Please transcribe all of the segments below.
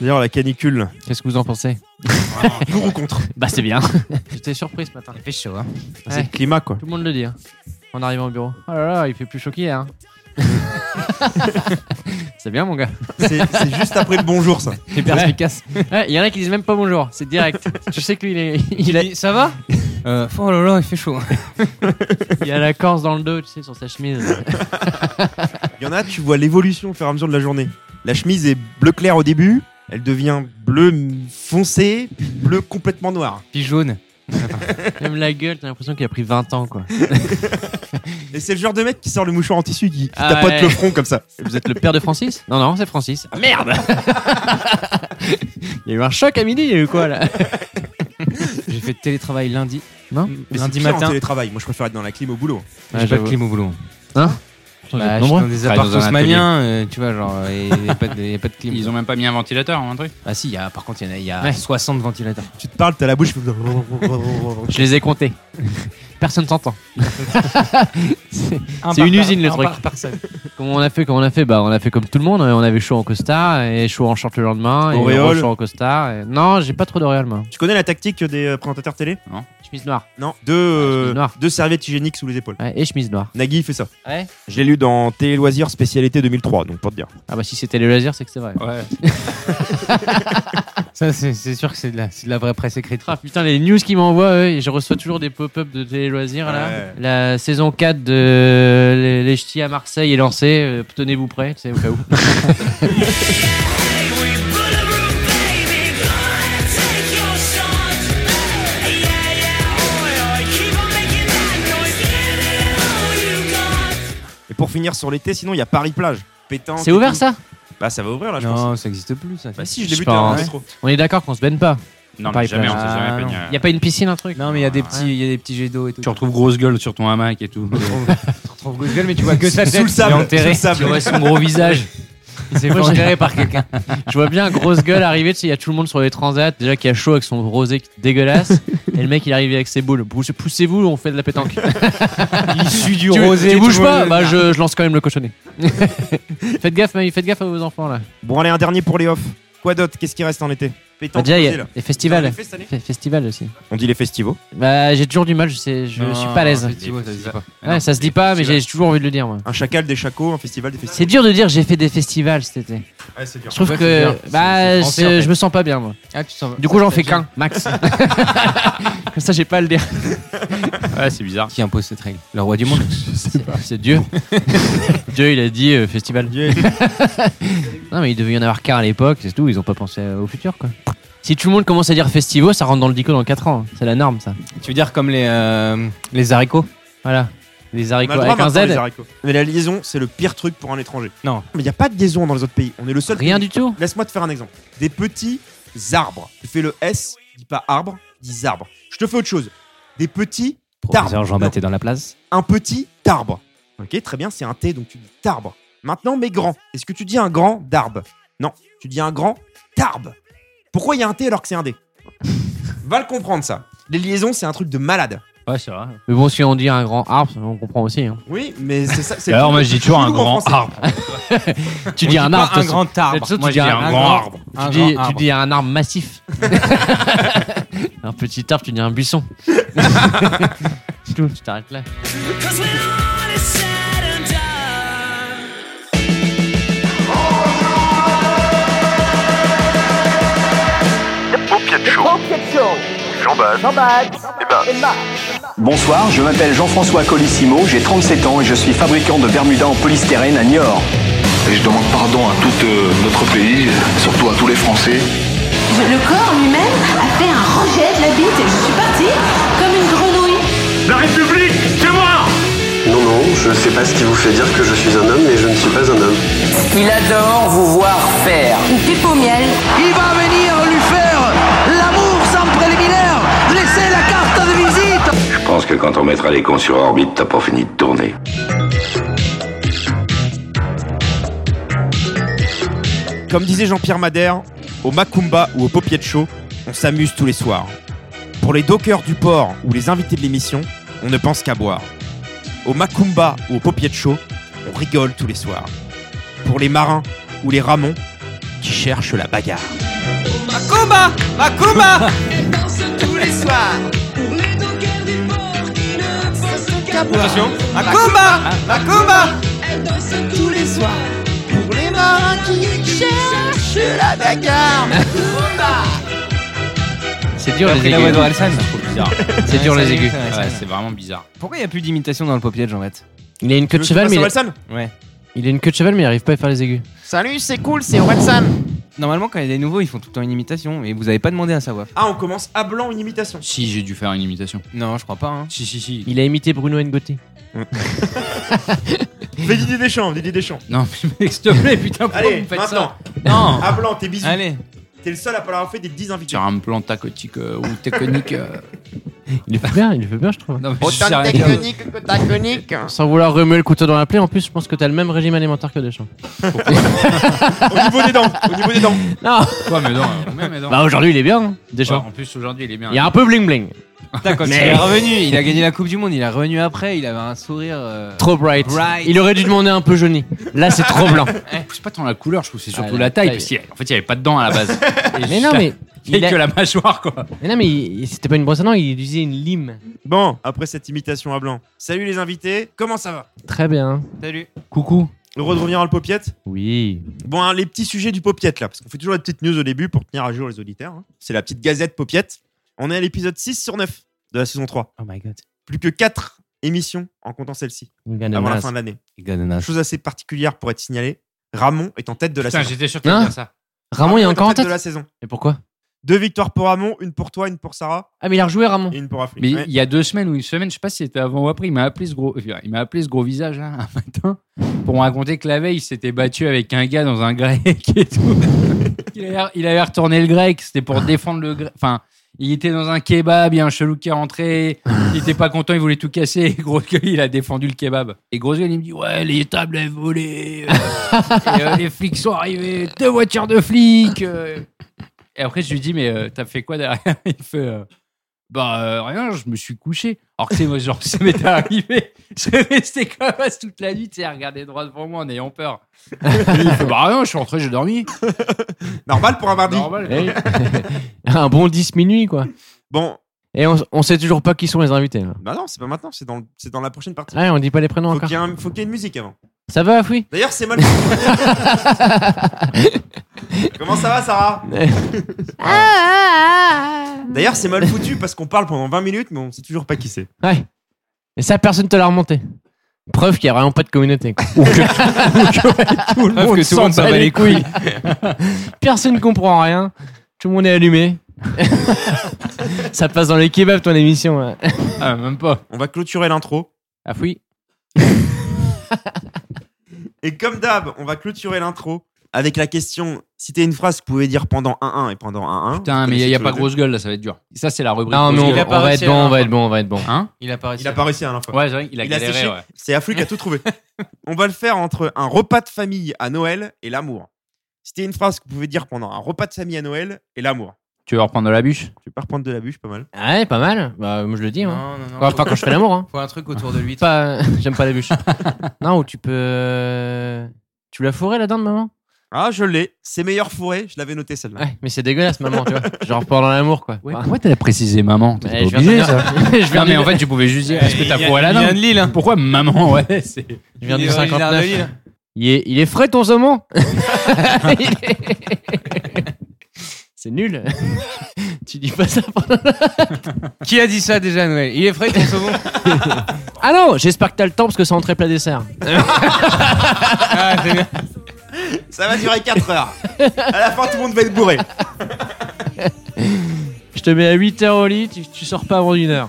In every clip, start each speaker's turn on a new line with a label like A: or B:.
A: D'ailleurs, la canicule.
B: Qu'est-ce que vous en pensez
A: Nous rencontre.
B: Bah c'est bien. J'étais surpris ce matin.
C: Il fait chaud, hein.
A: C'est le climat, quoi.
B: Tout le monde le dit. hein, En arrivant au bureau. Oh là là, il fait plus chaud qu'hier. hein. c'est bien mon gars.
A: C'est c'est juste après le bonjour, ça.
B: Hyper efficace. Ouais, Il y en a qui disent même pas bonjour. C'est direct. Je sais que lui il est. Il, a-
C: Ça va euh, Oh là là, il fait chaud.
B: il a la corse dans le dos, tu sais, sur sa chemise.
A: Il y en a, tu vois l'évolution au fur et à mesure de la journée. La chemise est bleu clair au début, elle devient bleu foncé, puis bleu complètement noir.
C: Puis jaune.
B: Même la gueule, t'as l'impression qu'il a pris 20 ans quoi.
A: Et c'est le genre de mec qui sort le mouchoir en tissu qui, qui
B: Ah
A: tapote
B: ouais.
A: le front comme ça.
B: Vous êtes le père de Francis Non, non, c'est Francis. Ah, merde Il y a eu un choc à midi, il y a eu quoi là
C: J'ai fait télétravail lundi.
B: Non
A: Mais
C: Lundi
A: c'est pire
C: matin.
A: en télétravail. Moi, je préfère être dans la clim au boulot.
B: Ouais,
C: J'ai pas de
B: j'avoue.
C: clim au boulot. Bah,
D: Bah,
C: je suis
D: nombreux.
C: dans des
D: Enfin,
C: appartements
D: dans un atelier.
C: haussmanniens, euh, tu vois, genre, et y a pas de, y a pas de clim.
D: Ils ont même pas mis un ventilateur ou un truc.
C: Ah si, y a, par contre, il y en a, y a
B: Ouais.
C: 60 ventilateurs.
A: Tu te parles, t'as la bouche. qui fait-
B: Je les ai comptés. Personne t'entend.
C: Un
B: C'est
C: par
B: une
C: per-
B: usine, le
C: un
B: truc.
C: par personne.
B: Comment on a fait Comment on a fait Bah, on a fait comme tout le monde. On avait chaud en costard et chaud en short le lendemain. Et
A: Auréole.
B: chaud en costard. et- Non, j'ai pas trop d'auréole moi.
A: Tu connais la tactique des euh, présentateurs télé
B: Chemise noire.
A: Non. Deux, euh,
B: chemise noire.
A: deux serviettes hygiéniques sous les épaules.
B: Ouais, et chemise noire.
A: Nagui, il fait ça.
B: Ouais.
A: Je l'ai lu dans Télé Loisirs spécialité 2003, donc pour te dire.
B: Ah bah si c'était les lasers, c'est que c'est vrai.
D: Ouais.
C: Ça, c'est c'est sûr que c'est de, la- c'est de la vraie presse écrite.
B: Ah putain, les news qu'ils m'envoient, eux, et je reçois toujours des pop-up de télé-loisirs. Là.
A: Ouais.
B: La saison 4 de Les, les Ch'tis à Marseille est lancée. euh, tenez-vous prêts, c'est au cas où.
A: Et pour finir sur l'été, sinon, il y a Paris-Plage. Pétanque.
B: c'est
A: et
B: ouvert
A: tout.
B: ça
A: Bah, ça va ouvrir là, je pense.
C: non, ça existe plus, ça.
A: Bah, si, je
B: Je
A: l'ai vu tout à l'heure dans le
B: pense.
A: métro.
B: On est d'accord qu'on se baigne pas.
D: Non, mais
B: Pareil,
D: jamais, on s'est
C: ah,
D: jamais
C: non.
D: baigné.
B: Y a pas une piscine, un truc
C: Non, mais il y a des
D: Ouais.
C: petits, y a des petits jets d'eau et tout.
D: Tu retrouves grosse gueule sur ton hamac et tout.
C: Tu retrouves Google, mais tu vois que sa
A: Sous
C: tête.
A: le
C: Il est
A: sable. Sous
C: enterré.
A: le sable.
C: Tu vois son gros visage. Il s'est fait
B: Moi, je-
C: enterrer par quelqu'un.
B: Je vois bien grosse gueule arriver, tu sais, il y a tout le monde sur les transats, déjà qui a chaud avec son rosé qui- dégueulasse, et le mec il arrive avec ses boules. Pousse- Poussez-vous, on fait de la pétanque.
C: Il suit du
B: tu,
C: rosé.
B: tu
C: tout
B: bouges
C: le
B: pas
C: monde-
B: Bah je, je lance quand même le cochonnet. faites gaffe, mamie, faites gaffe à vos enfants là.
A: Bon, allez, un dernier pour les off. Quoi d'autre Qu'est-ce qui reste en été
B: Bah,
A: Pétanque,
B: déjà, il y
A: posée,
B: a
A: là.
B: les festivals.
A: Vous avez fait cette année
B: Fe- Festival aussi.
A: On dit les festivals.
B: Bah j'ai toujours du mal, je, sais, je
C: Non,
B: suis pas à l'aise.
C: tu vois, ça se dit pas.
B: Ouais, ça se dit pas, mais j'ai j'ai toujours envie de le dire moi.
A: Un chacal, des chacos, un festival, des
B: C'est
A: festivals.
B: dur de dire j'ai fait des festivals cet été.
A: Ouais, c'est dur.
B: Je trouve
C: Ouais, c'est bien.
B: que bah
C: C'est- c'est français,
B: je-
C: en fait.
B: je me sens pas bien moi.
C: Ah, tu sens-
B: Du coup j'en
C: ça,
B: fais
C: ça
B: qu'un, max. Comme ça j'ai pas à le dire.
D: Ouais, c'est bizarre.
C: Qui impose cette règle Le roi du monde.
B: C'est Dieu. Dieu, il a dit euh, festival. Non, mais il devait y en avoir qu'un à l'époque, c'est tout. Ils ont pas pensé euh, au futur, quoi. Si tout le monde commence à dire festivo, ça rentre dans le dico dans 4 ans. C'est la norme, ça.
C: Tu veux dire comme les, euh, les haricots
B: Voilà. Les
A: On a
B: haricots
A: le droit
B: avec un
A: maintenant, les
B: Z.
A: haricots. Mais la liaison, c'est le pire truc pour un étranger.
C: Non.
A: Mais il n'y a pas de liaison dans les autres pays. On est le seul.
B: Rien
A: pays.
B: du tout.
A: Laisse-moi te faire un exemple. Des petits arbres. Tu fais le S, dis pas arbre, dis arbre. Je te fais autre chose. Des petits
C: Professeur
A: arbres.
C: Jean Batté dans la place.
A: un petit arbre. Ok, très bien, c'est un T, donc tu dis tarbre. Maintenant, mais grand. Est-ce que tu dis un grand d'arbre Non, tu dis un grand tarbe. Pourquoi il y a un T alors que c'est un D Va le comprendre, ça. Les liaisons, c'est un truc de malade.
D: Ouais, c'est vrai.
B: Mais bon, si on dit un grand arbre, on comprend aussi. hein.
A: Oui, mais c'est ça. c'est
D: Alors,
A: le-
D: moi, je dis toujours
A: le
D: un
A: chelou en
D: grand
A: français.
D: arbre.
B: Tu dis un arbre,
C: Un
B: de toute façon.
C: grand
B: De
C: arbre.
B: toute façon,
D: Moi,
B: tu
D: je dis
B: dis
D: un
B: un
D: grand
B: grand
D: arbre.
C: Un
B: Tu dis,
C: grand
B: tu
C: arbre.
B: dis un arbre massif. un petit arbre, tu dis un buisson. C'est tout, tu t'arrêtes là.
E: Bonsoir, je m'appelle Jean-François Colissimo, j'ai 37 ans et je suis fabricant de Bermuda en polystyrène à Niort.
F: Et je demande pardon à tout euh, notre pays, surtout à tous les Français.
G: Le corps lui-même a fait un rejet de la bite et je suis partie comme une grenouille.
H: Non, non, je sais pas ce qui vous fait dire que je suis un homme, mais je ne suis pas un homme.
I: Il adore vous voir faire.
G: Une pipe au miel.
I: Il va venir lui faire l'amour sans préliminaire. Laissez la carte de visite.
F: Je pense que quand on mettra les cons sur orbite, t'as pas fini de tourner.
A: Comme disait Jean-Pierre Madère, au Macumba ou au Popiet Show, on s'amuse tous les soirs. Pour les dockers du port ou les invités de l'émission, on ne pense qu'à boire. Au Macumba ou au Popiet Show, on rigole tous les soirs. Pour les marins ou les ramons qui cherchent la bagarre.
J: Macumba Macumba danse tous les soirs au cœur du port qui ne pense qu'à boire.
A: Attention.
J: Macumba Macumba Elle danse tous les soirs Pour les marins qui cherchent la bagarre Macumba
B: C'est dur
C: T'as
B: les
C: pris la voix
B: aigus.
C: de Orelsan
D: Bizarre.
B: C'est dur les aigus.
D: Ouais, c'est vraiment bizarre.
C: Pourquoi il n'y a plus d'imitation dans le popier de jean baptiste
B: Il a une queue de cheval, mais il a-
C: Ouais.
B: il a une queue de cheval, mais il arrive pas à faire les aigus.
A: Salut, c'est cool, c'est Orelsan.
C: Normalement, quand il y a des nouveaux, ils font tout le temps une imitation, mais vous avez pas demandé à savoir.
A: Ah, on commence à blanc une imitation.
D: Si, j'ai dû faire une imitation.
C: Non, je crois pas. Hein.
D: Si, si, si.
B: Il a imité Bruno Ngoti.
A: Fais Didier Deschamps, Didier Deschamps.
D: Non, mais s'il te plaît, putain, pourquoi
A: Allez,
D: vous me faites
A: maintenant.
D: ça Non
A: À blanc, t'es bisous.
C: Allez,
A: T'es le seul à pas l'avoir fait des 10 invités.
D: Sur un plan tacotique euh, ou technique. euh,
B: Il le fait bien, il le fait bien, je trouve.
D: Non, mais je sais rien.
A: que taconique.
B: Sans vouloir remuer le couteau dans la plaie, en plus, je pense que t'as le même régime alimentaire que Deschamps.
A: Au niveau des dents, au niveau des dents.
B: Non
D: Quoi, mais non, euh, mais- mais non.
B: Bah aujourd'hui, il est bien, hein,
D: Ouais,
B: Deschamps.
D: en plus, aujourd'hui, il est bien.
B: Il y a un peu bling bling.
C: Putain, quand il est revenu, il a gagné la Coupe du Monde, il est revenu après, il avait un sourire. euh,
B: Trop bright.
C: Bright.
B: Il aurait dû demander un peu jauni. Là, c'est trop blanc.
D: Eh, C'est pas tant la couleur, je trouve, c'est surtout
B: Ah, la
D: la taille.
B: taille.
D: Parce qu'il y a- en fait, il y avait pas de dents à la base. Et
B: Mais non,
D: ça-
B: mais.
D: Il
B: il
D: y
B: a-
D: a que la mâchoire, quoi.
B: mais non, mais il- c'était pas une brosse à dents, il utilisait une lime.
A: Bon, après cette imitation à blanc. Salut les invités, comment ça va
B: Très bien.
C: Salut.
B: Coucou.
A: Heureux de revenir dans le popiette
B: Oui.
A: Bon, hein, les petits sujets du popiette là, parce qu'on fait toujours la petite news au début pour tenir à jour les auditeurs. hein. C'est la petite gazette popiette. On est à l'épisode 6 sur 9 de la saison 3.
C: Oh my god.
A: Plus que 4 émissions en comptant celle-ci avant Ah, la fin de l'année.
B: Ah.
A: Chose assez particulière pour être signalée, Ramon est en tête de la
D: Putain,
A: saison.
D: j'étais sûr qu'il
B: Hein
D: allait dire ça.
B: Ramon, il est encore en
A: Ah,
B: tête
A: de la saison.
B: Mais pourquoi
A: Deux victoires pour Ramon, une pour toi, une pour Sarah
B: Ah, mais il a rejoué Ramon.
A: et une pour Afrique.
D: Mais il y a deux semaines ou une semaine, je sais pas si c'était avant ou après, il m'a appelé ce gros, il m'a appelé ce gros visage là, un matin, pour me raconter que la veille, il s'était battu avec un gars dans un grec et tout. il, avait, il avait retourné le grec, c'était pour défendre le grec. Enfin, il était dans un kebab, il y a un chelou qui est rentré, il était pas content, il voulait tout casser, et gros gueule, il a défendu le kebab. Et gros gueule, il me dit, ouais, les tables, elles volaient, euh, et, euh, les flics sont arrivés, deux voitures de flics. euh. Et après, je lui dis, mais euh, t'as fait quoi derrière Il fait, euh, bah euh, rien, je me suis couché. Alors que c'est moi, genre, ça m'était arrivé. Je restais comme as toute la nuit, tu sais, à regarder droit devant moi en ayant peur. Et il fait, bah rien, je suis rentré, j'ai dormi.
A: Normal pour un mardi.
D: Normal.
B: Eh oui. un bon 10 minuit, quoi.
A: Bon,
B: Et on, on sait toujours pas qui sont les invités. là.
A: bah non, c'est pas maintenant, c'est dans, le- c'est dans la prochaine partie.
B: Ah, on dit pas les prénoms
A: Faut
B: encore.
A: qu'il y ait un- faut qu'il y ait une musique avant.
B: Ça va, Afoui
A: D'ailleurs, c'est mal. Comment ça va, Sarah
G: Ah,
A: D'ailleurs, c'est mal foutu parce qu'on parle pendant 20 minutes, mais on sait toujours pas qui c'est.
B: Ouais. Et ça, personne te l'a remonté. Preuve qu'il y a vraiment pas de communauté. quoi. Ou que, ou que tout le monde
C: Preuve que tout le
B: s'en
C: monde s'en
B: bat
C: bat
B: les
C: les
B: couilles. personne comprend rien. Tout le monde est allumé. ça passe dans les kebabs, ton émission. ouais.
D: Ah, même pas. Ah,
A: On va clôturer l'intro.
B: Afoui
A: Et comme d'hab, on va clôturer l'intro avec la question citer une phrase que vous pouvez dire pendant 1-1 et pendant 1-1.
D: Putain,
A: Vous
D: mais il n'y
A: connaissez
D: a,
A: tous
D: pas
A: les
D: grosse gueule là, ça va être dur. Ça, c'est la rubrique.
B: Non, mais
D: grosse
B: on,
D: gueule.
C: il a
B: on
C: pas
B: va
C: réussi
B: être
C: à
B: bon,
C: la
B: on va
C: fin.
B: être bon, on va être bon.
D: Hein
C: Il a
A: deux.
C: pas réussi.
A: Il a pas réussi à l'info.
D: Ouais, c'est vrai, il a
A: Il a
D: galéré.
A: séché.
D: ouais.
A: C'est Afrique à tout trouvé. On va le faire entre un repas de famille à Noël et l'amour. C'était une phrase que vous pouvez dire pendant un repas de famille à Noël et l'amour.
D: Tu veux reprendre de la bûche
A: Je vais pas reprendre de la bûche, pas mal.
B: Ouais, pas mal. Bah, moi, je le dis. hein.
C: Non, non, non.
B: Enfin, pas quand je fais l'amour. Hein.
C: Faut un truc autour de lui.
B: Pas- J'aime pas la bûche. non, ou tu peux. Tu l'as fourré la dinde, maman
A: Ah, je l'ai. C'est meilleur fourré. Je l'avais noté celle-là.
B: Ouais, mais c'est dégueulasse, maman, tu vois. Genre pendant l'amour, quoi. Enfin,
D: Pourquoi t'as précisé maman T'es
B: eh, je viens de dire- je viens
D: Non, mais
B: de-
D: en fait, tu pouvais juste dire, est-ce que t'as fourré la
C: Il vient
D: dinde
C: de Lille. hein.
D: Pourquoi maman Ouais, c'est.
B: je viens du
C: Il est originaire de
B: 59.
C: Lille.
B: Il est, il est frais ton saumon Il est- C'est nul. tu dis pas ça pendant...
C: Qui a dit ça déjà, Noël Il est frais, ton saumon
B: Ah non, j'espère que t'as le temps parce que c'est entrée plat dessert.
C: Ah, c'est bien.
A: Ça va durer 4 heures. À la fin, tout le monde va être bourré.
B: Je te mets à 8 heures au lit, tu, tu sors pas avant une heure.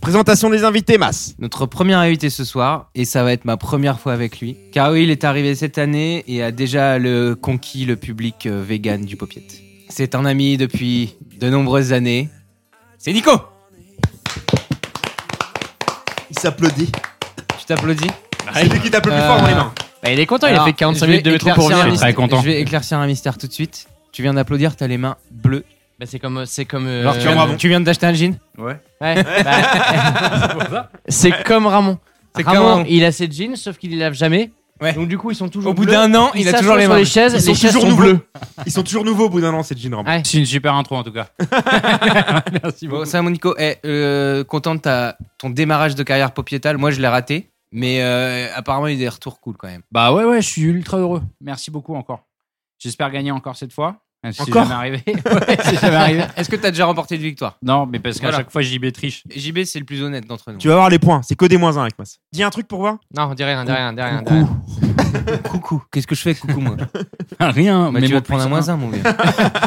A: Présentation des invités, masse.
C: Notre premier invité ce soir, et ça va être ma première fois avec lui. Car oui, il est arrivé cette année et a déjà le conquis le public euh, vegan du Popiette. C'est un ami depuis de nombreuses années. C'est Nico
A: Il s'applaudit.
C: Tu t'applaudis
A: Ah C'est lui qui tape le plus
C: Euh,
A: fort dans les mains.
C: bah,
B: Ah, il est content, il a
C: Alors,
B: fait 45
C: je vais
B: minutes de métro pour
C: éclaircir
B: venir. Il
C: un
B: est
C: mystère-
B: très content.
C: Je vais éclaircir un mystère tout de suite. Tu viens d'applaudir, t'as les mains bleues.
B: Bah, c'est comme. C'est comme euh,
C: Alors, tu, viens, tu viens d'acheter un jean
D: Ouais.
B: Ouais. Bah, c'est comme Ramon.
C: C'est
B: Ramon,
C: comme Ramon.
B: il a ses jeans, sauf qu'il les lave jamais.
C: Ouais.
B: Donc du coup, ils sont toujours
C: Au bout
B: bleus.
C: d'un an,
B: Il
C: il a
B: s'assoit
C: toujours les
B: sur
C: mains.
B: les chaises,
A: Ils sont
B: les chaises
A: toujours
B: sont
A: nouveaux.
B: bleues.
A: Ils sont toujours nouveaux au bout d'un an, cette jean
B: Ouais.
D: C'est une super intro en tout cas. Merci
C: Bon,
D: beaucoup.
C: ça, mon Nico, eh, euh, content de ta- ton démarrage de carrière popiétale. Moi, je l'ai raté, mais euh, apparemment, il y a des retours cool quand même.
D: Bah ouais, ouais, je suis ultra heureux. Merci beaucoup encore. J'espère gagner encore cette fois. Même si c'est
A: Encore
D: jamais arrivé. Ouais, c'est jamais arrivé.
C: Est-ce que t'as déjà remporté une victoire
D: Non, mais parce qu'à
C: Voilà.
D: chaque fois, j'y triche.
C: JB, c'est le plus honnête d'entre nous.
A: Tu vas voir les points, c'est que des moins 1 avec moi. Dis un truc pour voir
B: Non, dis rien, dis rien, dis rien. dis rien.
C: Coucou. Coucou. Qu'est-ce que je fais, coucou, moi
D: Rien.
C: Bah,
D: mais
C: Tu
D: mon
C: vas te prendre un
D: plus
C: moins un, mon gars.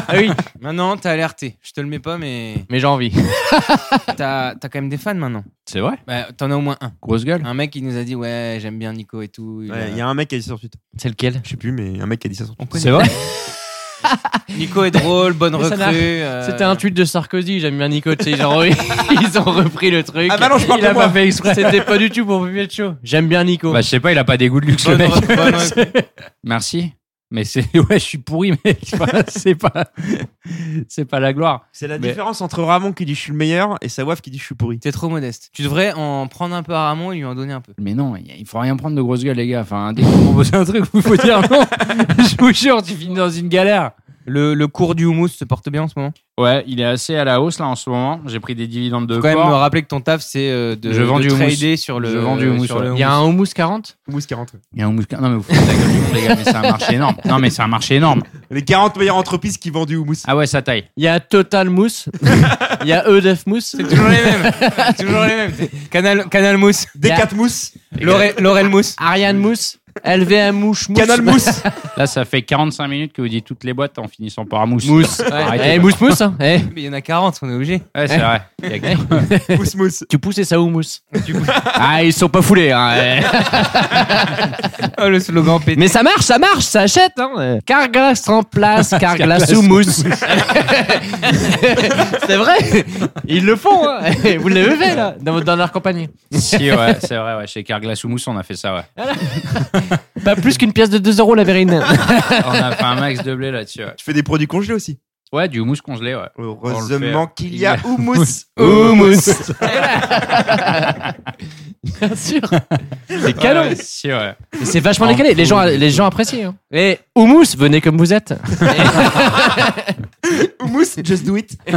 B: Ah oui,
C: Maintenant, t'as alerté. Je te le mets pas, mais
B: mais j'ai envie.
C: t'as t'as quand même des fans maintenant.
D: C'est vrai
C: Bah, t'en as au moins un.
D: Grosse gueule.
C: Un mec qui nous a dit ouais j'aime bien Nico et tout. Il
A: Il
C: a-
A: y a un mec qui a dit ça sur Twitter.
B: C'est lequel
A: Je sais plus, mais un mec qui a dit ça sur Twitter.
D: C'est vrai
C: Nico est drôle, bonne
B: Mais ça
C: recrue.
B: n'a-
C: euh,
B: C'était un tweet de Sarkozy, j'aime bien Nico, tu sais, genre, oui, ils ont repris le truc.
A: Ah bah non, je parle
B: Il a
A: de moi.
B: pas fait exprès. C'était pas du tout pour publier le show. J'aime bien Nico.
D: Bah, je sais pas, il a pas des goûts de luxe, le
C: Bonne
D: mec.
C: re- bonne recrue.
D: Merci. Mais c'est. Ouais, je suis pourri, mec. Enfin, c'est pas. C'est pas la gloire.
A: C'est la
D: Mais-
A: différence entre Ramon qui dit je suis le meilleur et sa waf qui dit je suis pourri.
C: T'es trop modeste. Tu devrais en prendre un peu à Ramon et lui en donner un peu.
D: Mais non, y a- il faut rien prendre de grosse gueule, les gars. Enfin, dès que vous proposez un truc, vous faut dire non. je vous jure, tu finis dans une galère.
C: Le, le cours du houmous se porte bien en ce moment.
D: Ouais, il est assez à la hausse, là, en ce moment. J'ai pris des dividendes de
C: Faut quand
D: corps.
C: même me rappeler que ton taf c'est euh, de,
D: Je vends
C: de
D: du houmous.
C: trader sur le.
D: Je vends du houmous,
C: sur le
D: ouais.
B: Il y a un houmous 40
A: Mousse 40.
D: Il y a un houmous- Non, mais vous foutez la gueule du monde, les gars, mais c'est un marché énorme. Non, mais c'est un marché énorme.
A: Les 40 meilleures entreprises qui vendent du houmous.
D: Ah ouais, ça taille.
B: Il y a Total Mousse. Il y a EDF Mousse.
C: houmous. Toujours les mêmes. Toujours les mêmes. Canal Canal Mousse,
A: Des
B: y a-
A: 4 mousses,
C: Laurel Laurel Mousse.
B: Ariane Mousse. LVM Mouche Mousse.
A: Canal Mousse.
D: Là, ça fait 45 minutes que vous dites toutes les boîtes en finissant par mousse.
B: Mousse. Ouais.
D: Arrêtez,
B: Eh,
D: là.
B: mousse Mousse. hein. Eh.
C: Mais il y en a 40, on est obligé.
D: Ouais, c'est vrai. Il y a que-
A: mousse mousse.
B: Tu pousses et ça houmous. ah, ils sont pas foulés. hein, eh.
C: Oh, le slogan pété.
B: Mais ça marche, ça marche, ça achète. Hein. eh. Carglass remplace Carglass houmous. c'est vrai. Ils le font. hein. Eh, Vous l'avez fait, là, dans, votre- dans leur compagnie.
D: si, ouais, c'est vrai, ouais. Chez Carglass ou Mousse, on a fait ça, ouais.
B: Pas plus qu'une pièce de 2 euros, la verrine.
D: On a fait un max de blé là-dessus, ouais.
A: Tu fais des produits congelés aussi.
D: Ouais, du houmous congelé, ouais.
A: Heureusement
D: fait.
A: qu'il y a
D: Il
A: houmous.
B: Houmous. Bien sûr. C'est canon.
D: Ouais, ouais, si, ouais.
B: Mais C'est vachement décalé. Les gens, les gens apprécient. hein. Et houmous, venez comme vous êtes.
A: Houmous, just do it.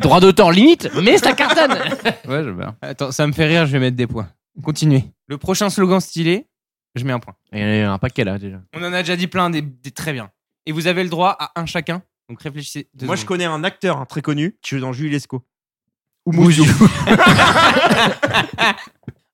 B: Droit d'auteur limite, mais ça cartonne.
D: Ouais, j'aime bien.
C: Attends, ça me fait rire, je vais mettre des points. Continuez. Le prochain slogan stylé, je mets un point.
B: Il y en a eu un paquet là déjà.
C: On en a déjà dit plein, des, des très bien. Et vous avez le droit à un chacun. Donc réfléchissez. deux
A: Moi, je
C: secondes.
A: connais un acteur hein, très connu qui joue dans Jules Lescaut.
D: Mousse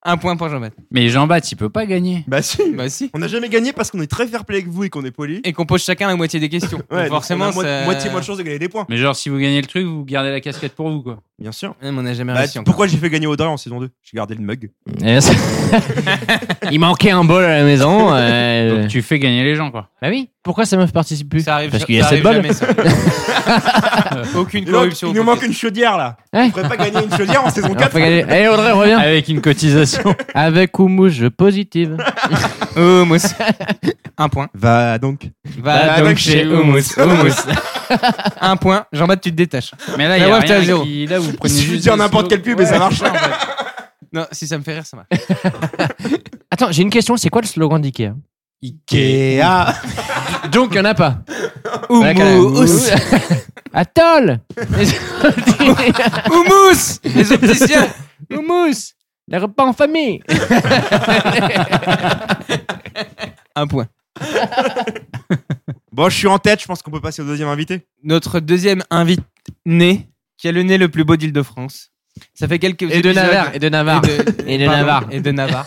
C: Un point pour Jean-Baptiste.
D: Mais Jean-Baptiste, il peut pas gagner.
A: Bah si.
C: Bah si.
A: On n'a jamais gagné parce qu'on est très fair play avec vous et qu'on est poli.
C: Et qu'on pose chacun la moitié des questions. Donc
A: donc
C: forcément,
A: on a mo-
C: ça-
A: moitié moins de chances de gagner des points.
D: Mais genre, si vous gagnez le truc, vous gardez la casquette pour vous, quoi.
A: Bien sûr.
C: Ouais, mais on n'a jamais
A: Bah,
C: réussi. Ah, encore.
A: pourquoi j'ai fait gagner Audrey en saison 2 J'ai gardé le mug.
B: Il manquait un bol à la maison. euh,
D: Donc, tu fais gagner les gens, quoi.
B: Bah oui. Pourquoi ces meufs participent plus
C: Ça arrive,
B: Parce
C: ça-
B: qu'il y a
C: ça
B: cette
C: arrive
B: balle.
C: jamais, ça. Aucune
A: Et donc,
C: corruption.
A: il nous manque une chaudière là.
B: Ouais.
A: On pourrait pas gagner une chaudière en saison
B: On va
A: 4.
B: pas gagner. Eh Audrey, reviens.
D: Avec une cotisation.
B: Avec houmous, je positive. Euh,
C: Houmous. un point.
A: Va donc.
B: Bah,
D: Ah,
C: Va
A: donc chez
C: Houmous. Houmous. un point. Jean-Baptiste, tu te détaches.
D: Mais là, il
C: La
D: y a
C: web, t'es à
D: rien
C: zéro.
D: qui- Là, vous prenez
A: Si je
D: juste.
A: dire
D: des
A: n'importe
D: slow-
A: quel pub et ça
D: Ouais.
A: marche. hein,
C: Non, si ça me fait rire, ça marche.
B: Attends, j'ai une question. C'est quoi le slogan d'Ikea
A: Ikea.
B: Donc il y en a pas. Ouais, quand même.
C: Houmous.
B: Atoll.
C: Houmous. Les opticiens.
B: Houmous. Les repas en famille.
C: Un point.
A: Bon, je suis en tête. Je pense qu'on peut passer au deuxième invité.
C: notre deuxième invité qui a le nez le plus beau d'Île-de-France. Ça fait quelques
B: Et de
C: épisodes-
B: Navarre. Et de Navarre.
C: Et de,
B: Et de
C: pardon,
B: Navarre.
C: Et de Navarre.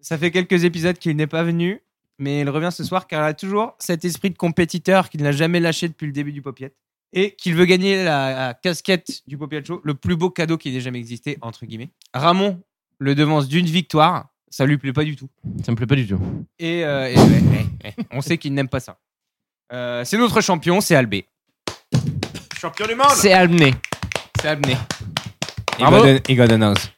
C: Ça fait quelques épisodes qu'il n'est pas venu, mais il revient ce soir car il a toujours cet esprit de compétiteur qu'il n'a jamais lâché depuis le début du Popiette et qu'il veut gagner la, la casquette du Popiette Show, le plus beau cadeau qui ait jamais existé, entre guillemets. Ramon le devance d'une victoire, ça lui plaît pas du tout.
B: Ça me plaît pas du tout.
C: Et, euh, et- eh, eh, eh, on sait qu'il n'aime pas ça. Euh, c'est notre champion, c'est Albé.
A: Champion du monde.
B: C'est Albné.
C: C'est Albé.
B: Bravo.
C: Et Golden House.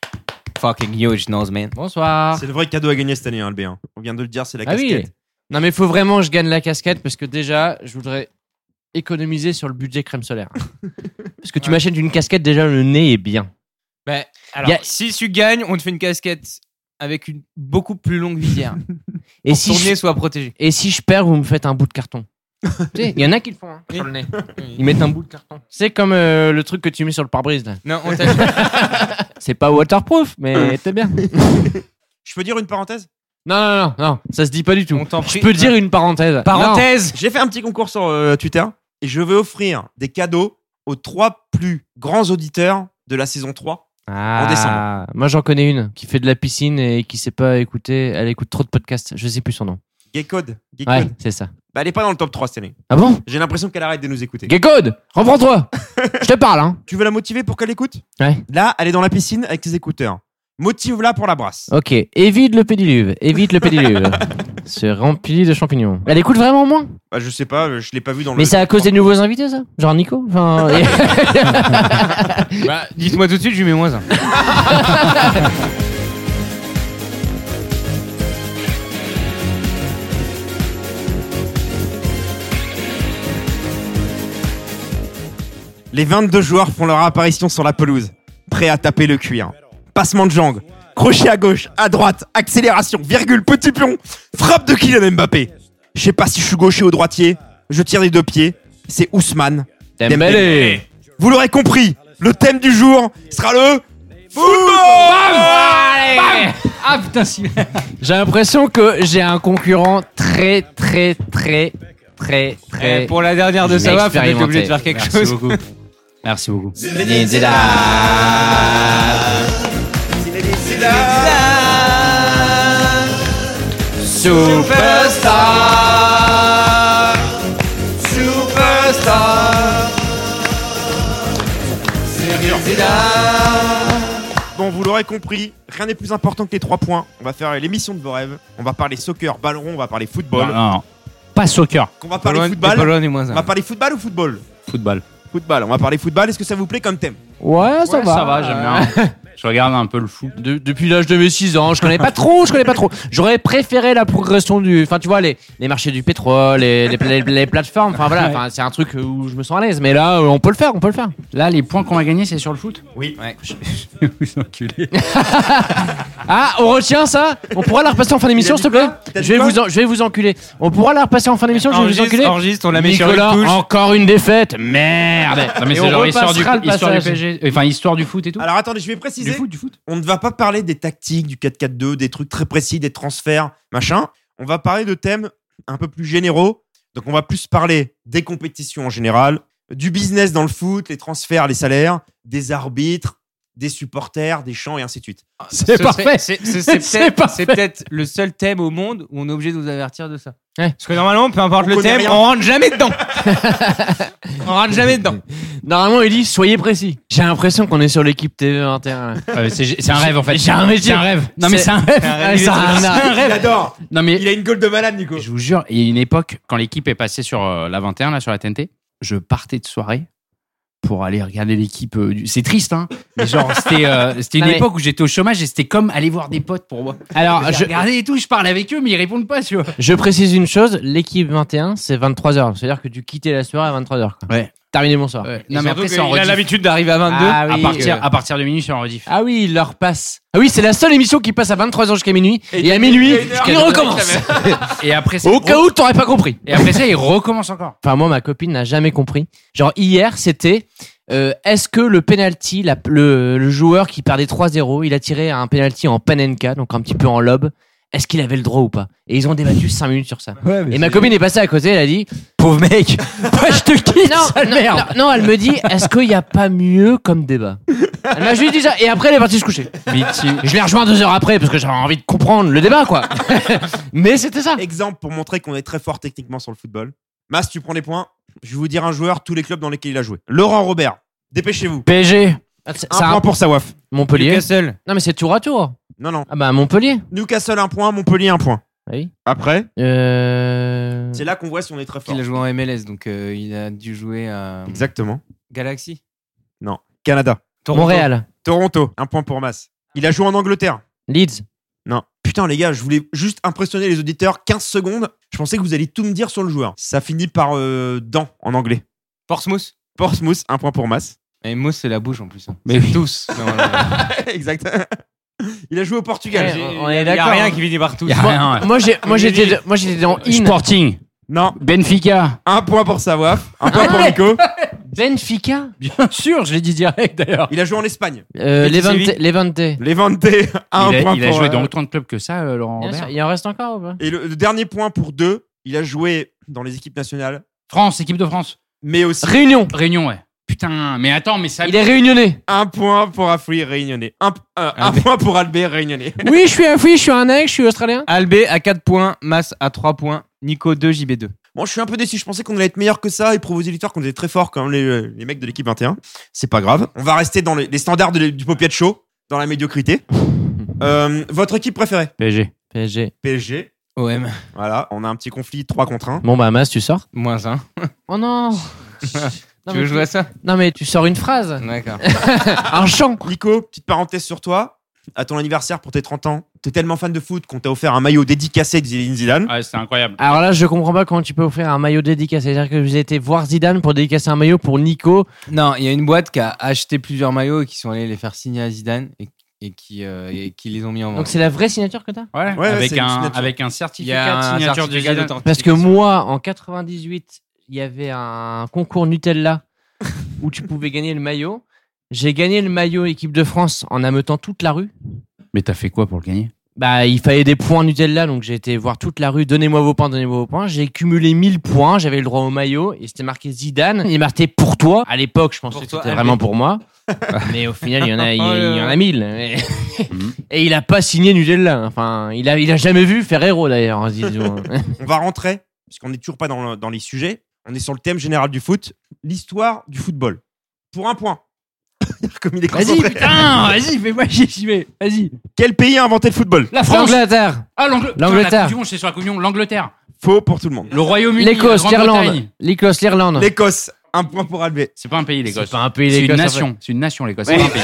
C: Fucking huge nose, man.
B: Bonsoir.
A: C'est le vrai cadeau à gagner cette année, hein, le B1. On vient de le dire, c'est la
B: Ah oui.
A: casquette.
B: Non, mais faut vraiment que je gagne la casquette parce que déjà, je voudrais économiser sur le budget crème solaire. parce que tu m'achètes une casquette, déjà le nez est bien.
C: Bah, alors,
B: Y a-
C: si tu gagnes, on te fait une casquette avec une beaucoup plus longue visière.
B: Et
C: si
B: si,
C: ton
B: je,
C: nez soit protégé.
B: et si je perds, vous me faites un bout de carton. Tu sais, Il y en a qui le font hein, sur le nez. Ils mettent un bout de carton. C'est comme euh, le truc que tu mets sur le pare-brise. là.
C: Non, on t'achète.
B: C'est pas waterproof, mais t'es bien.
A: Je peux dire une parenthèse
B: Non, non, non, non, ça se dit pas du tout.
C: on t'en prie.
B: Je peux dire une parenthèse.
C: Parenthèse
A: J'ai fait un petit concours sur euh, Twitter et je vais offrir des cadeaux aux trois plus grands auditeurs de la saison 3.
B: Ah,
A: En décembre.
B: Moi, j'en connais une qui fait de la piscine et qui sait pas écouter. Elle écoute trop de podcasts. Je sais plus son nom.
A: Gay Code. Gay Code.
B: Ouais, c'est ça.
A: Bah, elle est pas dans le top 3 cette année.
B: Ah bon
A: J'ai l'impression qu'elle arrête de nous écouter.
B: Gaycode, reprends-toi. Je te parle, hein.
A: Tu veux la motiver pour qu'elle écoute
B: Ouais.
A: Là, elle est dans la piscine avec ses écouteurs. Motive-la pour la brasse.
B: Ok, évite le pédiluve. Évite le pédiluve. C'est rempli de champignons. Elle écoute vraiment moins.
A: Bah, je sais pas, euh, je l'ai pas vu dans le.
B: Mais c'est à cause des nouveaux invités, ça Genre Nico enfin,
C: Bah, dites-moi tout de suite, je lui mets moins un.
A: Les 22 joueurs font leur apparition sur la pelouse, prêts à taper le cuir. Passement de jambes, crochet à gauche, à droite, accélération, virgule, petit pion, frappe de Kylian Mbappé. Je sais pas si je suis gaucher ou droitier, je tire des deux pieds, c'est Ousmane. Dembélé. Vous l'aurez compris, le thème du jour sera le football
D: Ah putain, si.
B: J'ai l'impression que j'ai un concurrent très, très, très, très, très.
C: Eh, pour la dernière de ça va, faut être obligé de faire quelque
D: Merci
C: chose.
D: beaucoup. Merci beaucoup.
A: Bon, vous l'aurez compris, rien n'est plus important que les trois points. On va faire l'émission de vos rêves, on va parler soccer, ballon, on va parler
D: Non,
A: football.
D: non, non. Pas soccer,
A: On va parler
C: Bah, Pologne- et
A: football.
C: Pologne est moins
A: On
C: un.
A: va parler football ou football
D: football.
A: Football, on va parler football. Est-ce que ça vous plaît comme thème
B: Ouais, ça
D: Ouais,
B: va.
D: Ça va, j'aime bien. Je regarde un peu le foot.
B: De- depuis l'âge de mes 6 ans, je connais pas trop, je connais pas trop. J'aurais préféré la progression du. Enfin, tu vois, les, les marchés du pétrole, les, les, les- les plateformes. Enfin, voilà, enfin, c'est un truc où je me sens à l'aise. Mais là, euh, on peut le faire, on peut le faire.
D: Là, les points qu'on a gagnés, c'est sur le foot
A: Oui.
D: Ouais. Je vais vous enculer.
B: Ah, on retient ça On pourra la repasser en fin d'émission,
A: Il a
B: s'il te
A: dit
B: plaît
A: quoi T'as dit
B: je vais,
A: quoi
B: vous en- je vais vous enculer. On pourra la repasser en fin d'émission, je vais vous enculer.
C: Enregistre, enregistre, on la met sur une
B: Nicolas,
C: touche.
B: encore une défaite. Merde
D: Non, mais
B: Et
D: c'est
B: on
D: genre histoire du,
B: repassera le
D: histoire du
B: passage.
D: PSG. Enfin, histoire du foot et tout.
A: Alors attendez, je vais
D: du
A: préciser.
D: foot, du foot.
A: On ne va pas parler des tactiques, du 4-4-2, des trucs très précis, des transferts, machin. On va parler de thèmes un peu plus généraux. Donc on va plus parler des compétitions en général, du business dans le foot, les transferts, les salaires, des arbitres, des supporters, des chants et ainsi de suite.
B: C'est
C: Ce
B: parfait.
C: serait- c'est- c'est- C'est
B: C'est
C: peut-être-
B: parfait.
C: c'est peut-être le seul thème au monde où on est obligé de vous avertir de ça.
B: Ouais.
C: Parce que normalement, peu importe
A: On
C: le
A: connaît
C: thème,
A: rien.
C: on rentre jamais dedans. on rentre jamais dedans.
B: Normalement, il dit soyez précis. J'ai l'impression qu'on est sur l'équipe TV21. là.
D: Euh, c'est c'est un rêve en fait.
B: J'ai un métier.
D: C'est un rêve. Non mais
B: C'est-
D: c'est un rêve.
B: Ouais, ça a un art.
A: Il adore
D: Non mais
A: Il a une gueule de malade, Nico
D: je vous jure, il y a une époque quand l'équipe est passée sur euh, la 21 là sur la TNT, je partais de soirée pour aller regarder l'équipe. euh, du- C'est triste hein. Mais genre c'était euh, c'était une
B: Non, mais-
D: époque où j'étais au chômage et c'était comme aller voir des potes pour moi.
B: Alors,
D: je
B: je,
D: regardais et tout, je parle avec eux mais ils répondent pas, tu vois.
B: Je précise une chose, l'équipe 21, c'est 23h. C'est-à-dire que tu quittais la soirée à 23h. quoi.
D: Ouais.
B: Terminé mon soir.
D: Non mais après c'est
C: il
D: en
C: a
D: rediff.
C: l'habitude d'arriver à 22.
B: Ah
D: à
B: oui,
D: partir
B: que-
D: euh, à partir de minuit c'est en rediff.
B: Ah oui, l'heure passe. Ah oui, c'est la seule émission qui passe à 23h jusqu'à minuit. Et, à minuit, il recommence.
D: Et après c'est
B: Au cas où, t'aurais pas compris.
D: et après ça ils recommencent encore.
B: Enfin, moi, ma copine n'a jamais compris. Genre, hier, c'était euh, est-ce que le penalty, la- le, le joueur qui perdait 3-0, il a tiré un penalty en panenka, donc un petit peu en lobe, est-ce qu'il avait le droit ou pas Et ils ont débattu 5 minutes sur ça. Et ma copine est passée à côté, elle a dit Pauvre mec, moi je te quitte, non, non, non, non, elle me dit Est-ce qu'il n'y a pas mieux comme débat Elle m'a juste dit ça, et après elle est partie se coucher. Je l'ai rejoint deux heures après parce que j'avais envie de comprendre le débat, quoi. Mais c'était ça.
A: Exemple pour montrer qu'on est très fort techniquement sur le football. Mas, tu prends les points. Je vais vous dire un joueur, tous les clubs dans lesquels il a joué. Laurent Robert, dépêchez-vous.
B: PSG.
A: Un point pour sa waf.
B: Montpellier.
C: Newcastle.
B: Non, mais c'est tour à tour.
A: Non, non.
B: Ah bah, Montpellier.
A: Newcastle, un point. Montpellier, un point.
B: Oui.
A: Après,
B: Euh.
A: c'est là qu'on voit si on est très fort.
C: Il a joué en MLS, donc euh, il a dû jouer à
A: Exactement.
C: Galaxy.
A: Canada.
C: Toronto.
B: Montréal.
A: Toronto, un point pour Mas. Il a joué en Angleterre.
B: Leeds.
A: Non. Putain, les gars, je voulais juste impressionner les auditeurs. 15 secondes. Je pensais que vous alliez tout me dire sur le joueur. Ça finit par euh, dent en anglais.
C: Portsmouth.
A: Portsmouth, un point pour Mass.
C: Et Mousse, c'est la bouche en plus. hein.
D: Mais
C: C'est
D: oui.
C: tous. Non, non, non.
A: exact. Il a joué au Portugal.
D: Eh, oh.
B: Ouais,
C: J'ai-
B: on est
C: y a- y a
B: d'accord,
C: rien
B: hein.
C: qui finit par tous.
D: Y a rien, ouais.
B: Moi, j'ai- moi, j'étais moi, j'étais dans In.
D: Sporting.
A: Non,
D: Benfica.
A: un point pour Sawaf, un point pour Nico.
B: Benfica
D: Bien sûr, je l'ai dit direct d'ailleurs.
A: Il a joué en Espagne.
B: euh,
A: Betis Séville.
B: Levante. Levante.
A: Levante, un
D: Il a,
A: point
D: il a
A: pour.
D: joué
A: euh,
D: dans autant de clubs que ça, euh, Laurent
B: Bien sûr,
D: Robert.
B: Il en reste encore ou pas
A: Et le, le dernier point pour deux, il a joué dans les équipes nationales,
D: France, équipe de France.
A: mais aussi
B: Réunion.
D: Réunion, ouais. Putain, mais attends, mais ça.
B: Il est réunionnais.
A: un point pour Afri Réunionnais. Un, euh,
D: Ah,
A: un
C: Albert.
A: point pour Albert Réunionnais.
B: Oui, je suis un fouille, je suis un aigle, je suis australien.
C: Albé à 4 points, Mas à 3 points, Nico 2, JB 2.
A: Bon, je suis un peu déçu. Je pensais qu'on allait être meilleur que ça et pour vos éditeurs qu'on était très forts quand même, les, euh, les mecs de l'équipe 21. C'est pas grave. On va rester dans les, les standards de- du Popiat Show, dans la médiocrité. Euh, votre équipe préférée
D: PSG.
B: PSG.
A: PSG.
C: OM.
A: Voilà, on a un petit conflit 3 contre 1.
B: Bon, bah, Mas, tu sors.
C: Moins 1.
B: Oh non. non,
C: Tu veux
B: mais
C: jouer à ça
B: non, mais tu sors une phrase.
C: D'accord.
B: un chant.
A: Nico, petite parenthèse sur toi. À ton anniversaire pour tes 30 ans, t'es tellement fan de foot qu'on t'a offert un maillot dédicacé de Zinedine Zidane.
D: Ah, c'était incroyable.
B: Alors là, je comprends pas comment tu peux offrir un maillot dédicacé. C'est-à-dire que vous avez été voir Zidane pour dédicacer un maillot pour Nico.
C: Non, il y a une boîte qui a acheté plusieurs maillots et qui sont allés les faire signer à Zidane et, et qui, euh, et qui les ont mis en
B: Donc
C: vente.
B: c'est la vraie signature que t'as
D: Ouais,
A: Ouais,
D: avec,
A: c'est une
D: un,
A: signature.
D: avec un
C: Il y a
D: certificat
C: un
D: de signature du
C: certificat
D: Zidane.
C: d'authenticité.
B: Parce que moi, en 98, il y avait un concours Nutella où tu pouvais gagner le maillot. J'ai gagné le maillot équipe de France en ameutant toute la rue.
D: Mais t'as fait quoi pour le gagner
B: Bah, il fallait des points Nutella, donc j'ai été voir toute la rue, donnez-moi vos points, donnez-moi vos points. J'ai cumulé 1000 points, j'avais le droit au maillot, et c'était marqué Zidane, il est marqué pour toi. À l'époque, je pensais
C: Pour
B: que
C: toi, Oh
B: c'était
C: Albert.
B: vraiment pour moi. mais au final, il y en a, il, il y en a 1000. Et-
D: Mhm.
B: Et il a pas signé Nutella. Enfin, il a, il a jamais vu Ferrero d'ailleurs, hein, Zizou.
D: Ah.
A: On va rentrer, puisqu'on n'est toujours pas dans, le- dans les sujets. On est sur le thème général du foot, l'histoire du football. Pour un point. Comme il est
D: Vas-y,
A: concentré.
D: putain, vas-y, fais-moi chier, j'y vais. Vas-y.
A: Quel pays a inventé le football
D: La France.
B: L'Angleterre,
D: Ah, l'Angleterre.
B: L'Angleterre.
D: La Coupe du Monde, c'est sur la Coupe du Monde. L'Angleterre.
A: Faux pour tout le monde.
D: Le Royaume-Uni.
B: l'Écosse,
D: la
B: l'Irlande,
D: Grande-Bretagne.
B: l'Écosse, l'Irlande.
A: L'Écosse, un point pour Albé.
D: C'est pas un pays, l'Écosse.
B: C'est pas un pays,
D: C'est une
B: l'Écosse. en fait.
D: nation. C'est une nation, l'Écosse. C'est pas un pays.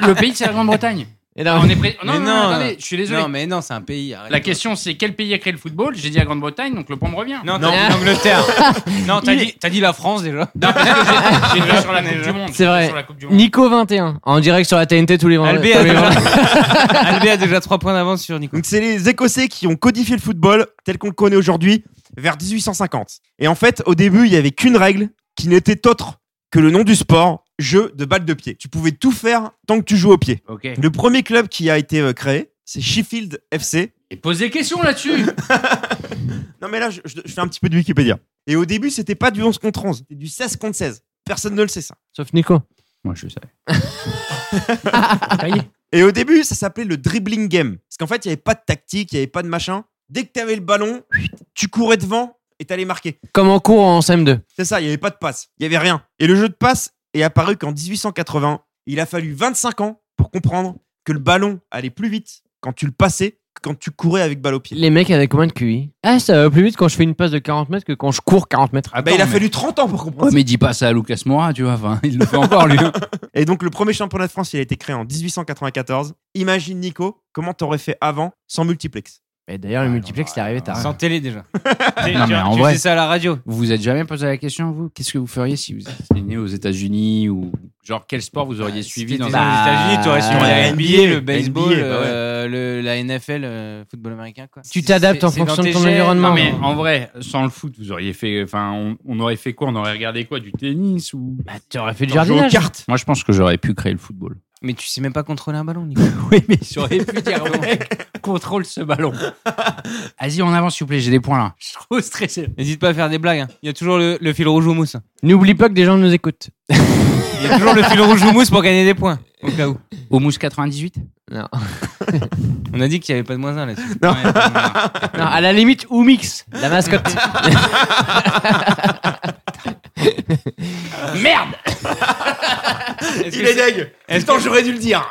D: Je- le pays, c'est la Grande-Bretagne.
B: Et
D: Ah,
B: non,
D: on est pré- Non,
C: Mais
D: non, non,
C: non.
D: attendez, je suis désolé.
C: Non, mais non, c'est un pays. arrête.
D: La question, c'est quel pays a créé le football J'ai dit la Grande-Bretagne, donc le point me revient.
C: Non,
A: Non.
C: t'as dit l'Angleterre. non, t'as dit, t'as dit la France déjà.
D: j'ai une sur la Coupe du Monde.
B: C'est vrai.
D: Sur la Coupe du Monde.
B: Nico 21, en direct sur la TNT tous les vendredis.
C: Albé
B: tous
C: a,
B: les
C: déjà...
B: vendredis.
C: Albé a déjà 3 points d'avance sur Nico.
A: Donc c'est les Écossais qui ont codifié le football tel qu'on le connaît aujourd'hui vers 1850. Et en fait, au début, il n'y avait qu'une règle qui n'était autre que le nom du sport, jeu de balle de pied. Tu pouvais tout faire tant que tu joues au pied.
D: Ok.
A: Le premier club qui a été euh, créé, c'est Sheffield FC.
D: Et pose des questions là-dessus.
A: Non mais là, je, je- je fais un petit peu de Wikipédia. Et au début, c'était pas du 11 contre 11, c'était du 16 contre 16. Personne ne le sait ça.
B: Sauf Nico.
D: Moi, je savais.
A: Et au début, ça s'appelait le dribbling game. Parce qu'en fait, il n'y avait pas de tactique, il n'y avait pas de machin. Dès que tu avais le ballon, tu courais devant et t'allais marquer.
B: Comme en cours en CM2.
A: C'est ça, il n'y avait pas de passe, il n'y avait rien. Et le jeu de passe est apparu qu'en 1880. Il a fallu 25 ans pour comprendre que le ballon allait plus vite quand tu le passais que quand tu courais avec balle au pied.
B: Les mecs avaient combien de QI Ah, ça va plus vite quand je fais une passe de 40 mètres que quand je cours 40 mètres.
D: Ah,
A: Bah, il a fallu 30 ans pour comprendre.
D: Ouais, mais dis pas ça à Lucas Moura, tu vois. Enfin, il le fait encore, lui.
A: Et donc, le premier championnat de France, il a été créé en 1894. Imagine, Nico, comment t'aurais fait avant sans multiplex
B: Et d'ailleurs, le multiplex, c'est arrivé tard.
C: Sans télé déjà.
D: Non, mais en
C: tu
D: vrai.
C: fais ça à la radio.
D: Vous vous êtes jamais posé la question, vous Qu'est-ce que vous feriez si vous étiez né aux États-Unis ou genre quel sport vous auriez suivi
C: Ah, Si
D: dans
C: t'étais
D: un-
B: un-
C: aux États-Unis, t'aurais
B: Bah,
C: suivi la NBA, le baseball,
A: NBA, bah ouais.
C: euh, le, la NFL, euh, football américain. Quoi.
B: Tu t'adaptes
C: C'est-
B: en
C: c'est dans
B: fonction
C: tes
B: de ton
C: gènes.
B: environnement.
D: Non mais en vrai, sans le foot, vous auriez fait, enfin, on, on aurait fait quoi On aurait regardé quoi Du tennis ou
B: Bah, t'aurais fait du
A: Genre jouer aux
B: jardinage.
A: cartes
D: Moi, je pense que j'aurais pu créer le football.
C: Mais tu sais même pas contrôler un ballon, Nico.
D: Oui, mais j'aurais pu dire au mec, contrôle ce ballon. Vas-y, en avance, s'il vous plaît, j'ai des points là. Je suis trop stressé.
C: N'hésite pas à faire des blagues. hein. Il y a toujours le, le fil rouge ou mousse. hein.
B: N'oublie pas que des gens nous écoutent.
C: Il y a toujours le fil rouge ou mousse pour gagner des points. Au cas où.
D: Au mousse 98
B: Non.
C: On a dit qu'il y avait pas de moins un là-dessus.
A: Non.
D: Ouais, voilà.
B: Non, à la limite, Oumix, la mascotte.
D: Merde
C: Est-ce
A: Il
C: que
A: est
C: c'est-
A: deg
C: est-ce
A: Putain, j'aurais dû le dire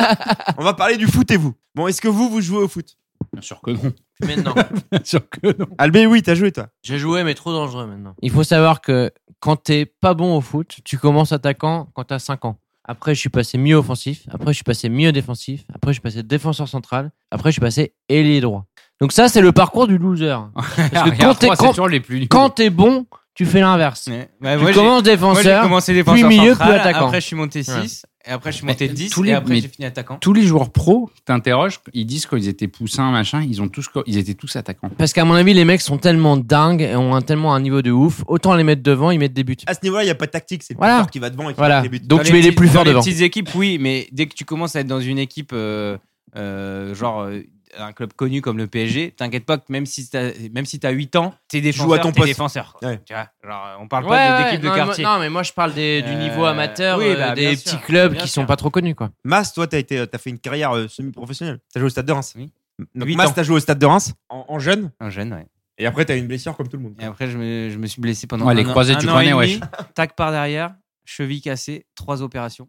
A: On va parler du foot et vous. Bon, est-ce que vous, vous jouez au foot
D: Bien sûr que non.
B: maintenant.
D: Bien sûr que non.
A: Albé, oui, t'as joué, toi.
B: J'ai joué, mais trop dangereux maintenant. Il faut savoir que quand t'es pas bon au foot, tu commences attaquant quand t'as 5 ans. Après, je suis passé mieux offensif. Après, je suis passé mieux défensif. Après, je suis passé défenseur central. Après, je suis passé ailier droit. Donc ça, c'est le parcours du loser.
C: Ah,
B: Parce que
D: Regarde,
B: quand t'es
D: trois, c'est
B: quand-
D: toujours les plus nuls.
B: quand t'es bon, tu fais l'inverse.
C: Bah,
B: tu
C: moi, j'ai-
B: commences
C: moi,
B: défenseur,
C: j'ai commencé
B: puis
C: défenseur
B: milieu, puis
C: central,
B: attaquant.
C: Après, je suis monté 6,
B: Ouais.
C: et après, je suis monté 10,
D: tous les-
C: et après,
D: mais-
C: j'ai fini attaquant.
D: Tous les joueurs pro, t'interroges, ils disent qu'ils étaient poussins, machin, ils, ont tous, co- ils étaient tous attaquants.
B: Parce qu'à mon avis, les mecs sont tellement dingues et ont un, tellement un niveau de ouf. Autant les mettre devant, ils mettent des buts.
A: À ce niveau-là, il n'y a pas de tactique. C'est le
B: Voilà.
A: plus fort qui va devant et qui
B: Voilà.
A: marque les buts.
B: Donc
C: Dans
B: tu mets les
C: petites-
B: plus
C: dans
B: forts devant.
C: Les petites équipes, oui, mais dès que tu commences à être dans une équipe, euh, euh, genre euh, un club connu comme le PSG, t'inquiète pas que même si t'as même si t'as 8 ans, t'es défenseur,
A: Joue à ton
C: t'es
A: poste.
C: défenseur. quoi.
A: Ouais.
C: Tu vois, genre, euh, on parle
B: Ouais,
C: pas
B: ouais,
C: d'équipe
B: non,
C: de
B: mais moi-
C: quartier.
B: non, mais moi je parle des- du
C: Euh,
B: niveau amateur,
C: oui,
B: euh,
C: bah, bien
B: des
C: sûr,
B: petits clubs
C: bien
B: qui
C: sûr.
B: sont pas trop connus, quoi.
A: Mas, toi, t'as été, t'as fait une carrière euh, semi-professionnelle. T'as joué au Stade de Reims.
C: Oui.
A: Donc,
C: Huit
A: Mas,
C: ans.
A: t'as joué au Stade de Reims en, en jeune.
C: Un jeune, ouais.
A: Et après, t'as eu une blessure comme tout le monde.
C: Et après, je me, je me suis blessé pendant
D: Ouais,
C: un
D: les
C: an-
D: croisés
C: un
D: du
C: an
D: Grenay,
C: et
D: ouais.
C: demi. Tac par derrière, cheville cassée, trois opérations,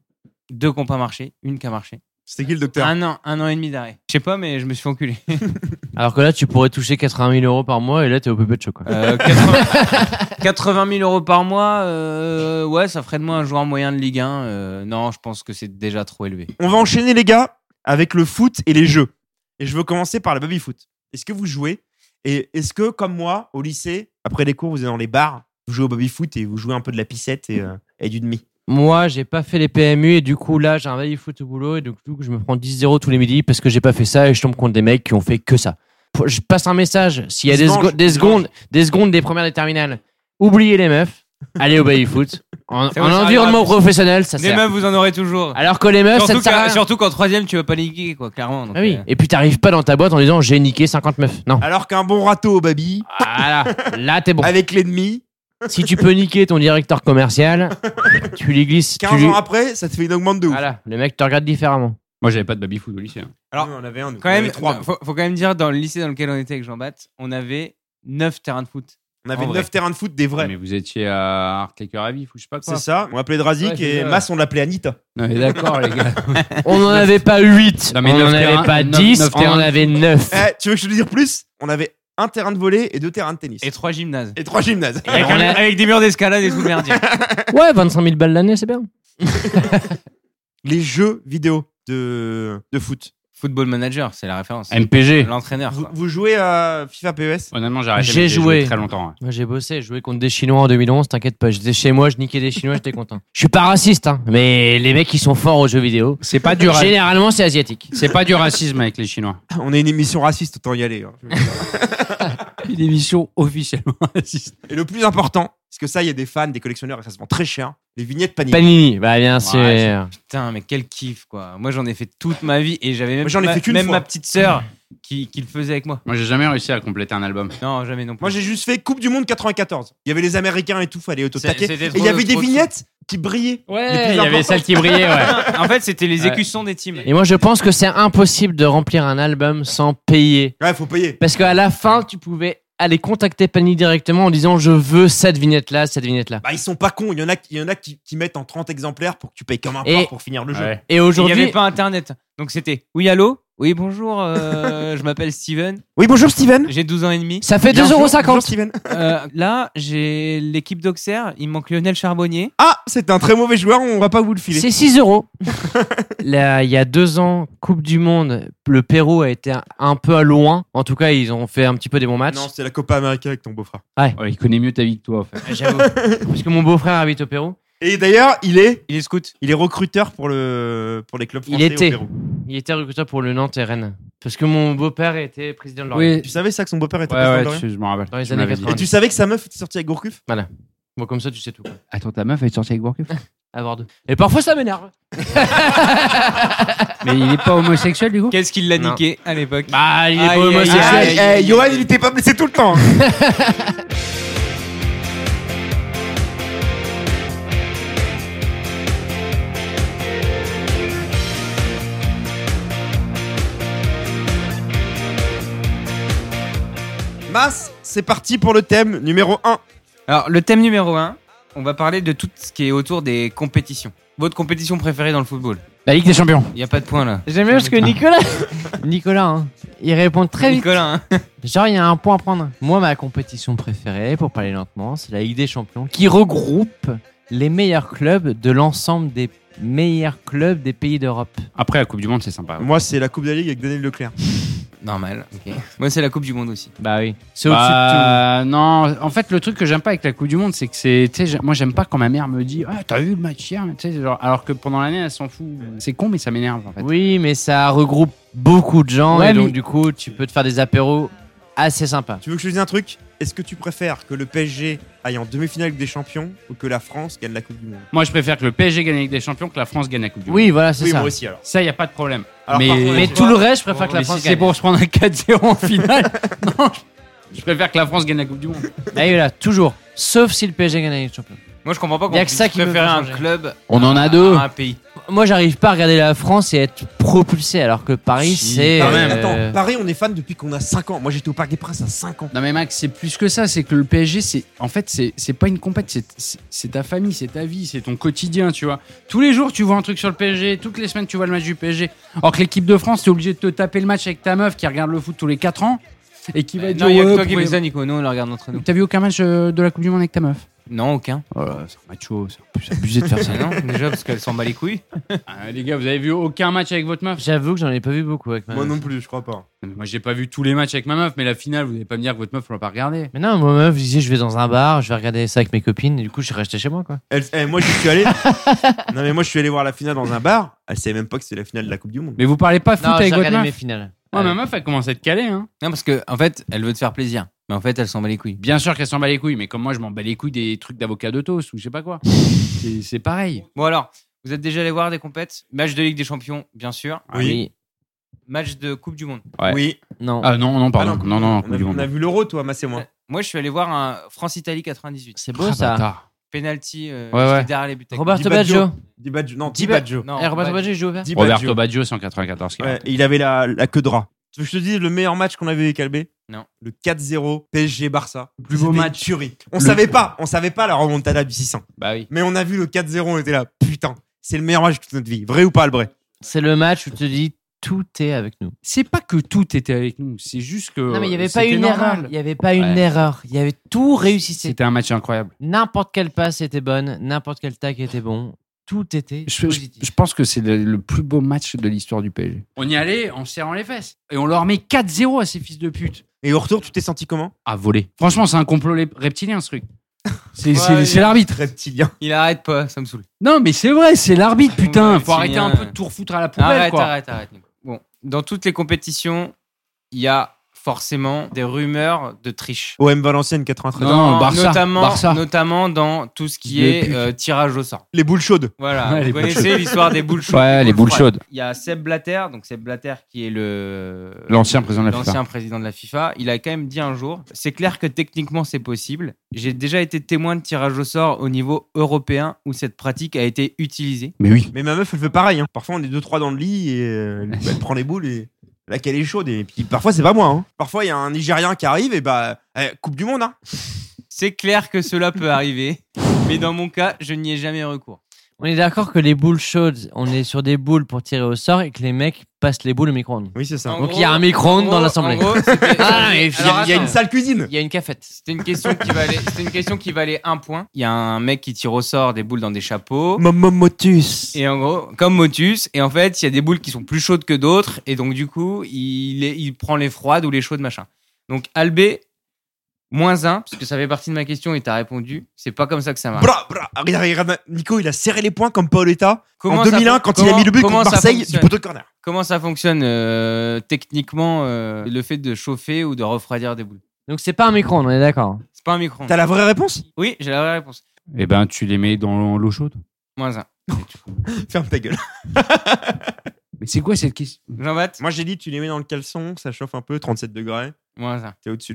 C: deux qui n'ont pas marché, une qui a marché.
A: C'était qui le docteur
C: Un an, un an et demi d'arrêt. Je sais pas, mais je me suis fait enculer.
B: Alors que là, tu pourrais toucher 80 000 euros par mois et là, t'es au pépé de choc, quoi.
C: Euh, 80, 80 000 euros par mois, euh, ouais, ça ferait de moi un joueur moyen de Ligue 1. euh, non, je pense que c'est déjà trop élevé.
A: On va enchaîner, les gars, avec le foot et les jeux. Et je veux commencer par la baby-foot. Est-ce que vous jouez Et est-ce que, comme moi, au lycée, après les cours, vous êtes dans les bars, vous jouez au baby-foot et vous jouez un peu de la pissette et, euh, et du demi
B: Moi, j'ai pas fait les PMU et du coup, là, j'ai un veille foot au boulot et du coup, je me prends 10-0 tous les midis parce que j'ai pas fait ça et je tombe contre des mecs qui ont fait que ça. Pour- Je passe un message. S'il y a des,
A: Dimanche,
B: secondes- des
A: dimanche.
B: secondes, des secondes des premières des terminales, oubliez les meufs, allez au baby foot. En,
C: C'est
B: en
C: vrai, ça
B: environnement
C: arrivera plus.
B: professionnel, ça
C: Des
B: sert.
C: meufs, vous en aurez toujours.
B: Alors que les meufs, ça ne
C: surtout,
B: sert à
C: qu'à-
B: rien.
C: surtout qu'en troisième, tu vas pas niquer, quoi, clairement. donc,
B: Ah oui.
C: euh,
B: Et puis t'arrives pas dans ta boîte en disant j'ai niqué 50 meufs. Non.
A: Alors qu'un bon râteau au baby,
C: Ah
B: Voilà. Là t'es bon.
A: avec l'ennemi,
B: Si tu peux niquer ton directeur commercial, tu lui glisses. tu
A: 15
B: lui-
A: ans après, ça te fait une augmente de ouf.
B: Voilà. Le mec te regarde différemment.
D: Moi, j'avais pas de baby-foot au lycée. hein.
C: Alors,
A: Nous, on en avait un, nous.
C: quand
A: On
C: même,
A: avait trois.
C: euh, faut, faut quand même dire, dans le lycée dans lequel on était avec Jean-Bapt, on avait 9 terrains de foot.
A: On avait
C: en vrai.
A: 9 terrains de foot des vrais.
D: Mais vous étiez à Artlaker à Vif ou je sais pas quoi.
A: C'est ça, on l'appelait Drazik
D: Ouais, c'est
A: et
D: ça.
A: Mas, on l'appelait Anita.
D: Non, mais d'accord, les gars.
B: On n'en avait pas 8,
D: Non,
B: on
D: mais
B: n'en
D: neuf terrains-
B: avait pas
D: neuf-
B: 10,
D: neuf
B: on en
D: terrains.
B: avait 9.
A: Eh, tu veux que je te dise plus On avait un terrain de volley et deux terrains de tennis.
C: Et trois gymnases.
A: Et trois gymnases.
B: Et
C: Avec,
B: on
C: un-
B: a-
C: avec des murs d'escalade et tout merdier.
B: Ouais, 25 000 balles l'année, c'est bien.
A: Les jeux vidéo de, de foot.
C: Football manager, c'est la référence.
D: MPG.
C: L'entraîneur.
A: Vous,
C: Ah, quoi.
A: vous jouez à FIFA E PES
D: Honnêtement, j'ai arrêté.
B: J'ai
D: mais
B: joué.
D: très longtemps. ouais.
B: Moi j'ai bossé, j'ai joué contre des Chinois en 2011, t'inquiète pas, j'étais chez moi, je niquais des Chinois, j'étais content. Je suis pas raciste, hein, mais les mecs qui sont forts aux jeux vidéo,
D: C'est pas du ra-
B: généralement c'est asiatique.
D: C'est pas du racisme avec les Chinois.
A: On est une émission raciste, autant y aller. hein.
D: Une émission officiellement raciste.
A: Et le plus important, parce que ça, il y a des fans, des collectionneurs, et ça se vend très cher, les vignettes Panini.
B: Panini, bah bien sûr.
D: Ouais,
C: Putain, mais quel kiff, quoi. Moi, j'en ai fait toute ma vie et j'avais même,
A: Moi, j'en ai
C: ma,
A: fait qu'une
C: même
A: fois.
C: ma petite sœur qui, qui le faisait avec moi.
D: Moi, j'ai jamais réussi à compléter un album.
C: Non, jamais non plus.
A: Moi, j'ai juste fait Coupe du Monde 94. Il y avait les Américains et tout, fallait auto
C: C'est-
A: taquer.
C: c'était
A: Et
C: trop-
A: il y avait des
C: trop-
A: vignettes qui brillaient. Les plus
D: Ouais, il y avait
A: importants.
D: celle qui brillait, ouais.
C: en fait, c'était les
D: Ouais.
C: écussons des teams.
B: Et moi je pense que c'est impossible de remplir un album sans payer.
A: Ouais, faut payer.
B: Parce qu'à la fin, tu pouvais aller contacter Panini directement en disant je veux cette vignette-là, cette vignette-là.
A: Bah, ils sont pas cons. Il y en a, il y en a qui, qui mettent en 30 exemplaires pour que tu payes comme un
B: Et-
A: porc pour finir le jeu.
D: Ouais.
B: Et
C: Il n'y
B: aujourd'hui,
C: avait pas internet. Donc, c'était oui, allô Oui, bonjour, euh, je m'appelle Steven,
A: Oui, bonjour Steven.
C: j'ai 12 ans et demi.
B: ça fait
A: Bien sûr, Bonjour
B: 2,50€.
A: Steven.
C: Euh, là, j'ai l'équipe d'Auxerre, il me manque Lionel Charbonnier.
A: Ah, c'est un très mauvais joueur, on va pas vous le filer.
B: C'est 6 euros. Là, Il y a deux ans, Coupe du Monde, le Pérou a été un- un peu à loin. En tout cas, ils ont fait un petit peu des bons matchs.
A: Non, c'est la Copa América avec ton beau-frère.
D: Ouais, il connaît mieux ta vie que toi, en fait.
B: J'avoue. Parce que mon beau-frère habite au Pérou.
A: Et d'ailleurs, il est,
C: Il est scout.
A: il est recruteur pour le, pour les clubs
B: Il
A: français
B: était.
A: au Pérou.
B: Il était recruteur pour le Nantes et Rennes. Parce que mon beau-père était président de l'Orient.
D: Oui.
A: Tu savais ça que son beau-père était président
D: Ouais,
A: de
D: ouais,
A: l'Orient
D: tu- je me rappelle.
B: Dans les
D: Tu
B: années
D: m'avais dit.
B: 80.
A: Et tu savais que sa meuf était sortie avec Gourcuff
B: Bon, comme ça, tu sais tout. quoi.
D: Attends, ta meuf, elle est sortie avec Gourcuff
B: À bord d'eux. Et parfois, ça m'énerve.
D: Mais il est pas homosexuel, du coup
C: Qu'est-ce qu'il l'a
B: Non.
C: niqué à l'époque
B: Bah, il est
C: Aïe,
B: pas
C: aïe,
B: homosexuel.
C: aïe, aïe.
A: Eh, Johan, il était pas blessé tout le temps. Mas, c'est parti pour le thème numéro 1.
C: Alors, le thème numéro 1, on va parler de tout ce qui est autour des compétitions. Votre compétition préférée dans le football
D: La Ligue des Champions.
C: Il n'y a pas de point là.
B: J'aime bien parce que Nicolas, Nicolas, hein, il répond très vite.
C: Nicolas, hein.
B: Genre, il y a un point à prendre. Moi, ma compétition préférée, pour parler lentement, c'est la Ligue des Champions, qui regroupe les meilleurs clubs de l'ensemble des meilleur club des pays d'Europe.
D: Après la Coupe du Monde, c'est sympa.
A: Moi, c'est la Coupe de la Ligue avec Daniel Leclerc.
C: Normal. Moi, c'est la Coupe du Monde aussi.
B: Bah oui. C'est au-dessus
D: Bah, non, en fait, le truc que j'aime pas avec la Coupe du Monde, c'est que c'est. tu sais, j'ai- Moi, j'aime pas quand ma mère me dit Ah, t'as vu le match hier Tu sais, genre, Alors que pendant l'année, elle s'en fout. C'est con, mais ça m'énerve en
B: de
D: fait.
B: tout. Oui, mais ça regroupe beaucoup de gens
D: Ouais,
B: et donc
D: mais-
B: du coup, tu peux te faire des apéros assez sympas.
A: Tu veux que je te dise un truc Est-ce que tu préfères que le PSG aille en demi-finale avec des champions ou que la France gagne la Coupe du Monde
D: Moi, je préfère que le PSG gagne avec des champions que la France gagne la Coupe du Monde.
B: Oui, voilà, c'est
A: Oui,
B: ça.
A: moi aussi alors.
D: Ça, y a pas de problème.
A: Alors,
D: mais
A: par contre,
B: Mais
A: tu
B: tout
A: vois,
B: le reste, je préfère que
D: Mais
B: la
D: si
B: France
D: c'est
B: gagne.
D: pour se prendre un 4-0 en finale, non, je, je préfère que la France gagne la Coupe du Monde.
B: Ah, et voilà, toujours. Sauf si le PSG gagne la Ligue des Champions.
C: Moi, je comprends pas qu'on
B: Y a que ça
C: puisse
B: qui me
C: préférer
B: fait
C: un
B: changer.
C: club
D: On en a
C: à-
D: deux.
C: à un pays.
B: Moi, j'arrive pas à regarder la France et être propulsé, alors que Paris,
D: Si,
B: c'est.
D: quand
A: Paris,
D: même.
B: euh,
A: Attends, Paris, on est fan depuis qu'on a 5 ans. Moi, j'étais au Parc des Princes à 5 ans.
D: Non mais Max, c'est plus que ça, c'est que le PSG, c'est en fait, c'est c'est pas une compète, c'est- c'est c'est ta famille, c'est ta vie, c'est ton quotidien, tu vois. Tous les jours, tu vois un truc sur le PSG, toutes les semaines, tu vois le match du PSG. Or que l'équipe de France, t'es obligé de te taper le match avec ta meuf qui regarde le foot tous les 4 ans et qui
C: Euh,
D: va
C: Non,
D: dire
C: il y a
D: ouais,
C: que toi qui
D: pourquoi-
C: fais ça, Nico. Nous, on le regarde entre nous.
D: T'as vu aucun match euh, de la Coupe du Monde avec ta meuf
C: Non, aucun.
D: Oh là, c'est macho, c'est abusé de faire ça.
C: Ah non, déjà parce qu'elle s'en bat les couilles.
D: Ah, les gars, vous avez vu aucun match avec votre meuf
B: J'avoue que j'en ai pas vu beaucoup avec ma meuf.
A: plus, je crois pas.
D: Moi, j'ai pas vu tous les matchs avec ma meuf, mais la finale, vous n'allez pas me dire que votre meuf, on l'a pas regardé.
B: Mais non, moi, meuf, je disais, je vais dans un bar, je vais regarder ça avec mes copines, et du coup, je suis resté chez moi, quoi.
A: Elle- eh, moi, je suis allé. non, mais moi, je suis allé voir la finale dans un bar. Elle savait même pas que c'était la finale de la Coupe du Monde.
D: Mais vous parlez pas foot
B: Non, j'ai
D: avec votre
B: regardé
D: meuf
B: mes finales.
D: Moi,
B: Ouais.
D: ma meuf, elle commence à être calée, hein.
C: Non, parce que en fait, elle veut te faire plaisir. Mais en fait, elle s'en bat les couilles.
D: Bien sûr qu'elle s'en bat les couilles, mais comme moi, je m'en bats les couilles des trucs d'avocat de toast ou je sais pas quoi. C'est c'est pareil.
C: Bon, alors, vous êtes déjà allé voir des compètes Match de Ligue des Champions, bien sûr.
D: Ah
A: Oui.
C: Match de Coupe du Monde.
D: Ouais.
A: Oui.
B: Non.
D: Ah non, non, pardon.
A: Ah
D: non, non,
A: on,
D: Coupe
A: a,
D: du
A: on
D: Monde.
A: a vu l'euro, toi, Mass et moi.
C: Moi, je suis allé voir un France-Italie 98.
B: C'est beau,
D: Ah,
B: ça.
D: bâtard.
C: Penalty euh,
D: Ouais,
C: j'étais
D: ouais.
C: derrière les buts.
B: Roberto
A: Di Baggio.
B: Baggio.
A: Di Baggio. Non, Di
B: Di Ba-
A: Baggio.
C: Non,
B: Eh, Roberto
C: pas-
B: Baggio, il joue au vert.
A: Di
D: Roberto
A: Baggio.
D: Baggio, 194
A: Ouais, et il avait la, la queue de rat. Tu veux que je te dise le meilleur match qu'on avait calbé
C: Non.
A: Le 4-0 PSG-Barça.
D: plus beau
A: C'était
D: match.
A: une Tuerie. On savait pas, on savait pas la remontada du 600.
D: Bah oui.
A: Mais on a vu le 4-0, on était là. Putain, c'est le meilleur match de toute notre vie. Vrai ou pas, Albrecht
B: C'est le match où tu te dis, tout est avec nous.
D: C'est pas que tout était avec nous, c'est juste que. euh,
B: Non, mais il n'y avait pas
D: c'était
B: une
D: normal.
B: erreur. Il n'y avait pas une
D: Ouais.
B: erreur. Il y avait tout réussi.
D: C'était un match incroyable.
B: N'importe quelle passe était bonne, n'importe quel tac était bon. Tout était
D: Je, je-
B: positif.
D: je pense que c'est le, le plus beau match de l'histoire du PSG. On y allait en serrant les fesses. Et on leur met 4-0 à ces fils de pute.
A: Et au retour, tu t'es senti comment
D: à voler. Franchement, c'est un complot lép- reptilien, ce truc. C'est c'est-
C: Ouais,
D: c'est l'arbitre.
A: Reptilien.
C: Il arrête pas, ça me saoule.
D: Non, mais c'est vrai, c'est l'arbitre, putain.
C: Ouais,
D: Faut arrêter
C: reptilien.
D: un peu de tout refoutre à la poubelle,
C: Arrête,
D: quoi.
C: arrête, arrête. Nico. Bon, dans toutes les compétitions, il y a forcément des rumeurs de triche.
A: OM Valenciennes 93.
D: Non, non, Barça,
C: notamment,
D: Barça.
C: notamment dans tout ce qui
D: Les
C: est
D: putes.
C: euh, tirage au sort.
A: Les boules chaudes.
C: Voilà,
D: Ouais, les
C: vous
D: boules
C: connaissez l'histoire des boules chaudes.
D: Ouais,
C: des
D: les boules
C: froides.
D: chaudes.
C: Il y a Seb Blatter, donc Seb Blatter qui est le
D: L'ancien président de la FIFA.
C: l'ancien président de la FIFA. Il a quand même dit un jour, c'est clair que techniquement c'est possible. J'ai déjà été témoin de tirage au sort au niveau européen où cette pratique a été utilisée.
D: Mais oui.
A: Mais ma meuf, elle fait pareil. hein. Parfois, on est 2-3 dans le lit et euh, elle, elle prend les boules et là, qu'elle est chaude. Et puis, parfois, c'est pas moi. hein. Parfois, il y a un Nigérien qui arrive et bah, eh, Coupe du Monde. Hein.
C: C'est clair que cela peut arriver, mais dans mon cas, je n'y ai jamais recours.
B: On est d'accord que les boules chaudes, on est sur des boules pour tirer au sort et que les mecs passent les boules au micro-ondes.
A: Oui, c'est ça.
C: En
B: Donc
C: gros,
B: il y a un
C: en
B: micro-ondes
C: gros-
B: dans l'assemblée.
C: en gros, c'était-
B: Ah, mais
A: Il y a-
C: Alors,
A: il y a une
C: attends.
A: salle cuisine.
B: Il y a une cafette.
C: C'était une question qui valait. C'était une question qui valait un point. Il y a un mec qui tire au sort des boules dans des chapeaux.
A: Momomotus.
C: Et en gros, comme Motus, et en fait, il y a des boules qui sont plus chaudes que d'autres, et donc du coup, il, est- il prend les froides ou les chaudes, machin. Donc Albé, moins 1, parce que ça fait partie de ma question et t'as répondu, c'est pas comme ça que ça marche.
A: Bra, bra. Regarde, regarde, Nico, il a serré les points comme Paoletta en
C: ça fon-
A: 2001 quand il a
C: comment-
A: mis le but
C: comment
A: contre
C: ça
A: Marseille du
C: fonctionne
A: poteau de corner.
C: Comment ça fonctionne euh, techniquement euh, le fait de chauffer ou de refroidir des boules
B: Donc c'est pas un micro-ondes, on est d'accord.
C: C'est pas un micro.
A: T'as la vraie réponse
C: Oui, j'ai la vraie réponse.
D: Eh ben, tu les mets dans l'eau chaude.
C: Moins 1.
A: Ferme ta gueule.
D: Mais c'est quoi cette question
C: Jean-Baptiste,
A: Moi, j'ai dit, tu les mets dans le caleçon, ça chauffe un peu, 37 degrés,
C: moins 1.
A: t'es au-dessus.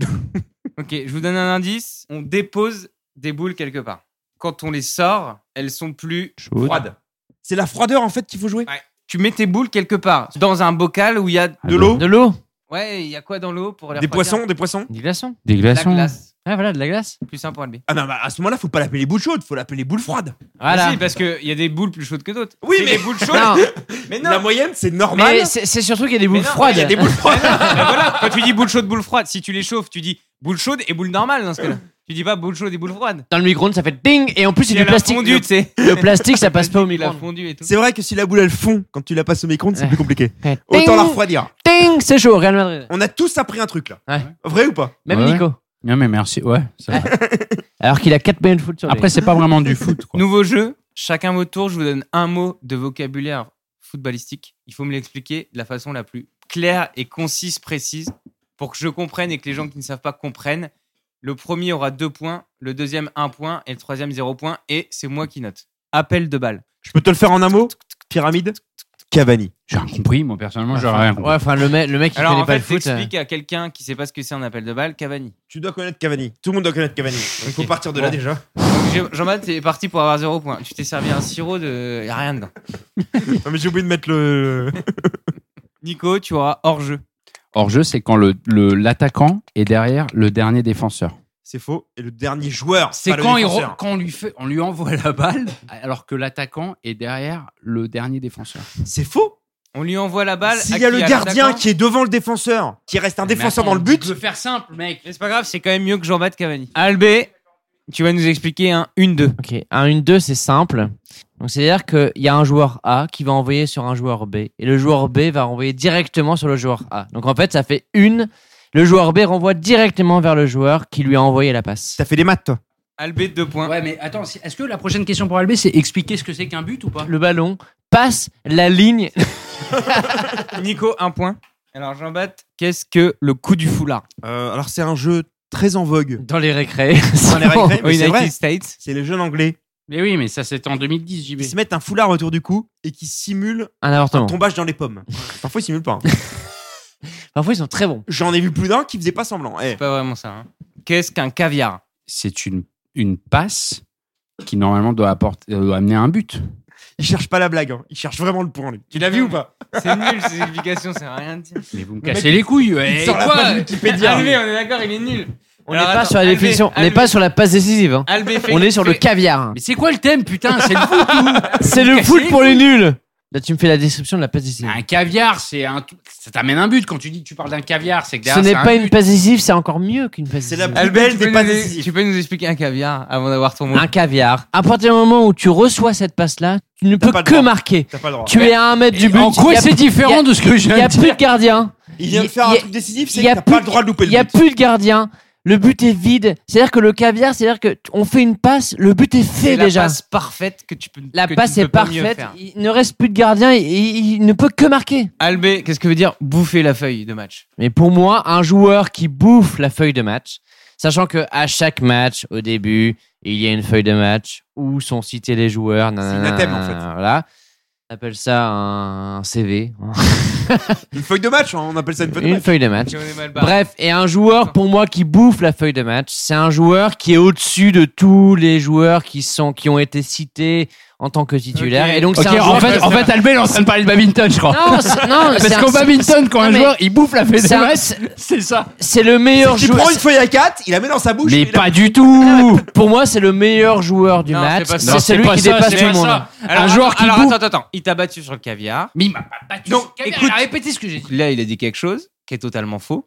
C: Ok, je vous donne un indice. On dépose des boules quelque part. Quand on les sort, elles sont plus
D: Chaude.
C: froides.
A: C'est la froideur en fait qu'il faut jouer.
C: Tu mets tes boules quelque part dans un bocal où il y a
D: Ah,
A: De l'eau,
B: De l'eau
C: ouais, il y a quoi dans l'eau pour les
A: des
C: refroidir
A: poissons, des poissons.
B: Des glaçons
D: Des
C: La
D: glaçons.
C: glace.
B: Ouais, voilà, de la glace.
C: Plus simple pour Albé.
A: Ah non, bah, à ce moment-là, faut pas l'appeler les boules chaudes, faut l'appeler les boules froides.
B: Voilà.
C: Ah si, parce qu'il y a des boules plus chaudes que d'autres.
A: Oui,
C: C'est
A: mais-
C: des boules chaudes.
B: Non,
C: Mais non.
A: La moyenne, c'est normal.
B: mais c'est c'est surtout qu'il y a des boules
C: Mais non,
B: froides.
A: Il y a des boules froides.
C: Mais voilà, quand tu dis boules chaudes, boules froides, si tu les chauffes, tu dis boules chaudes et boules normales dans ce cas-là. Tu dis pas boule chaude et boule froide.
B: Dans le micro-ondes, ça fait ding et en plus c'est
C: Il
B: du
C: a
B: plastique. euh,
C: fondu, tu sais.
B: Le plastique, ça passe pas au
C: Il a
B: micro-ondes.
C: fondu et tout.
A: C'est vrai que si la boule elle fond quand tu la passes au micro-ondes, c'est plus compliqué.
B: Ding,
A: Autant la refroidir.
B: Ding, c'est chaud, Real Madrid.
A: On a tous appris un truc là.
B: Ouais.
A: Vrai ou pas
B: Même
D: Ouais.
B: Nico.
D: Non, mais merci. Ouais, ça va.
B: Alors qu'il a 4 millions de foot sur les-
D: Après, c'est pas vraiment du foot, quoi.
C: Nouveau jeu. Chacun votre tour, je vous donne un mot de vocabulaire footballistique. Il faut me l'expliquer de la façon la plus claire et concise, précise, pour que je comprenne et que les gens qui ne savent pas comprennent. Le premier aura deux points, le deuxième un point et le troisième zéro point. Et c'est moi qui note. Appel de balle.
A: Je peux te le faire en un mot Pyramide Cavani.
D: J'ai rien compris, moi, personnellement, j'aurais rien compris.
B: Ouais, enfin, le, mec- le mec, il
C: Alors
B: connaît
C: en
B: pas
C: fait,
B: le foot. euh.
C: t'expliques à quelqu'un qui sait pas ce que c'est un appel de balle, Cavani.
A: Tu dois connaître Cavani. Tout le monde doit connaître Cavani. Il faut
C: Ok.
A: partir de là
C: Bon.
A: déjà.
C: Donc, Jean- Jean-Baptiste, t'es parti pour avoir zéro point. Tu t'es servi un sirop de. Y a rien dedans.
A: Non mais j'ai oublié de mettre le.
C: Nico, tu auras hors-jeu.
D: Hors-jeu, c'est quand l'attaquant le, l'attaquant est derrière le dernier défenseur.
A: C'est faux. Et le dernier joueur.
D: C'est
A: pas le
D: quand, il
A: défenseur.
D: re- quand on, lui fait, on lui envoie la balle alors que l'attaquant est derrière le dernier défenseur.
A: C'est faux.
C: On lui envoie la balle.
A: S'il
C: à
A: y a
C: qui
A: le
C: À
A: gardien
C: l'attaquant
A: qui est devant le défenseur, qui reste un défenseur dans le but,
D: Je veux faire simple, mec.
C: Mais c'est pas grave, c'est quand même mieux que Jean-Baptiste Cavani. Albé, tu vas nous expliquer un 1-2.
B: Ok, un 1-2, c'est simple. Donc, c'est-à-dire qu'il y a un joueur A qui va envoyer sur un joueur B. Et le joueur B va renvoyer directement sur le joueur A. Donc, en fait, ça fait une. Le joueur B renvoie directement vers le joueur qui lui a envoyé la passe.
A: t'as fait des maths toi.
C: Albé, 2 points.
K: Ouais, mais attends, c'est- est-ce que la prochaine question pour Albé, c'est expliquer ce que c'est qu'un but ou pas
B: Le ballon passe la ligne.
C: Nico, 1 point. Alors Jean-Baptiste, qu'est-ce que le coup du foulard
A: Euh, alors c'est un jeu très en vogue.
B: Dans les récrés.
A: Dans les
B: Eh,
A: récré,
C: Au
A: mais c'est
C: Oh, United
A: vrai.
C: States.
A: C'est les jeunes anglais
D: Mais oui, mais ça, c'était en 2010, JB.
A: qui se mettent un foulard autour du cou et qui simulent
B: Un avortement.
A: tombage dans les pommes. Oh. Parfois ils simulent pas. hein.
B: Parfois, ils sont très bons.
A: J'en ai vu plus d'un qui faisait pas semblant. Eh,
C: C'est pas vraiment ça. hein. Qu'est-ce qu'un caviar
D: C'est une, une passe qui, normalement, doit, apporter, euh, doit amener un but.
A: il cherche pas la blague, hein. il cherche vraiment le point lui. Tu l'as vu ou pas
C: C'est nul, ces explications, ça veut rien dire.
D: Mais vous me cassez les couilles. eh,
A: sort la
D: quoi
A: page Wikipédia.
C: Albé, on est d'accord, il est nul.
B: hein. On n'est pas sur la définition. On n'est pas sur la passe décisive. hein.
C: Albé, fais-
B: On est sur le
C: fais-
B: caviar.
D: Mais c'est quoi le thème, putain C'est le foot ou-
B: C'est le
D: Cassez
B: foot pour les nuls. Là, tu me fais la description de la passe décisive.
D: Un caviar, c'est un. tout- Ça t'amène un but. Quand tu dis que tu parles d'un caviar, c'est que
B: Ce
D: derrière.
B: n'est
D: c'est un
B: pas
D: but.
B: une passe décisive, c'est encore mieux qu'une passe
A: C'est
B: décisive.
A: la-
C: Albé, tu
A: Albé,
C: peux,
A: t'es pas
C: nous,
A: décisif.
C: tu peux nous expliquer un caviar avant d'avoir ton mot
B: Un caviar. À partir du moment où tu reçois cette passe-là, tu ne peux
A: pas le
B: que
A: droit.
B: marquer.
A: T'as pas le droit.
B: Tu es à un mètre du but.
D: En
B: Il y
D: quoi
B: a-
D: c'est différent de ce que je
B: Il n'y
D: viens
B: a
D: de dire
B: plus de gardien.
A: Il vient
B: y-
A: de faire
B: y
A: un
B: a-
A: truc décisif, c'est
B: il
A: que
B: y a
A: t'as pas
B: plus-
A: le droit de louper
B: Il
A: le
B: n'y a
A: but.
B: plus de gardien. Le but est vide. C'est-à-dire que le caviar, c'est-à-dire que t- on fait une passe, le but est fait
C: C'est
B: déjà.
C: La passe parfaite que tu peux.
B: La
C: que tu
B: passe
C: ne
B: est
C: peux pas mieux
B: parfaite.
C: faire.
B: Il ne reste plus de gardien. Il, il- il ne peut que marquer.
C: Albé, qu'est-ce que veut dire bouffer la feuille de match
B: Mais pour moi, un joueur qui bouffe la feuille de match, sachant que à chaque match, au début, il y a une feuille de match où sont cités les joueurs. nanana,
A: anathème, en fait.
B: Voilà. On appelle ça un CV,
A: Une feuille de match, hein, on appelle ça une feuille de
B: une
A: match.
B: feuille de match.
C: Johnny Malbar.
B: Bref, et un joueur pour moi qui bouffe la feuille de match, c'est un joueur qui est au-dessus de tous les joueurs qui sont qui ont été cités en tant que titulaire.
C: Ok.
B: Et donc
D: Ok,
B: c'est un
D: en
B: joueur
D: fait,
B: qui-
D: en fait, Albel est en train de parler de badminton, je crois.
B: non, c'est- non, c'est
D: Parce
B: un-
D: qu'au
B: c'est-
D: badminton, quand
B: non,
D: un
B: mais-
D: joueur il bouffe la fête
B: c'est
D: de
B: un-
D: match,
B: c'est-
D: c'est ça.
B: c'est le meilleur
A: Il
B: joueur. Ah,
A: prend une feuille à 4, il la met dans sa bouche.
D: Mais
A: il la-
D: pas du tout.
B: Pour moi, c'est le meilleur joueur du
C: Non,
B: match.
C: c'est pas ça.
B: C'est
D: Non,
B: celui
D: pas
B: qui
D: ça,
B: dépasse
D: c'est
B: tout le
D: pas
B: monde.
D: ça.
C: Alors,
D: Un joueur qui
C: alors,
D: bouffe.
C: attends, attends, attends. Il t'a battu sur le caviar.
D: Mais il m'a pas battu.
C: Donc,
D: sur le caviar,
C: écoute.
D: il a répété ce que j'ai dit.
C: Là, il a dit quelque chose qui est totalement faux.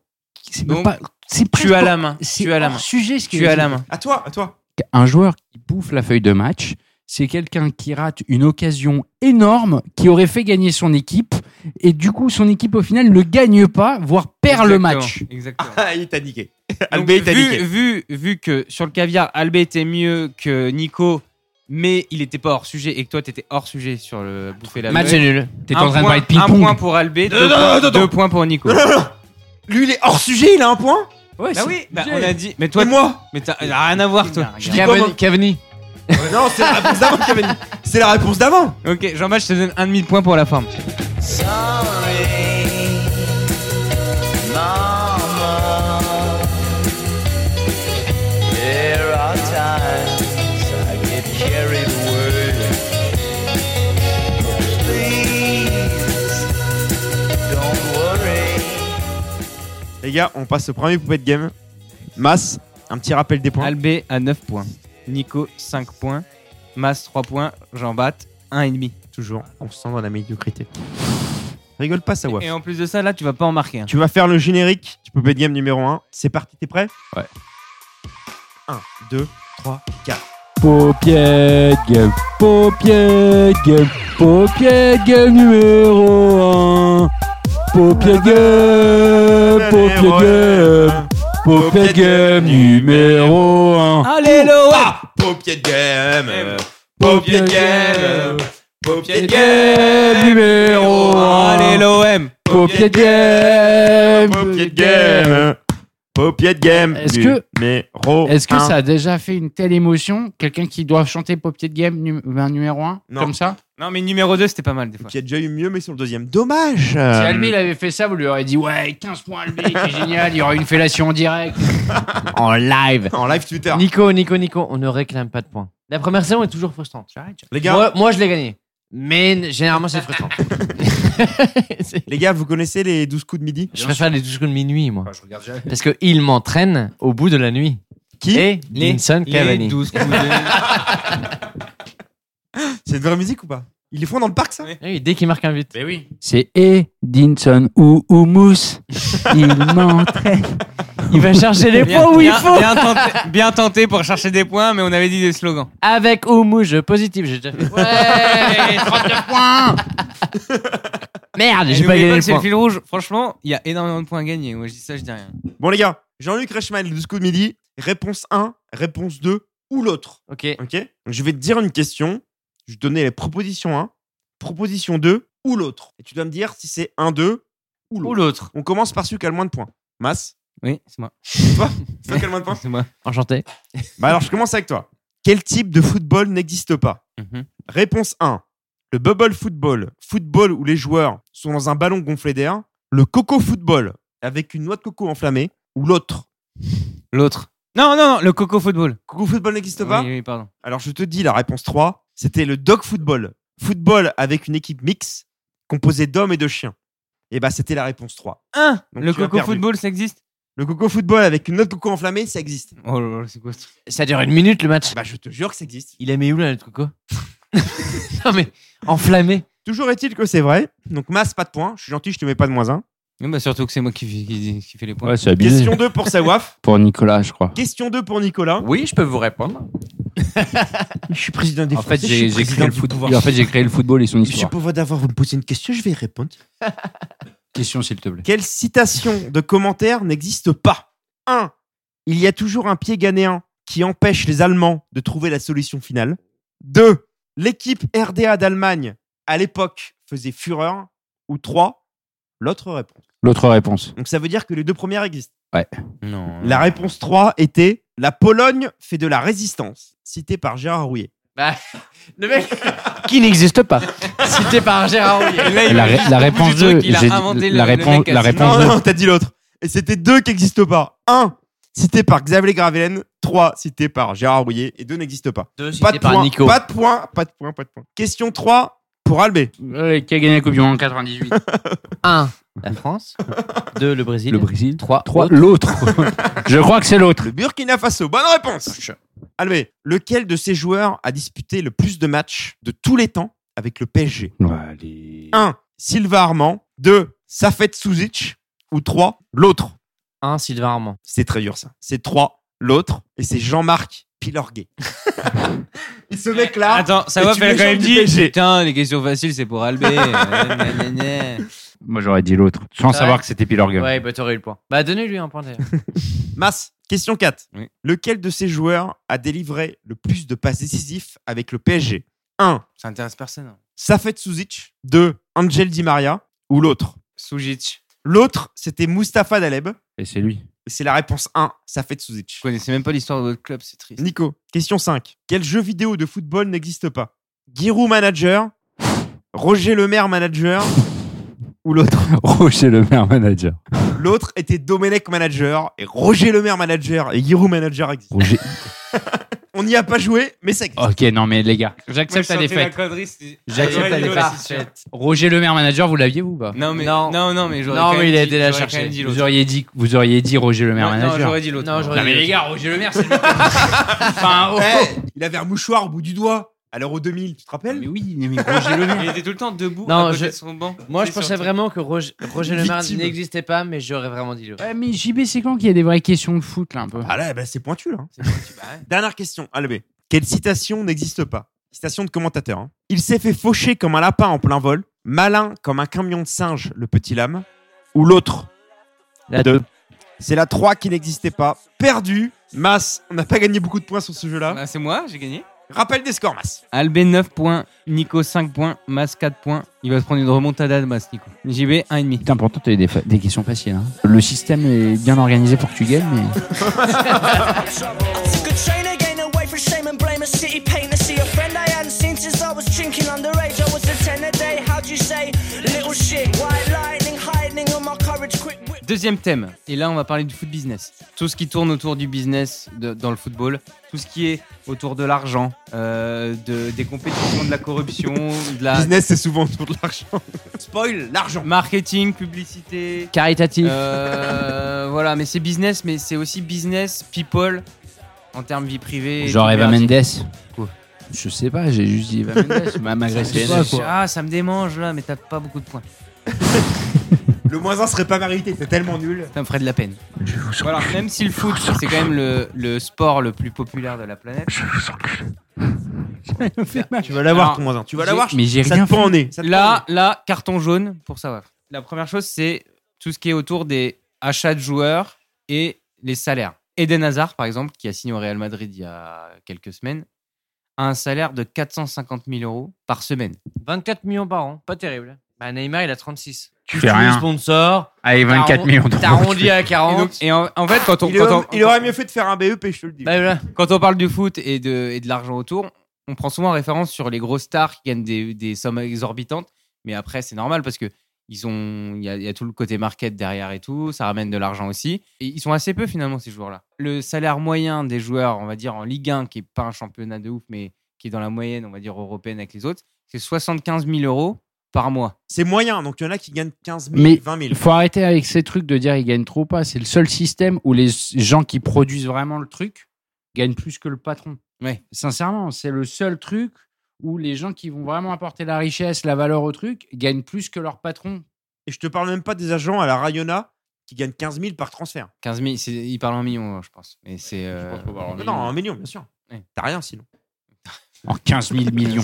K: C'est
C: Donc,
K: même pas- c'est
C: Tu
K: presque-
C: as la main.
K: c'est
C: Tu as la
K: hors
C: main.
K: Sujet, ce qu'il
C: Tu
K: a
C: as
K: dit.
C: la main.
A: À toi, à toi.
D: Un joueur qui bouffe la feuille de match, c'est quelqu'un qui rate une occasion énorme qui aurait fait gagner son équipe et du coup son équipe au final ne gagne pas, voire perd le
C: Exactement,
D: match.
C: Exactement.
A: Ah, il t'a niqué.
C: Donc,
A: Albé, il t'a
C: vu,
A: niqué.
C: vu, vu que sur le caviar, Albé était mieux que Nico, mais il était pas hors sujet et que toi, t'étais hors sujet sur le bouffer la
B: Match
C: feuille.
B: nul.
D: T'es
C: Un
D: en train de
C: point-
D: parler de
C: Un
D: ping-pong.
C: point pour Albé,
A: non,
C: deux, points,
A: non, non,
C: deux
A: non.
C: points pour Nico.
A: Non, non, non. Lui, il est hors sujet, il a un point.
D: Ouais,
C: Bah
D: c'est-
C: oui, bah, on a dit. Mais toi,
A: Et moi
C: mais t'as t'as rien à voir, toi.
D: Je
A: comment-
B: Cavani. Cavani.
A: Non, c'est la réponse d'avant, Cavani. C'est la réponse d'avant.
C: Ok, Jean-Baptiste, je te donne un demi-point pour la forme.
A: Les gars, on passe au premier poupée de game. Masse, un petit rappel des points.
C: Albé à 9 points. Nico, 5 points. Mas, 3 points. Jean-Baptiste, 1,5.
A: Toujours, on se sent dans la médiocrité. Rigole pas, ça
C: Et en plus de ça, là, tu vas pas en marquer. hein.
A: Tu vas faire le générique du poupée de game numéro 1. C'est parti, t'es prêt
D: Ouais.
A: 1, 2, 3, 4.
L: Paupiègue, paupiègue, paupiègue numéro 1. Paupiègue, paupiègue, paupiègue numéro 1.
D: Ah,
A: Allez, Loa Paupier de game Paupier de game Paupier de game
L: numéro 1.
A: Allez,
C: l'OM
L: Paupier game
A: Paupier de game Paupier de game
D: Est-ce que-
A: Numéro
D: Est-ce que
A: un.
D: ça a déjà fait une telle émotion Quelqu'un qui doit chanter Popier de Game nu- ben, numéro 1
A: Non.
D: Comme ça
C: Non, mais numéro 2, c'était pas mal des fois.
A: Qui a déjà eu mieux, mais sur le deuxième. Dommage
L: Euh,
D: Si Albi il avait fait ça, vous lui auriez dit Ouais, 15 points Albi, c'est génial, il y aura une fellation en direct.
B: En live.
A: En live Twitter.
B: Nico, Nico, Nico, on ne réclame pas de points. La première saison est toujours frustrante. J'arrête, j'arrête.
A: Les gars-
B: moi, moi, je l'ai gagné. Mais n- généralement, c'est frustrant.
A: Les gars, vous connaissez les 12 coups de midi
B: je préfère les 12 coups de minuit, moi.
D: regarde jamais.
B: Parce qu'ils m'entraînent au bout de la nuit.
A: Qui
D: Eh.
B: Et Vincent Cavani.
A: C'est de vraie musique ou pas Ils les font dans le parc, ça
B: Eh Oui, dès qu'il marque un but.
D: Mais oui.
K: C'est Edinson ou Houmous. Il m'entraîne.
B: Il va chercher les
C: Bien-
B: points où il
C: bien-
B: faut.
C: Bien tenté, bien tenté pour chercher des points, mais on avait dit des slogans.
B: Avec Oumouge positif, j'ai déjà fait.
C: Ouais,
D: 39 points
B: Merde,
C: Et
B: j'ai pas
C: n'oubliez
B: gagné
C: que
B: les
C: C'est le
B: points.
C: fil rouge. Franchement, il y a énormément de points à gagner. Moi, je dis ça, je dis rien.
A: Bon, les gars, Jean-Luc Reichmann, le 12 coups de midi. Réponse 1, réponse 2 ou l'autre.
B: Ok.
A: Ok Donc, Je vais te dire une question. Je vais te donner les propositions 1, proposition 2 ou l'autre. Et tu dois me dire si c'est 1, 2 ou l'autre.
C: l'autre.
A: On commence par celui qui a le moins de points. Mas
C: Oui, c'est moi.
A: Toi C'est toi qui a le moins de points
C: C'est moi.
B: Enchanté.
A: Bah alors, je commence avec toi. Quel type de football n'existe pas
C: Mhm.
A: Réponse 1. Le bubble football, football où les joueurs sont dans un ballon gonflé d'air. Le coco football, avec une noix de coco enflammée. Ou l'autre.
C: L'autre. Non, non, non, le Coco Football.
A: Coco football n'existe pas
C: Oui, oui, pardon.
A: Alors je te dis la réponse 3. C'était le dog football. Football avec une équipe mixte composée d'hommes et de chiens. Et bah c'était la réponse 3.
C: Un.
A: Donc,
C: le
A: tu as
C: Coco
A: perdu.
C: Football, ça existe
A: Le coco football avec une noix de coco enflammée, ça existe.
C: Oh là là, c'est quoi ça
B: Ça dure une minute le match.
A: Bah je te jure que ça existe.
B: Il a mis où là le coco Non mais enflammé.
A: Toujours est-il que c'est vrai. Donc masse pas de points. Je suis gentil, je te mets pas de moins 1.
C: Oui, bah, Surtout que c'est moi qui, fais- qui, qui fais les points.
L: Ouais, c'est abusé.
A: Question 2 pour Sawaf.
L: Pour Nicolas, je crois.
A: Question 2 pour Nicolas.
M: Oui, je peux vous répondre.
A: Je suis président des
M: En fait, j'ai j'ai créé le football. En fait, j'ai créé le football et son
A: Ah, Je suis
M: histoire.
A: pauvre d'avoir, vous me posez une question, je vais y répondre.
D: Question, s'il te plaît.
A: Quelle citation de commentaire n'existe pas 1. Il y a toujours un pied ghanéen qui empêche les Allemands de trouver la solution finale. 2. L'équipe RDA d'Allemagne, à l'époque, faisait fureur. Ou 3. L'autre réponse.
L: L'autre réponse.
A: Donc ça veut dire que les deux premières existent.
C: Non.
A: La réponse 3 était La Pologne fait de la résistance, citée par Gérard Rouillet.
B: Le mec qui n'existe pas. Cité par Gérard Rouillet.
C: Là, il-
L: La, ré- la réponse
C: truc,
L: 2.
C: il a
L: j'ai dit-
C: inventé le-
L: la
C: le
L: réponse,
C: mec à
L: la
C: six
L: réponse
A: Non, non,
L: 2.
A: non, t'as dit l'autre. Et c'était deux qui n'existent pas. 1. Cité par Xavier Gravelin, 3 cité par Gérard Rouillet et 2 n'existe pas.
B: Deux cités
A: Pas de,
B: par
A: point,
B: Nico.
A: pas de point, pas de point, pas de point. Question 3 pour Albé.
D: Ouais, qui a gagné la Coupe du Monde en 98
B: 1. La France. 2. Le Brésil.
M: Le Brésil.
B: 3.
L: Trois, L'autre. je crois que c'est l'autre.
A: Le Burkina Faso. Bonne réponse. Albé, lequel de ces joueurs a disputé le plus de matchs de tous les temps avec le PSG
L: Ouais, allez.
A: 1. Silva Armand. 2. Safet Suzic. Ou 3. L'autre.
B: 1. Sylvain Armand.
A: C'est très dur ça. C'est 3. L'autre. Et c'est Jean-Marc Pilorguet. Et ce mec-là.
C: Ah, Attends, ça
A: Et
C: va,
A: tu
C: elle a
A: mets
C: quand
A: sur
C: même
A: du
C: dit.
A: PSG.
C: Putain, les questions faciles, c'est pour Albé. Gna, gna, gna.
L: Moi, j'aurais dit l'autre. Sans
B: Ouais.
L: savoir que c'était Pilorgue.
B: Ouais, bah t'aurais eu le point. Bah donnez-lui un point d'ailleurs.
A: Mas, question 4.
C: Oui.
A: Lequel de ces joueurs a délivré le plus de passes décisives avec le PSG 1.
C: ça intéresse personne. hein.
A: Safet Suzic. 2. Angel Di Maria. Ou l'autre
C: Sujic.
A: L'autre, c'était Mustapha Daleb.
L: Et c'est lui.
A: C'est la réponse 1, Safet Suzic.
C: Je connaissais même pas l'histoire de votre club, c'est triste.
A: Nico, question 5. Quel jeu vidéo de football n'existe pas Giroud Manager, Roger Lemaire Manager ou l'autre
L: Roger le maire manager.
A: L'autre était Domenech Manager et Roger Lemaire Manager et Giroud Manager existent.
L: Roger.
A: On n'y a pas joué, mais ça existe.
D: Ok, non, mais les gars, j'accepte la défaite. J'accepte la
C: Allez,
D: défaite. Roger Le Maire, manager, vous l'aviez, vous ou pas
C: Non, mais,
B: Non.
C: non. non, mais j'aurais.
B: Non,
C: quand
B: mais
C: même
B: il a
C: dit-
B: été la
C: j'aurais quand
B: chercher.
C: même dit l'autre.
D: vous auriez, dit, vous auriez dit Roger Le Maire,
C: Non, non,
D: manager.
C: j'aurais dit l'autre.
B: Non,
C: moi.
B: j'aurais-
D: Non, mais les gars, Roger Le Maire, c'est le mec. Enfin, oh, Ah,
A: Eh, il avait un mouchoir au bout du doigt. à l'Euro 2000, tu te rappelles Mais
N: oui, mais
C: Roger Le Maire. Il était tout le temps debout à côté de son banc.
B: Moi, je
C: C'est sur
B: pensais
C: toi.
B: vraiment que Roger, Roger Le Maire
C: Victime.
B: n'existait pas, mais j'aurais vraiment dit le.
N: Ouais, mais JB, c'est quand qu'il y a des vraies questions de foot, là, un peu
A: Ah là, bah, c'est pointu, bah là. Dernière question, Albé. Quelle citation n'existe pas Citation de commentateur. hein. Il s'est fait faucher comme un lapin en plein vol, malin comme un camion de singe, le petit lame, ou l'autre
B: La
A: deux. C'est la 3 qui n'existait pas. Perdu, Mas. On n'a pas gagné beaucoup de points sur ce jeu-là.
C: Bah, c'est moi, j'ai gagné.
A: Rappel des scores, Mas.
C: Albé 9 points, Nico 5 points, Mas 4 points. Il va se prendre une remontada de Mas, Nico. JB 1,5.
D: Putain, pourtant, t'as eu des, fa- des questions faciles. hein. Le système est bien organisé pour que tu gagnes, mais.
G: Took a train again away for shame and blame a city pain to see a friend I hadn't seen since I was drinking underage. I was a 10 a day, how'd you say? Little shit, white lightning, hiding on my courage, quick whip.
C: Deuxième thème, et là on va parler du foot business. Tout ce qui tourne autour du business de- dans le football, tout ce qui est autour de l'argent, euh, de, des compétitions, de la corruption, de la...
A: Business, c'est souvent autour de l'argent. Spoil, l'argent.
C: Marketing, publicité.
B: Caritatif.
C: Euh, voilà, mais c'est business, mais c'est aussi business, people, en termes vie privée. et
O: Genre
C: tout
O: Eva
C: merdique.
O: Mendes. Je sais pas, j'ai juste dit Eva Mendes. ma- M'agressez pas, quoi.
C: Ah, ça me démange là, mais t'as pas beaucoup de points.
A: Le moins 1 serait pas mérité, c'est tellement nul.
C: Ça me ferait de la peine. Voilà, même si le foot, c'est quand même le, le sport le plus populaire de la planète.
A: Tu vas l'avoir, ton moins 1. Tu vas l'avoir,
C: mais j'ai
A: ça
C: rien
A: te pend
C: fait.
A: au nez. Ça te pend au nez.
C: Là, là, carton jaune pour ça. La première chose, c'est tout ce qui est autour des achats de joueurs et les salaires. Eden Hazard, par exemple, qui a signé au Real Madrid il y a quelques semaines, a un salaire de 450 000 euros par semaine.
B: 24 millions par an, pas terrible. Bah, Neymar, il a 36.
C: Tu fais rien.
B: sponsor.
C: Allez, 24 millions d'euros.
B: T'arrondis à
C: Et,
B: 40.
C: donc- et en, en fait, quand on,
A: Il,
C: quand
A: aurait,
C: on-
A: il aurait mieux fait de faire un BEP, je te le dis.
C: Bah Quand on parle du foot et de, et de l'argent autour, on prend souvent référence sur les grosses stars qui gagnent des, des sommes exorbitantes. Mais après, c'est normal parce que ils ont, il y, a- il y a tout le côté market derrière et tout. Ça ramène de l'argent aussi. Et ils sont assez peu finalement ces joueurs-là. Le salaire moyen des joueurs, on va dire en Ligue 1, qui est pas un championnat de ouf, mais qui est dans la moyenne, on va dire européenne avec les autres, c'est 75 000 euros par mois.
A: C'est moyen, donc il y en a qui gagnent 15 000,
D: Mais
A: 20 000.
D: il faut arrêter avec ces trucs de dire ils gagnent trop ou pas. C'est le seul système où les gens qui produisent vraiment le truc gagnent plus que le patron.
C: Ouais.
D: Sincèrement, c'est le seul truc où les gens qui vont vraiment apporter la richesse, la valeur au truc, gagnent plus que leur patron.
A: Et je te parle même pas des agents à la Rayona qui gagnent 15 000 par transfert.
C: 15 000, c'est- ils parlent en millions, je pense. Mais c'est. euh,
A: Non, non, un million, bien sûr. T'as rien sinon.
D: En 15 000 millions.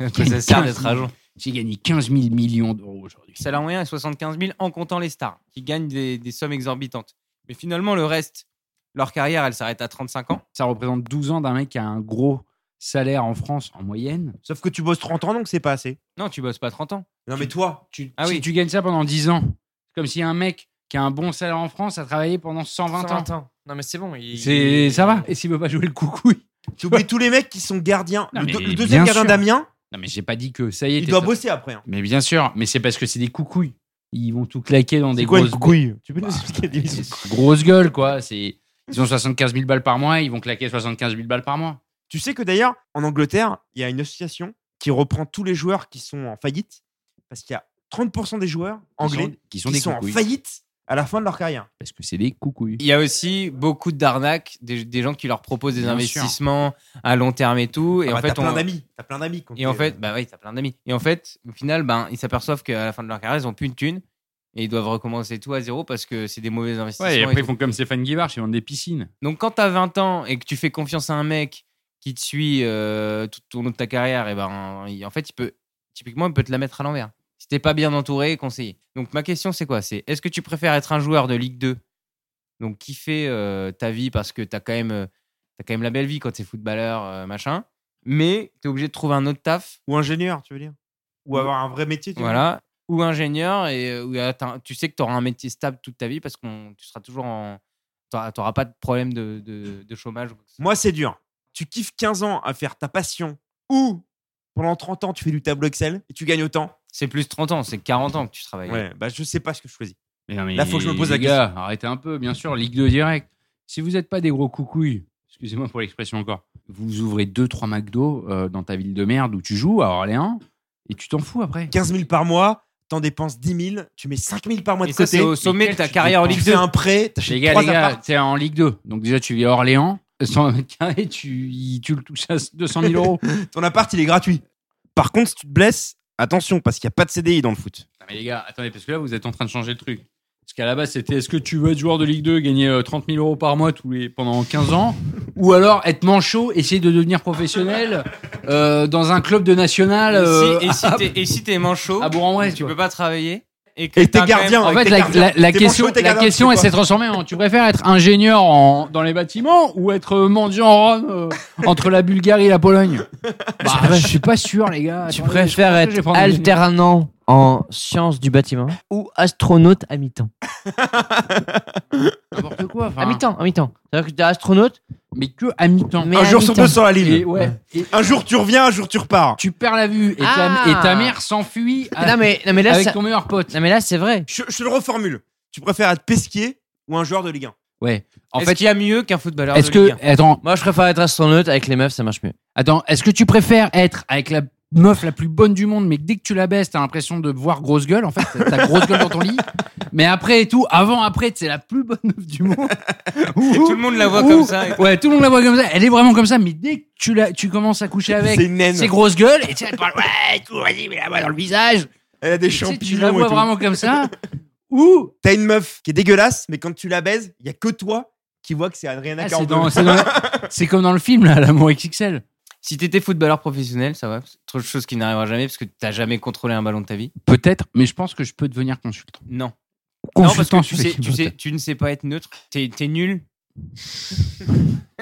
C: Après, ça sert d'être agent.
D: J'ai gagné 15 000 millions d'euros aujourd'hui.
C: Le salaire moyen est 75 000 en comptant les stars, qui gagnent des, des sommes exorbitantes. Mais finalement, le reste, leur carrière, elle s'arrête à 35 ans.
D: Ça représente 12 ans d'un mec qui a un gros salaire en France en moyenne.
A: Sauf que tu bosses 30 ans, donc c'est pas assez.
C: Non, tu bosses pas 30 ans.
A: Non, mais toi,
D: tu,
C: Ah
D: si
C: oui.
D: tu gagnes ça pendant 10 ans, c'est comme si un mec qui a un bon salaire en France a travaillé pendant 120,
B: 120
D: ans.
B: ans. Non, mais c'est bon. il-
D: C'est ça va. Et s'il veut pas jouer le coucouille.
A: tu oublies tous les mecs qui sont gardiens.
D: Non,
A: le,
D: mais
A: deux- le
D: bien
A: deuxième gardien
D: sûr.
A: d'Amiens,
D: Non mais j'ai pas dit que ça y est.
A: il
D: t'es
A: doit
D: sorti.
A: bosser après. hein.
D: Mais bien sûr, mais c'est parce que c'est des coucouilles. Ils vont tout claquer dans des
A: C'est quoi une
D: grosses Bah,
A: couille Tu peux nous expliquer des bisous
D: grosses gueules quoi. C'est ils ont 75 000 balles par mois, ils vont claquer 75 000 balles par mois.
A: Tu sais que d'ailleurs, en Angleterre, il y a une association qui reprend tous les joueurs qui sont en faillite parce qu'il y a 30% des joueurs anglais
D: sont- qui sont des
A: en
D: coucouilles.
A: faillite à la fin de leur carrière.
D: Parce que c'est des coucouilles.
C: Il y a aussi beaucoup d'arnaques, des, des gens qui leur proposent des
A: Bien sûr.
C: investissements à long terme et tout. Et
A: Ah bah,
C: en fait,
A: t'as plein
C: on-
A: d'amis. T'as plein d'amis. quand
C: Et en
A: t'es-
C: fait, bah oui, t'as plein d'amis. Et en fait, au final, ben, ils s'aperçoivent qu'à la fin de leur carrière, ils ont plus une thune et ils doivent recommencer tout à zéro parce que c'est des mauvais investissements.
P: Ouais, et
C: et
P: après, ils
C: tout.
P: font comme Stéphane Guivard, ils vendent des piscines.
C: Donc quand t'as 20 ans et que tu fais confiance à un mec qui te suit euh, tout au long de ta carrière, et ben il- en fait, il peut typiquement il peut te la mettre à l'envers. Si t'es pas bien entouré, conseillé. Donc ma question c'est quoi C'est est-ce que tu préfères être un joueur de Ligue 2 donc kiffer euh, ta vie parce que t'as quand même euh, t'as quand même la belle vie quand t'es footballeur euh, machin, mais t'es obligé de trouver un autre taf
A: Ou ingénieur, tu veux dire Ou avoir un vrai métier. tu veux
C: voilà. Ou ingénieur, et euh, où, euh, t'as- tu sais que tu auras un métier stable toute ta vie parce que tu seras toujours en. Tu n'auras pas de problème de, de- de chômage. ou quoi que ce soit.
A: Moi, c'est dur. Tu kiffes 15 ans à faire ta passion ou pendant 30 ans, tu fais du tableau Excel et tu gagnes autant.
C: C'est plus 30 ans, c'est 40 ans que tu travailles.
A: Ouais, bah je sais pas ce que je choisis.
P: Mais non, mais
A: Là, faut que je me pose la
P: les gars, Arrêtez un peu, bien sûr, Ligue 2 direct. Si vous n'êtes pas des gros coucouilles, excusez-moi pour l'expression encore, vous ouvrez 2-3 McDo euh, dans ta ville de merde où tu joues à Orléans et tu t'en fous après.
A: 15 000 par mois, t'en dépenses 10 000, tu mets 5 000 par mois
C: Et
A: de
C: ça,
A: côté.
C: c'est au sommet de ta carrière Ah, en
A: Tu
C: Ligue
A: fais
C: 2.
A: un prêt, t'achètes
P: Les gars,
A: trois
P: les gars,
A: apparts.
P: t'es en Ligue 2. Donc déjà, tu vis à Orléans.
D: 120 mètres carrés, tu, il- tu le touches à 200 000 euros.
A: Ton appart, il est gratuit. Par contre, si tu te blesses, attention, parce qu'il n'y a pas de CDI dans le foot.
D: Non, mais les gars, attendez, parce que là, vous êtes en train de changer le truc. Parce qu'à la base, c'était est-ce que tu veux être joueur de Ligue 2, gagner euh, 30 000 euros par mois tous les, pendant 15 ans Ou alors être manchot, essayer de devenir professionnel euh, dans un club de national euh,
C: Et si-
D: à-
C: et si t'es manchot, tu peux pas travailler. Et que
D: Et t'es
C: t'as
D: gardien,
C: quand même-
D: en fait, la- la, la question, la question elle s'est transformée en tu préfères être ingénieur en- dans les bâtiments ou être euh, mendiant en Rome euh, entre la Bulgarie et la Pologne bah, Je suis pas sûr, les gars.
B: Tu
D: Attendez,
B: préfères
D: je- je vais
B: être
D: prendre des-
B: alternant en sciences du bâtiment ou astronaute à mi-temps
D: N'importe quoi. enfin.
B: À mi-temps, à mi-temps. C'est-à-dire que t'es astronaute,
D: mais que à mi-temps.
A: un jour sur deux sur la ligne.
D: Et ouais. Et-
A: Un jour tu reviens, un jour tu repars.
D: Tu perds la vue et, ta-
B: Ah.
D: et ta, mère s'enfuit à-
B: Non, mais- non, mais là,
D: avec
B: ça-
D: ton meilleur pote.
B: Non, mais là, c'est vrai.
A: Je, je le reformule. Tu préfères être pesquier ou un joueur de Ligue 1
D: Ouais.
C: En fait, il y a mieux qu'un footballeur.
B: Est-ce
C: de
B: que.
C: Ligue un.
B: Attends. Moi, je préfère être astronaute avec les meufs, ça marche mieux.
D: Attends, est-ce que tu préfères être avec la meuf la plus bonne du monde, mais que dès que tu la baisses, t'as l'impression de voir grosse gueule, en fait, t'as- t'as grosse gueule dans ton lit, mais après et tout, avant, après, c'est la plus bonne meuf du monde.
C: tout le monde la voit comme ça.
D: Ouais, tout le monde la voit comme ça, elle est vraiment comme ça, mais dès que tu, la, tu commences à coucher avec,
A: C'est une naine.
D: c'est grosse gueule, et tu sais, elle parle, ouais, et tout, vas-y, mais la voix dans le visage.
A: Elle a des
D: Et tu sais,
A: champignons.
D: Tu la
A: et
D: vois
A: tout.
D: vraiment comme ça, ou
A: T'as une meuf qui est dégueulasse, mais quand tu la baises, il y a que toi qui vois que c'est Adriana
D: Ah, c'est
A: 42.
D: dans- c'est dans- c'est comme dans le film, là, l'amour XXL.
C: Si t'étais footballeur professionnel, ça va. C'est trop de choses qui n'arrivera jamais parce que t'as jamais contrôlé un ballon de ta vie.
D: Peut-être, mais je pense que je peux devenir consultant.
C: Non. non, parce
D: Consultant
C: que tu,
D: sur
C: sais,
D: l'équipe
C: tu, sais,
D: bretonne.
C: tu ne sais pas être neutre. T'es t'es nul.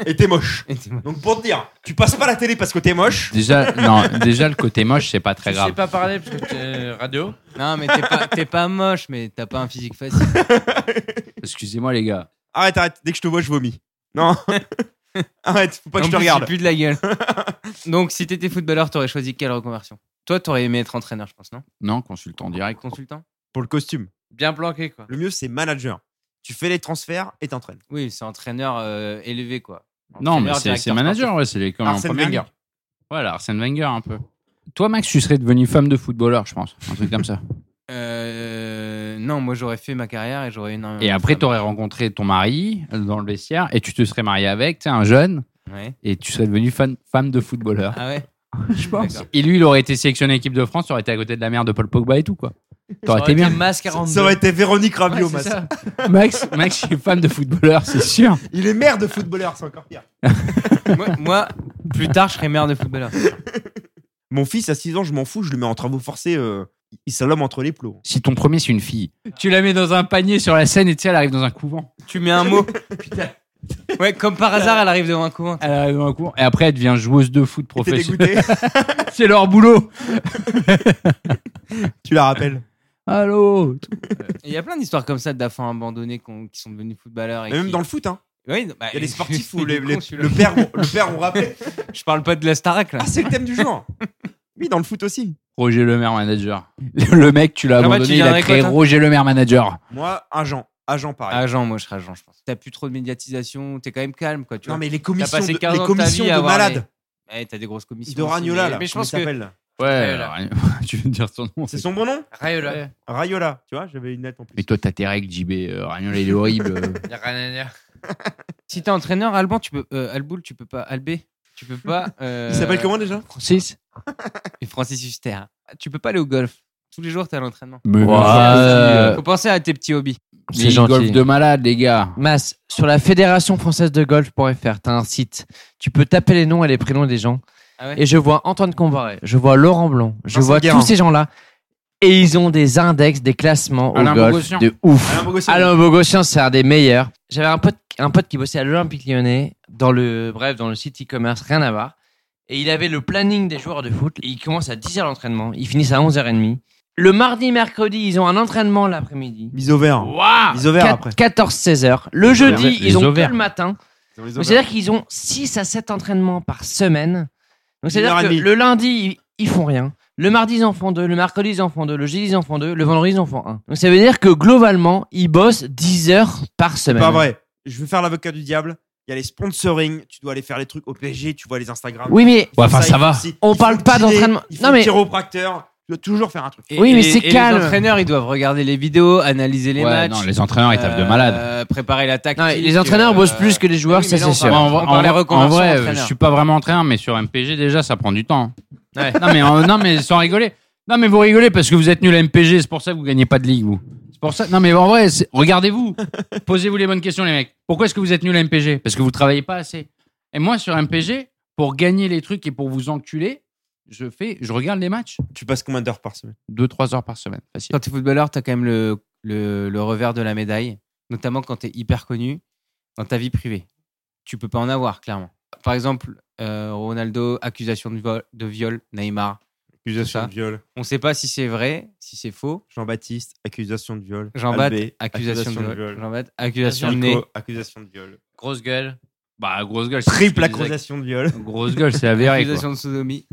A: Et t'es moche.
C: Et t'es-
A: Donc pour te dire, tu passes pas la télé parce que t'es moche.
D: Déjà, non, déjà, le côté moche, c'est pas très
B: Je sais
D: grave.
B: pas parler parce que
C: euh,
B: t'es radio.
C: Non, mais t'es pas, t'es pas moche, mais t'as pas un physique facile.
D: Excusez-moi, les gars.
A: Arrête, arrête. Dès que je te vois, je vomis. Non. arrête, faut pas que
C: En
A: je te
C: plus,
A: regarde.
C: j'ai plus de la gueule. Donc, si t'étais footballeur, t'aurais choisi quelle reconversion Toi, t'aurais aimé être entraîneur, je pense, non
D: Non, consultant direct.
C: Consultant
A: Pour le costume.
C: Bien planqué, quoi.
A: Le mieux, c'est manager. Tu fais les transferts et t'entraînes.
C: Oui, c'est entraîneur euh, élevé, quoi.
D: Non, mais
C: Entraîneur,
D: c'est c'est
C: directeur
D: manager, ouais, c'est les- comme en
A: Arsène
D: première
A: Wenger.
D: guerre. Voilà, Arsène Wenger un peu. Toi, Max, tu serais devenu femme de footballeur, je pense. Un truc comme ça.
C: sportif. Euh, non, moi, j'aurais fait ma carrière et j'aurais énormément.
D: Et
C: de
D: après,
C: femmes.
D: tu aurais rencontré ton mari euh, dans le vestiaire et tu te serais marié avec, tu sais, un jeune,
C: Ouais.
D: et tu serais devenu fan- femme de footballeur.
C: Ah ouais
D: je
C: pense.
D: Et lui, il aurait été sélectionné équipe de France, tu aurais été à côté de la mère de Paul Pogba et tout, quoi. T'aurais été bien.
C: Masse
A: Ça,
C: 42.
A: ça aurait été Véronique Rabiot,
C: Ouais,
A: Mas.
C: c'est ça.
D: Max, Max, il est fan de footballeur, c'est sûr.
A: Il est maire de footballeur, c'est encore pire.
C: moi, moi, plus tard, je serais maire de footballeur.
A: Mon fils, à 6 ans, je m'en fous, je le mets en travaux forcés. euh, il se l'homme entre les plots.
D: Si ton premier, c'est une fille, tu la mets dans un panier sur la scène et tu sais, elle arrive dans un couvent.
C: Tu mets un mot. Ouais, comme par hasard, elle arrive devant un couvent.
D: Elle arrive dans un cours et après elle devient joueuse de foot
A: Et T'es
D: professionnelle.
A: dégoûté,
D: C'est leur boulot.
A: tu la rappelles.
D: Allô.
C: Il y a plein d'histoires comme ça d'enfants abandonnés qu'on- qui sont devenus footballeurs. Et
A: Et même
C: qui-
A: dans le foot, hein.
C: Oui, bah,
A: Il y a des
C: je-
A: sportifs
C: il
A: où
C: est
A: les-
C: con,
A: les-
C: celui-là.
A: le père, le père, on rappelle.
C: Je parle pas de la Starac là.
A: Ah, c'est le thème du jour. Oui, dans le foot aussi.
D: Roger Lemaire manager. Le mec, tu l'as
C: Jean-Baptiste,
D: abandonné,
C: il
D: il
C: y en
D: a
C: a
D: créé
C: quoi, toi
D: Roger Lemaire manager.
A: Moi, agent, agent pareil.
C: Agent, moi je serais agent, je pense. T'as plus trop de médiatisation, t'es quand même calme quoi. Tu
A: non
C: vois.
A: mais les commissions,
C: passé
A: de,
C: 15
A: les
C: ans de ta
A: commissions
C: vie à
A: de
C: avoir
A: malades,
C: Ouais, t'as des grosses commissions.
A: de
C: aussi,
A: Ragnola
C: mais-
A: là.
C: Mais je
A: comment
C: pense
A: il
C: que.
A: s'appelle
D: Ouais.
C: Rayola.
D: alors, tu veux me dire son nom.
A: c'est son bon nom,
C: euh,
B: Rayola.
A: Rayola. Tu vois, j'avais une lettre en plus.
D: Mais toi, t'as tes règles, JB. Euh, Ragnola, il est horrible. Euh,
C: Si t'es entraîneur, Alban, tu peux. euh, Alboul, tu peux pas. Albé, tu peux pas. euh,
A: Il s'appelle comment déjà
B: Francis
C: Et Francis Huster. Tu peux pas aller au golf. Tous les jours, t'es à l'entraînement.
D: mais
B: Ouais.
A: Ah,
D: euh,
C: Faut penser à tes petits hobbies.
D: mais
B: C'est
D: il golf
B: gentil.
D: de malade, les gars.
B: Mas, sur la fédération française de golf.fr, t'as un site. Tu peux taper les noms et les prénoms des gens.
C: Ah ouais
B: Et je vois Antoine Combaré, je vois Laurent Blanc, je
A: Vincent
B: vois
A: Guérin.
B: tous ces gens-là. Et ils ont des index, des classements
D: Alain
B: au golf
D: Bogossian.
B: de ouf.
A: Alain Bogossian.
B: Alain Bogossian, c'est un des meilleurs. J'avais un pote, un pote qui bossait à l'Olympique Lyonnais, dans le, bref, dans le site e-commerce, rien à voir. Et il avait le planning des joueurs de foot. Et ils commencent à 10h l'entraînement, ils finissent à 11h30. Le mardi, mercredi, ils ont un entraînement l'après-midi.
A: Mise au vert.
B: Waouh
A: Les ovaires, après.
B: Quat- 14-16 heures. Le jeudi,
D: ovaires- les
B: ils ont
D: ovaires.
B: que le matin.
A: Ils ont les
B: Donc,
A: ovaires.
B: C'est-à-dire qu'ils ont 6 à 7 entraînements par semaine. Donc
A: Une
B: c'est-à-dire
A: heure et
B: que
A: demie.
B: le lundi, ils, ils font rien. Le mardi, ils en font deux. Le mercredi, ils en font deux. Le jeudi, ils en font deux. Le vendredi, ils en font un. Donc ça veut dire que globalement, ils bossent 10 heures par
A: C'est
B: semaine.
A: pas vrai. Je veux faire l'avocat du diable. Il y a les sponsoring. Tu dois aller faire les trucs au PSG. Tu vois les Instagram.
B: Oui, mais
A: Ils font
D: Ouais, enfin, ça
A: ils
D: va.
A: font ci,
B: On
A: ils font
B: parle
A: le
B: pas
A: kiné,
B: d'entraînement.
A: Ils
B: Non,
A: font le
B: mais-
A: chiropracteur. Tu dois toujours faire un truc.
C: Et- et- et Les entraîneurs, ils doivent regarder les vidéos, analyser les
A: Ouais,
C: matchs.
A: non, les entraîneurs, ils tapent de malade.
C: euh, Préparer la tactique.
B: Non, les entraîneurs
C: euh,
B: bossent plus que les joueurs,
C: oui,
B: ça
C: mais là,
B: c'est
C: on
B: sûr.
C: parle-
B: En
C: on
B: vrai-
C: parle
B: en vrai,
C: des
D: En
C: reconversions
D: vrai, euh, je
C: entraîneurs.
D: suis pas vraiment entraîneur, mais sur MPG, déjà, ça prend du temps.
C: Ouais.
D: Non, mais, euh, non, mais sans rigoler. Non, mais vous rigolez parce que vous êtes nul à MPG, c'est pour ça que vous gagnez pas de ligue, vous. C'est pour ça. Non, mais en vrai, c'est- regardez-vous. Posez-vous les bonnes questions, les mecs. Pourquoi est-ce que vous êtes nul à MPG Parce que vous travaillez pas assez. Et moi, sur MPG, pour gagner les trucs et pour vous enculer, je fais, je regarde les matchs.
A: Tu passes combien d'heures par semaine
D: 2-3 heures par semaine. Facile.
C: Quand t'es footballeur, t'as quand même le, le, le revers de la médaille, notamment quand t'es hyper connu dans ta vie privée. Tu peux pas en avoir, clairement. Par exemple, euh, Ronaldo, accusation de viol, de viol Neymar.
A: Accusation
C: tout ça.
A: de viol.
C: On sait pas si c'est vrai, si c'est faux.
A: Jean-Baptiste, accusation de viol.
C: Jean-Baptiste,
A: Albé,
C: accusation, de viol. Jean-Baptiste, accusation de
A: Nico,
C: nez.
A: Accusation de viol.
D: Grosse gueule. Bah, grosse gueule. c'est
A: Triple
D: ce que je disais.
A: accusation de viol.
D: Grosse gueule, c'est avéré. quoi.
C: Accusation de sodomie.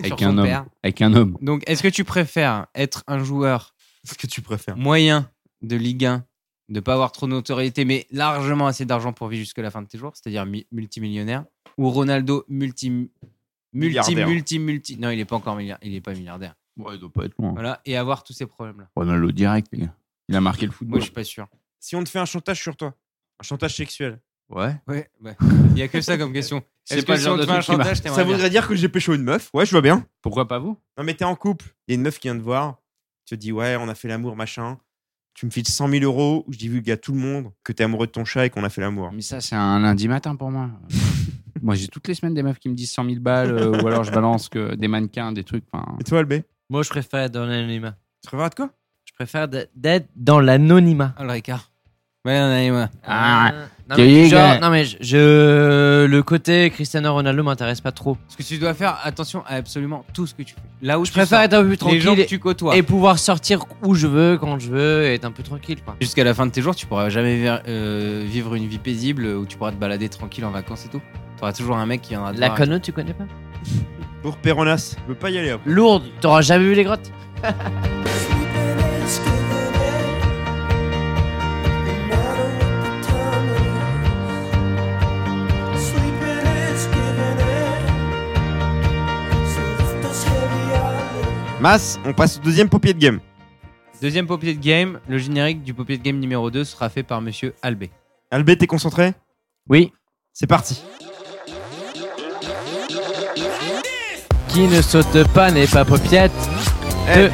D: Avec
C: sur
D: un
C: son
D: homme.
C: père.
D: Avec un homme.
C: Donc, est-ce que tu préfères être un joueur
A: ce que tu préfères
C: moyen de Ligue 1, de pas avoir trop de notoriété, mais largement assez d'argent pour vivre jusqu'à la fin de tes jours, c'est-à-dire mi- multimillionnaire, ou Ronaldo multi, multi,
D: Milliardaire.
C: multi, multi. Non, il est pas encore milliardaire. Il est pas milliardaire.
Q: Ouais, il doit pas être loin.
C: Voilà, et avoir tous ces problèmes-là.
Q: Ronaldo direct, les gars. Il a marqué le
C: Moi,
Q: football.
C: je suis pas sûr.
A: Si on te fait un chantage sur toi, un chantage sexuel.
Q: Ouais.
C: Ouais, ouais. Il y a que ça comme question.
A: C'est
C: Est-ce
A: pas le
C: que si
A: genre
C: on
A: de
C: te fait un
A: truc qui marche.
C: chantage,
A: Ça
C: t'aimerais
A: voudrait
C: bien
A: dire que j'ai pécho une meuf. Ouais, je vois bien.
D: Pourquoi pas vous
A: Non, mais t'es en couple. Il y a une meuf qui vient te voir. Tu te dis, ouais, on a fait l'amour, machin. Tu me files 100 000 euros. Je divulgue à tout le monde que t'es amoureux de ton chat et qu'on a fait l'amour.
Q: Mais ça, c'est un lundi matin pour moi. moi, j'ai toutes les semaines des meufs qui me disent 100 000 balles euh, ou alors je balance que des mannequins, des trucs. enfin.
A: Et toi, Albé
R: Moi, je préfère être dans l'anonymat.
A: Tu préfères être quoi
R: Je préfère d'être- d'être dans l'anonymat.
C: Ah, le Ricard. Ouais, on a- ouais.
R: Ah, non,
C: Tu
R: mais,
C: es
R: genre,
C: gay.
R: non, mais je, je- le côté Cristiano Ronaldo m'intéresse pas trop.
C: Parce que tu dois faire attention à absolument tout ce que tu fais. Là où
R: Je préfère être un peu tranquille
C: Les gens que
R: et-
C: tu côtoies.
R: et pouvoir sortir où je veux, quand je veux, et être un peu tranquille, quoi.
C: Jusqu'à la fin de tes jours, tu pourras jamais ver- euh, vivre une vie paisible où tu pourras te balader tranquille en vacances et tout. T'auras toujours un mec qui viendra te
R: La
C: voir.
R: conno, tu connais pas
A: Pour Péronas, je veux pas y aller. après.
R: Lourdes, t'auras jamais vu les grottes.
A: Mas, on passe au deuxième paupier de game.
C: Deuxième Popier de Game, le générique du Popier de Game numéro 2 sera fait par monsieur Albé.
A: Albé, t'es concentré
R: Oui.
A: C'est parti.
R: Qui ne saute pas n'est pas paupiette. 2.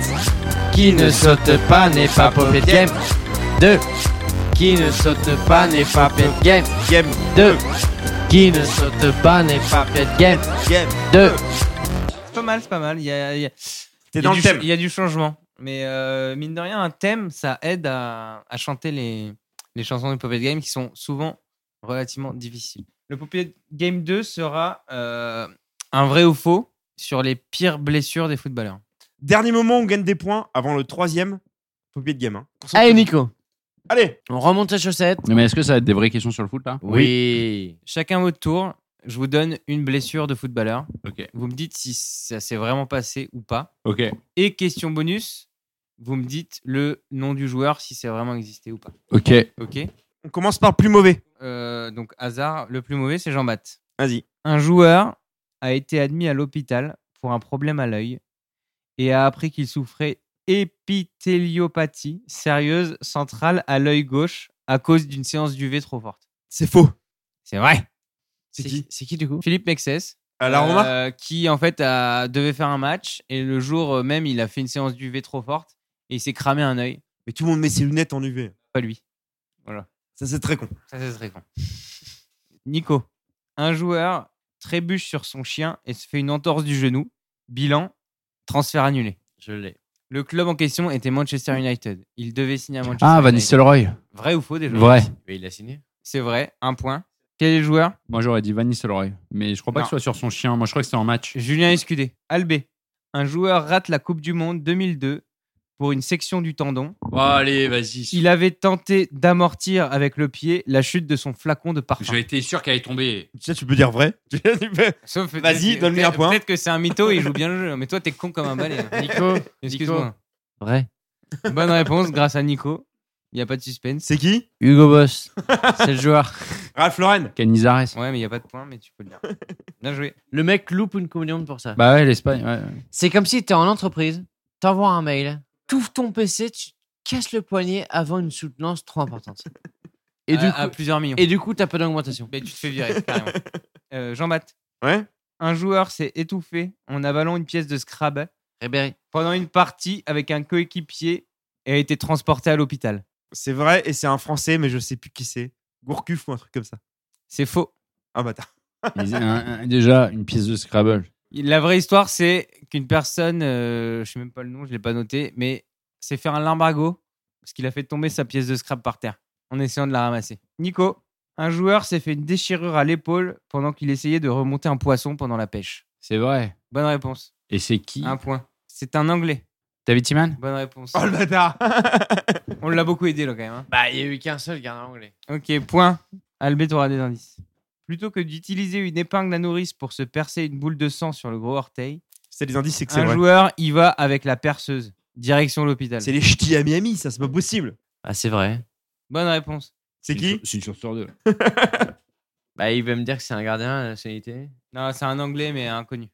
R: Qui ne saute pas n'est pas paupiette game. 2. Qui ne saute pas n'est pas paupiette game.
A: Game
R: 2. Qui ne saute pas n'est pas paupiette game.
A: Game
R: 2.
C: C'est pas mal, c'est pas mal. Il y a, il y a- il y a
R: dans
C: du
R: le thème.
C: ch- Il y a du changement. Mais euh, mine de rien, un thème, ça aide à, à chanter les, les chansons du Popier de Game qui sont souvent relativement difficiles. Le Popier de Game 2 sera euh, un vrai ou faux sur les pires blessures des footballeurs.
A: Dernier moment, on gagne des points avant le troisième paupier de game. hein.
B: Ah,
R: Allez, Nico.
A: Allez.
R: On remonte les chaussettes.
Q: Mais est-ce que ça va être des vraies questions sur le foot là
R: Oui.
C: Chacun votre tour, je vous donne une blessure de footballeur.
Q: Ok.
C: Vous me dites si ça s'est vraiment passé ou pas.
Q: Ok.
C: Et question bonus, vous me dites le nom du joueur si c'est vraiment existé ou pas.
Q: Ok.
C: Ok.
A: On commence par le plus mauvais.
C: Euh, donc hasard, le plus mauvais c'est Jean-Bapt.
A: Vas-y.
C: Un joueur a été admis à l'hôpital pour un problème à l'œil et a appris qu'il souffrait épitéliopathie sérieuse centrale à l'œil gauche à cause d'une séance d'UV trop forte.
A: C'est faux.
C: C'est vrai.
A: C'est qui
R: C'est qui du coup
C: Philippe Mexès.
A: À la Roma
C: euh, Qui en fait a- devait faire un match et le jour euh, même il a fait une séance d'UV trop forte et il s'est cramé un œil.
A: Mais tout le monde met ses lunettes en UV.
C: Pas lui. Voilà.
A: Ça, c'est très con.
C: Ça, c'est très con. Nico, un joueur trébuche sur son chien et se fait une entorse du genou. Bilan, transfert annulé.
R: Je l'ai.
C: Le club en question était Manchester United. Il devait signer à Manchester
Q: Ah, Van
C: United.
Q: Nistelrooy.
C: Vrai ou faux déjà
Q: Vrai.
R: Mais il a signé.
C: C'est vrai, un point. Quel est le joueur
Q: Moi, j'aurais dit Van Nistelrooy. Mais je crois pas
C: Non.
Q: que ce soit sur son chien. Moi, je crois que c'était en match.
C: Julien Escudé. Albé, un joueur rate la Coupe du Monde 2002 pour une section du tendon.
D: Oh, allez, vas-y.
C: Il avait tenté d'amortir avec le pied la chute de son flacon de parfum.
D: J'étais sûr qu'elle allait tomber.
A: Ça, tu peux dire vrai.
C: Sauf-
A: Vas-y,
C: peut-être-
A: donne-lui un point.
C: Peut-être que c'est un mytho et il joue bien le jeu. hein. Mais toi, t'es con comme un balai. hein.
Q: Nico,
C: excuse-moi.
R: Vrai.
C: Bonne réponse grâce à Nico. Il n'y a pas de suspense.
A: C'est qui
R: Hugo Boss. C'est le joueur.
A: Ralph Lauren.
Q: Canizares.
C: Ouais, mais il n'y a pas de point, mais tu peux le dire. Bien joué.
R: Le mec loupe une communion pour ça.
Q: Bah ouais, l'Espagne. ouais.
R: C'est comme si t'es en entreprise
B: t'envoies un mail, t'ouvres ton PC, tu casses le poignet avant une soutenance trop importante.
C: Et du coup, plusieurs millions.
B: Et du coup, t'as pas d'augmentation.
C: Mais tu te fais virer, carrément. Euh, Jean-Math.
A: Ouais
C: Un joueur s'est étouffé en avalant une pièce de Scrabble
B: Ribéry.
C: pendant une partie avec un coéquipier et a été transporté à l'hôpital.
A: C'est vrai, et c'est un français, mais je sais plus qui c'est. Gourcuff ou un truc comme ça.
C: C'est faux.
A: Ah, bâtard.
F: Mais, un- un- déjà, une pièce de Scrabble.
C: La vraie histoire, c'est qu'une personne, euh, je sais même pas le nom, je l'ai pas noté, mais s'est fait un limbago parce qu'il a fait tomber sa pièce de scrap par terre en essayant de la ramasser. Nico, un joueur s'est fait une déchirure à l'épaule pendant qu'il essayait de remonter un poisson pendant la pêche.
S: C'est vrai.
C: Bonne réponse.
S: Et c'est qui
Q: Ah.
C: Un point. C'est un Anglais.
S: David Seaman
C: Bonne réponse.
A: Oh le bâtard
C: On l'a beaucoup aidé là quand même. hein.
B: Bah, il y a eu qu'un seul gardien anglais.
C: Ok, point. Albert aura des indices. Plutôt que d'utiliser une épingle à nourrice pour se percer une boule de sang sur le gros orteil,
A: C'est les indices, c'est que c'est
C: un
A: vrai.
C: joueur y va avec la perceuse, direction l'hôpital.
A: C'est les ch'tis à Miami, ça, c'est pas possible.
B: Ah, c'est vrai.
C: Bonne réponse.
A: C'est qui
S: C'est une chance sur deux.
B: Bah, il va me dire que c'est un gardien à la nationalité.
C: Non, c'est un anglais mais inconnu.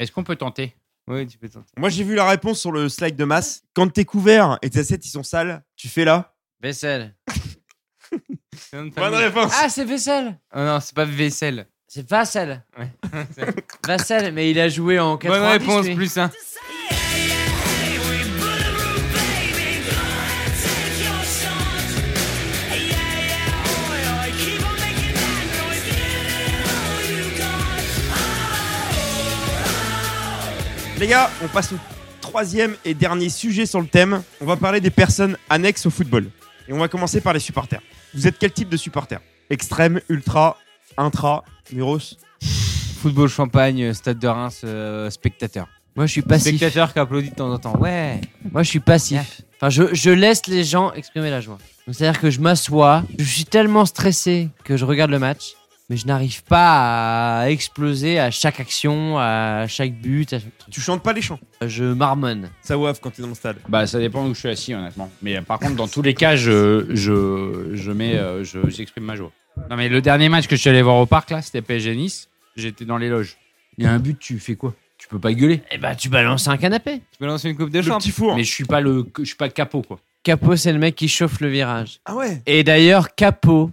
S: Est-ce qu'on peut tenter
C: Oui, tu peux tenter.
A: Moi, j'ai vu la réponse sur le slide de masse. Quand t'es couvert et tes assiettes, ils sont sales, tu fais là.
B: Vaisselle.
C: C'est un nom de
A: Bonne
C: famille.
A: réponse
B: Ah, c'est Vaisselle.
C: Oh non, c'est pas vaisselle.
B: C'est Vassel.
C: Ouais.
B: Vassel, mais il a joué en 90.
C: Bonne réponse,
B: lui.
C: plus un.
A: Les gars, on passe au troisième et dernier sujet sur le thème. On va parler des personnes annexes au football. Et on va commencer par les supporters. Vous êtes quel type de supporter Extrême, ultra, intra, muros
C: Football champagne, stade de Reims, euh, spectateur.
B: Moi, je suis passif.
C: Spectateur qui applaudit de temps en temps. Ouais.
B: Moi, je suis passif. Enfin, je, je laisse les gens exprimer la joie. Donc, C'est-à-dire que je m'assois, je suis tellement stressé que je regarde le match, mais je n'arrive pas à exploser à chaque action, à chaque but. à chaque truc.
A: Tu chantes pas les chants.
B: Je marmonne.
A: Ça ouaf quand t'es dans le stade.
F: Bah, ça dépend où je suis assis, honnêtement. Mais euh, par contre, dans tous les cas, je, je, je mets, euh, je- j'exprime ma joie.
D: Non, mais le dernier match que je suis allé voir au parc, là, c'était PSG Nice. J'étais dans les loges. Il y a un but, tu fais quoi Tu peux pas gueuler.
B: Eh bah, tu balances un canapé.
C: Tu peux lancer une coupe de
A: Le
C: champ.
A: petit four.
D: Mais je suis pas le, je suis pas le capot, quoi.
B: Capot, c'est le mec qui chauffe le virage.
A: Ah ouais
B: Et d'ailleurs, Capot,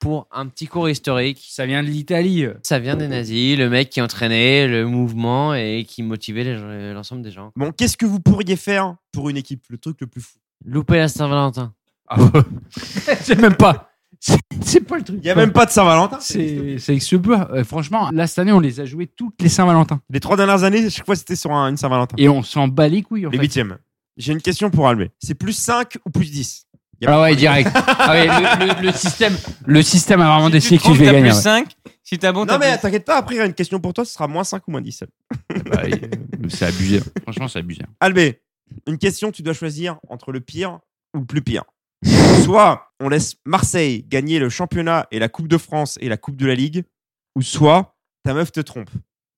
B: pour un petit cours historique,
D: Ça vient de l'Italie.
B: ça vient des nazis, le mec qui entraînait le mouvement et qui motivait les gens- l'ensemble des gens.
A: Bon, qu'est-ce que vous pourriez faire pour une équipe Le truc le plus fou.
B: Louper la Saint-Valentin.
D: Ah, c'est même pas. c'est- C'est pas le truc.
A: Il y a même pas de Saint-Valentin.
D: C'est c'est que ce beurre. Euh, franchement, là, cette année, on les a joués toutes les Saint-Valentin.
A: Les trois dernières années, chaque fois, c'était sur un- une Saint-Valentin.
D: Et on s'en bat les couilles, en
A: Les
D: fait.
A: huitièmes. J'ai une question pour Albé. C'est plus 5 ou plus 10 Y a
D: Ah
A: pas-
D: ouais, direct. Ah ouais, le, le- le système, le système a vraiment
C: Si
D: décidé
C: tu
D: que je
C: trompes,
D: vais
C: t'as
D: gagner.
C: plus
D: ouais.
C: 5. Si t'as bon, t'as
A: Non mais
C: plus.
A: t'inquiète pas, après il y a une question pour toi, ce sera moins 5 ou moins 10.
F: Bah, euh, c'est abusé. Franchement, c'est abusé.
A: Albé, une question, tu dois choisir entre le pire ou le plus pire. soit on laisse Marseille gagner le championnat et la Coupe de France et la Coupe de la Ligue, ou soit ta meuf te trompe.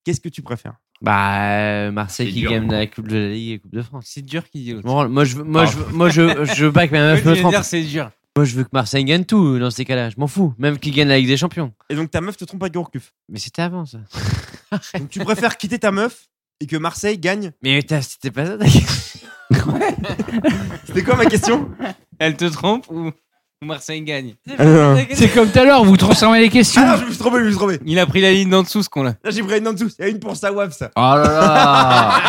A: Qu'est-ce que tu préfères
B: Bah, euh, Marseille
F: C'est
B: qui
F: dur.
B: gagne la Coupe de la Ligue et Coupe de France.
C: C'est dur qu'il dit l'autre.
B: Je m'en branle. Moi, je veux, moi, je, veux- moi, je, je veux pas que ma
C: Ouais,
B: meuf
C: tu
B: me
C: viens de
B: trompe.
C: dire c'est dur.
B: Moi, je veux que Marseille gagne tout dans ces cas-là. Je m'en fous. Même qu'il gagne la Ligue des Champions.
A: Et donc ta meuf te trompe avec Gourcuff.
B: Mais c'était avant ça.
A: Donc tu préfères quitter ta meuf et que Marseille gagne
B: Mais t'as- c'était pas ça.
A: C'était quoi ma question
C: Elle te trompe ou ou Marseille gagne
A: Ah
D: C'est comme tout à l'heure, vous transformez les questions.
A: non, Ah, je me suis trompé, je me suis trompé.
C: Il a pris la ligne d'en dessous, ce qu'on l'a.
A: Là j'ai pris une en dessous, il y a une pour sa WAF ça.
S: Oh là là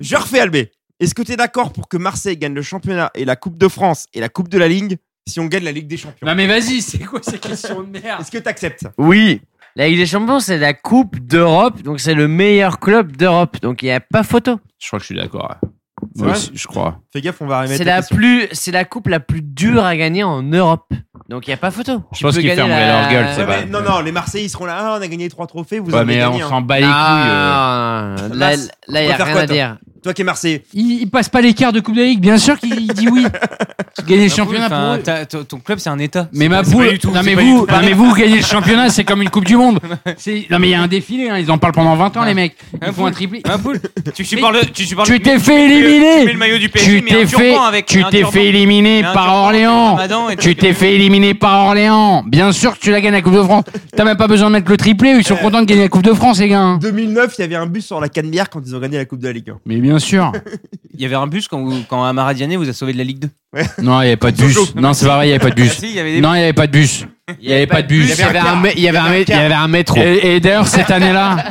A: Je refais Albé. Est-ce que t'es d'accord pour que Marseille gagne le championnat et la Coupe de France et la Coupe de la Ligue si on gagne la Ligue des Champions
D: Non mais vas-y, c'est quoi ces questions de merde
A: Est-ce que t'acceptes ça
B: Oui. La Ligue des Champions, c'est la Coupe d'Europe. Donc, c'est le meilleur club d'Europe. Donc, il n'y a pas photo.
F: Je crois que je suis d'accord. ouais.
A: C'est
F: Moi
A: vrai
F: aussi, je crois.
A: Fais gaffe, on va remettre
B: C'est
A: la
B: la
A: Ah, question.
B: plus, c'est la Coupe la plus dure à gagner en Europe. Donc, il n'y a pas photo.
F: Je pense qu'ils fermeraient leur gueule, c'est
A: Ouais,
F: vrai.
A: mais non, non, les Marseillais ils seront là. Ah, on a gagné trois trophées, vous en
F: Ouais,
A: avez
F: mais on
A: gagné.
C: hein.
A: un.
F: s'en bat les couilles. euh.
B: Ah, non, non, non. là,
A: Mas,
B: là, il n'y
A: on
B: a
A: préfère
B: rien
A: quoi,
B: à
A: toi
B: dire.
A: Toi qui es Marseillais,
D: il, il passe pas les quarts de Coupe de la Ligue, bien sûr qu'il dit oui. Gagner le championnat
C: Bah, Enfin,
D: pour eux.
C: t'as- ton ton club, c'est un état.
D: Mais ma
C: C'est
D: boule,
C: pas du tout-
D: non
C: c'est
D: mais
C: pas du
D: vous,
C: tout
D: non
C: pareil.
D: mais vous gagner le championnat, c'est comme une Coupe du Monde. C'est- Non mais il y a un défilé, hein, ils en parlent pendant 20 ans les mecs.
C: Hein,
D: Ils font un triplé.
C: Ma boule, tu supportes le. Tu supportes
D: Tu
C: le-
D: t'es fait
C: Tu mets le
D: éliminer.
C: maillot du PSG,
D: Tu
C: mais un
D: t'es fait,
C: turban avec.
D: tu
C: un
D: t'es
C: turban.
D: fait éliminer
C: Mais un
D: par
C: turban,
D: Orléans.
C: Ramadan et
D: Tu
C: tout.
D: t'es fait éliminer par Orléans. Bien sûr que tu la gagnes la Coupe de France. T'as même pas besoin de mettre
T: Euh.
D: le triplé. Ils sont contents de gagner la Coupe de France, les gars. hein.
A: 2009, il y avait un but sur la Canebière quand ils ont gagné la Coupe de la Ligue. hein.
D: Mais bien
T: bien sûr.
C: Il y avait un bus quand, vous- quand Amara Diané vous a sauvé de la Ligue 2.
T: Non, il n'y avait pas de bus. Non, c'est pas vrai, il n'y avait pas de
D: Ah,
T: bus.
C: il y avait des-
T: Non, il n'y avait pas de bus. Il n'y avait pas de bus.
C: Il y avait un
T: mé- il y avait un mé- il y avait un métro.
D: Et, et d'ailleurs, cette année-là,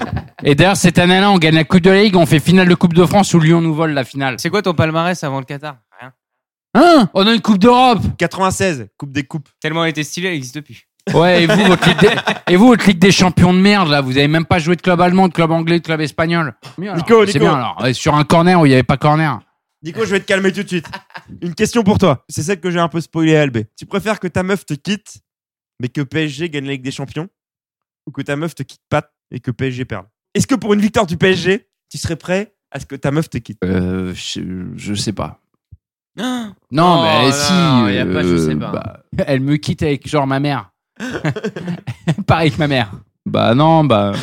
D: et d'ailleurs, cette année-là, on gagne la Coupe de la Ligue, on fait finale de Coupe de France où Lyon nous vole la finale.
C: C'est quoi ton palmarès avant le Qatar Rien.
D: Hein On a une Coupe d'Europe
A: 96, Coupe des Coupes.
C: Tellement elle était stylée, elle n'existe plus.
D: Ouais, et vous, votre ligue des... et vous, votre Ligue des champions de merde, là, vous avez même pas joué de club allemand, de club anglais, de club espagnol. Mieux, alors.
A: Nico,
D: C'est
A: Nico.
D: bien alors. Ouais, Sur un corner où il n'y avait pas corner.
A: Nico, je vais te calmer tout de suite. Une question pour toi. C'est celle que j'ai un peu spoilée à LB. Tu préfères que ta meuf te quitte, mais que PSG gagne la Ligue des Champions Ou que ta meuf te quitte pas et que PSG perde Est-ce que pour une victoire du PSG, tu serais prêt à ce que ta meuf te quitte
T: Euh, je, je sais pas.
C: Non,
T: Non,
D: Oh,
T: mais
D: non,
T: si.
D: non, y a pas, je sais pas.
T: Bah,
D: Elle me quitte avec genre ma mère. Pareil que ma mère.
T: bah non, bah. euh,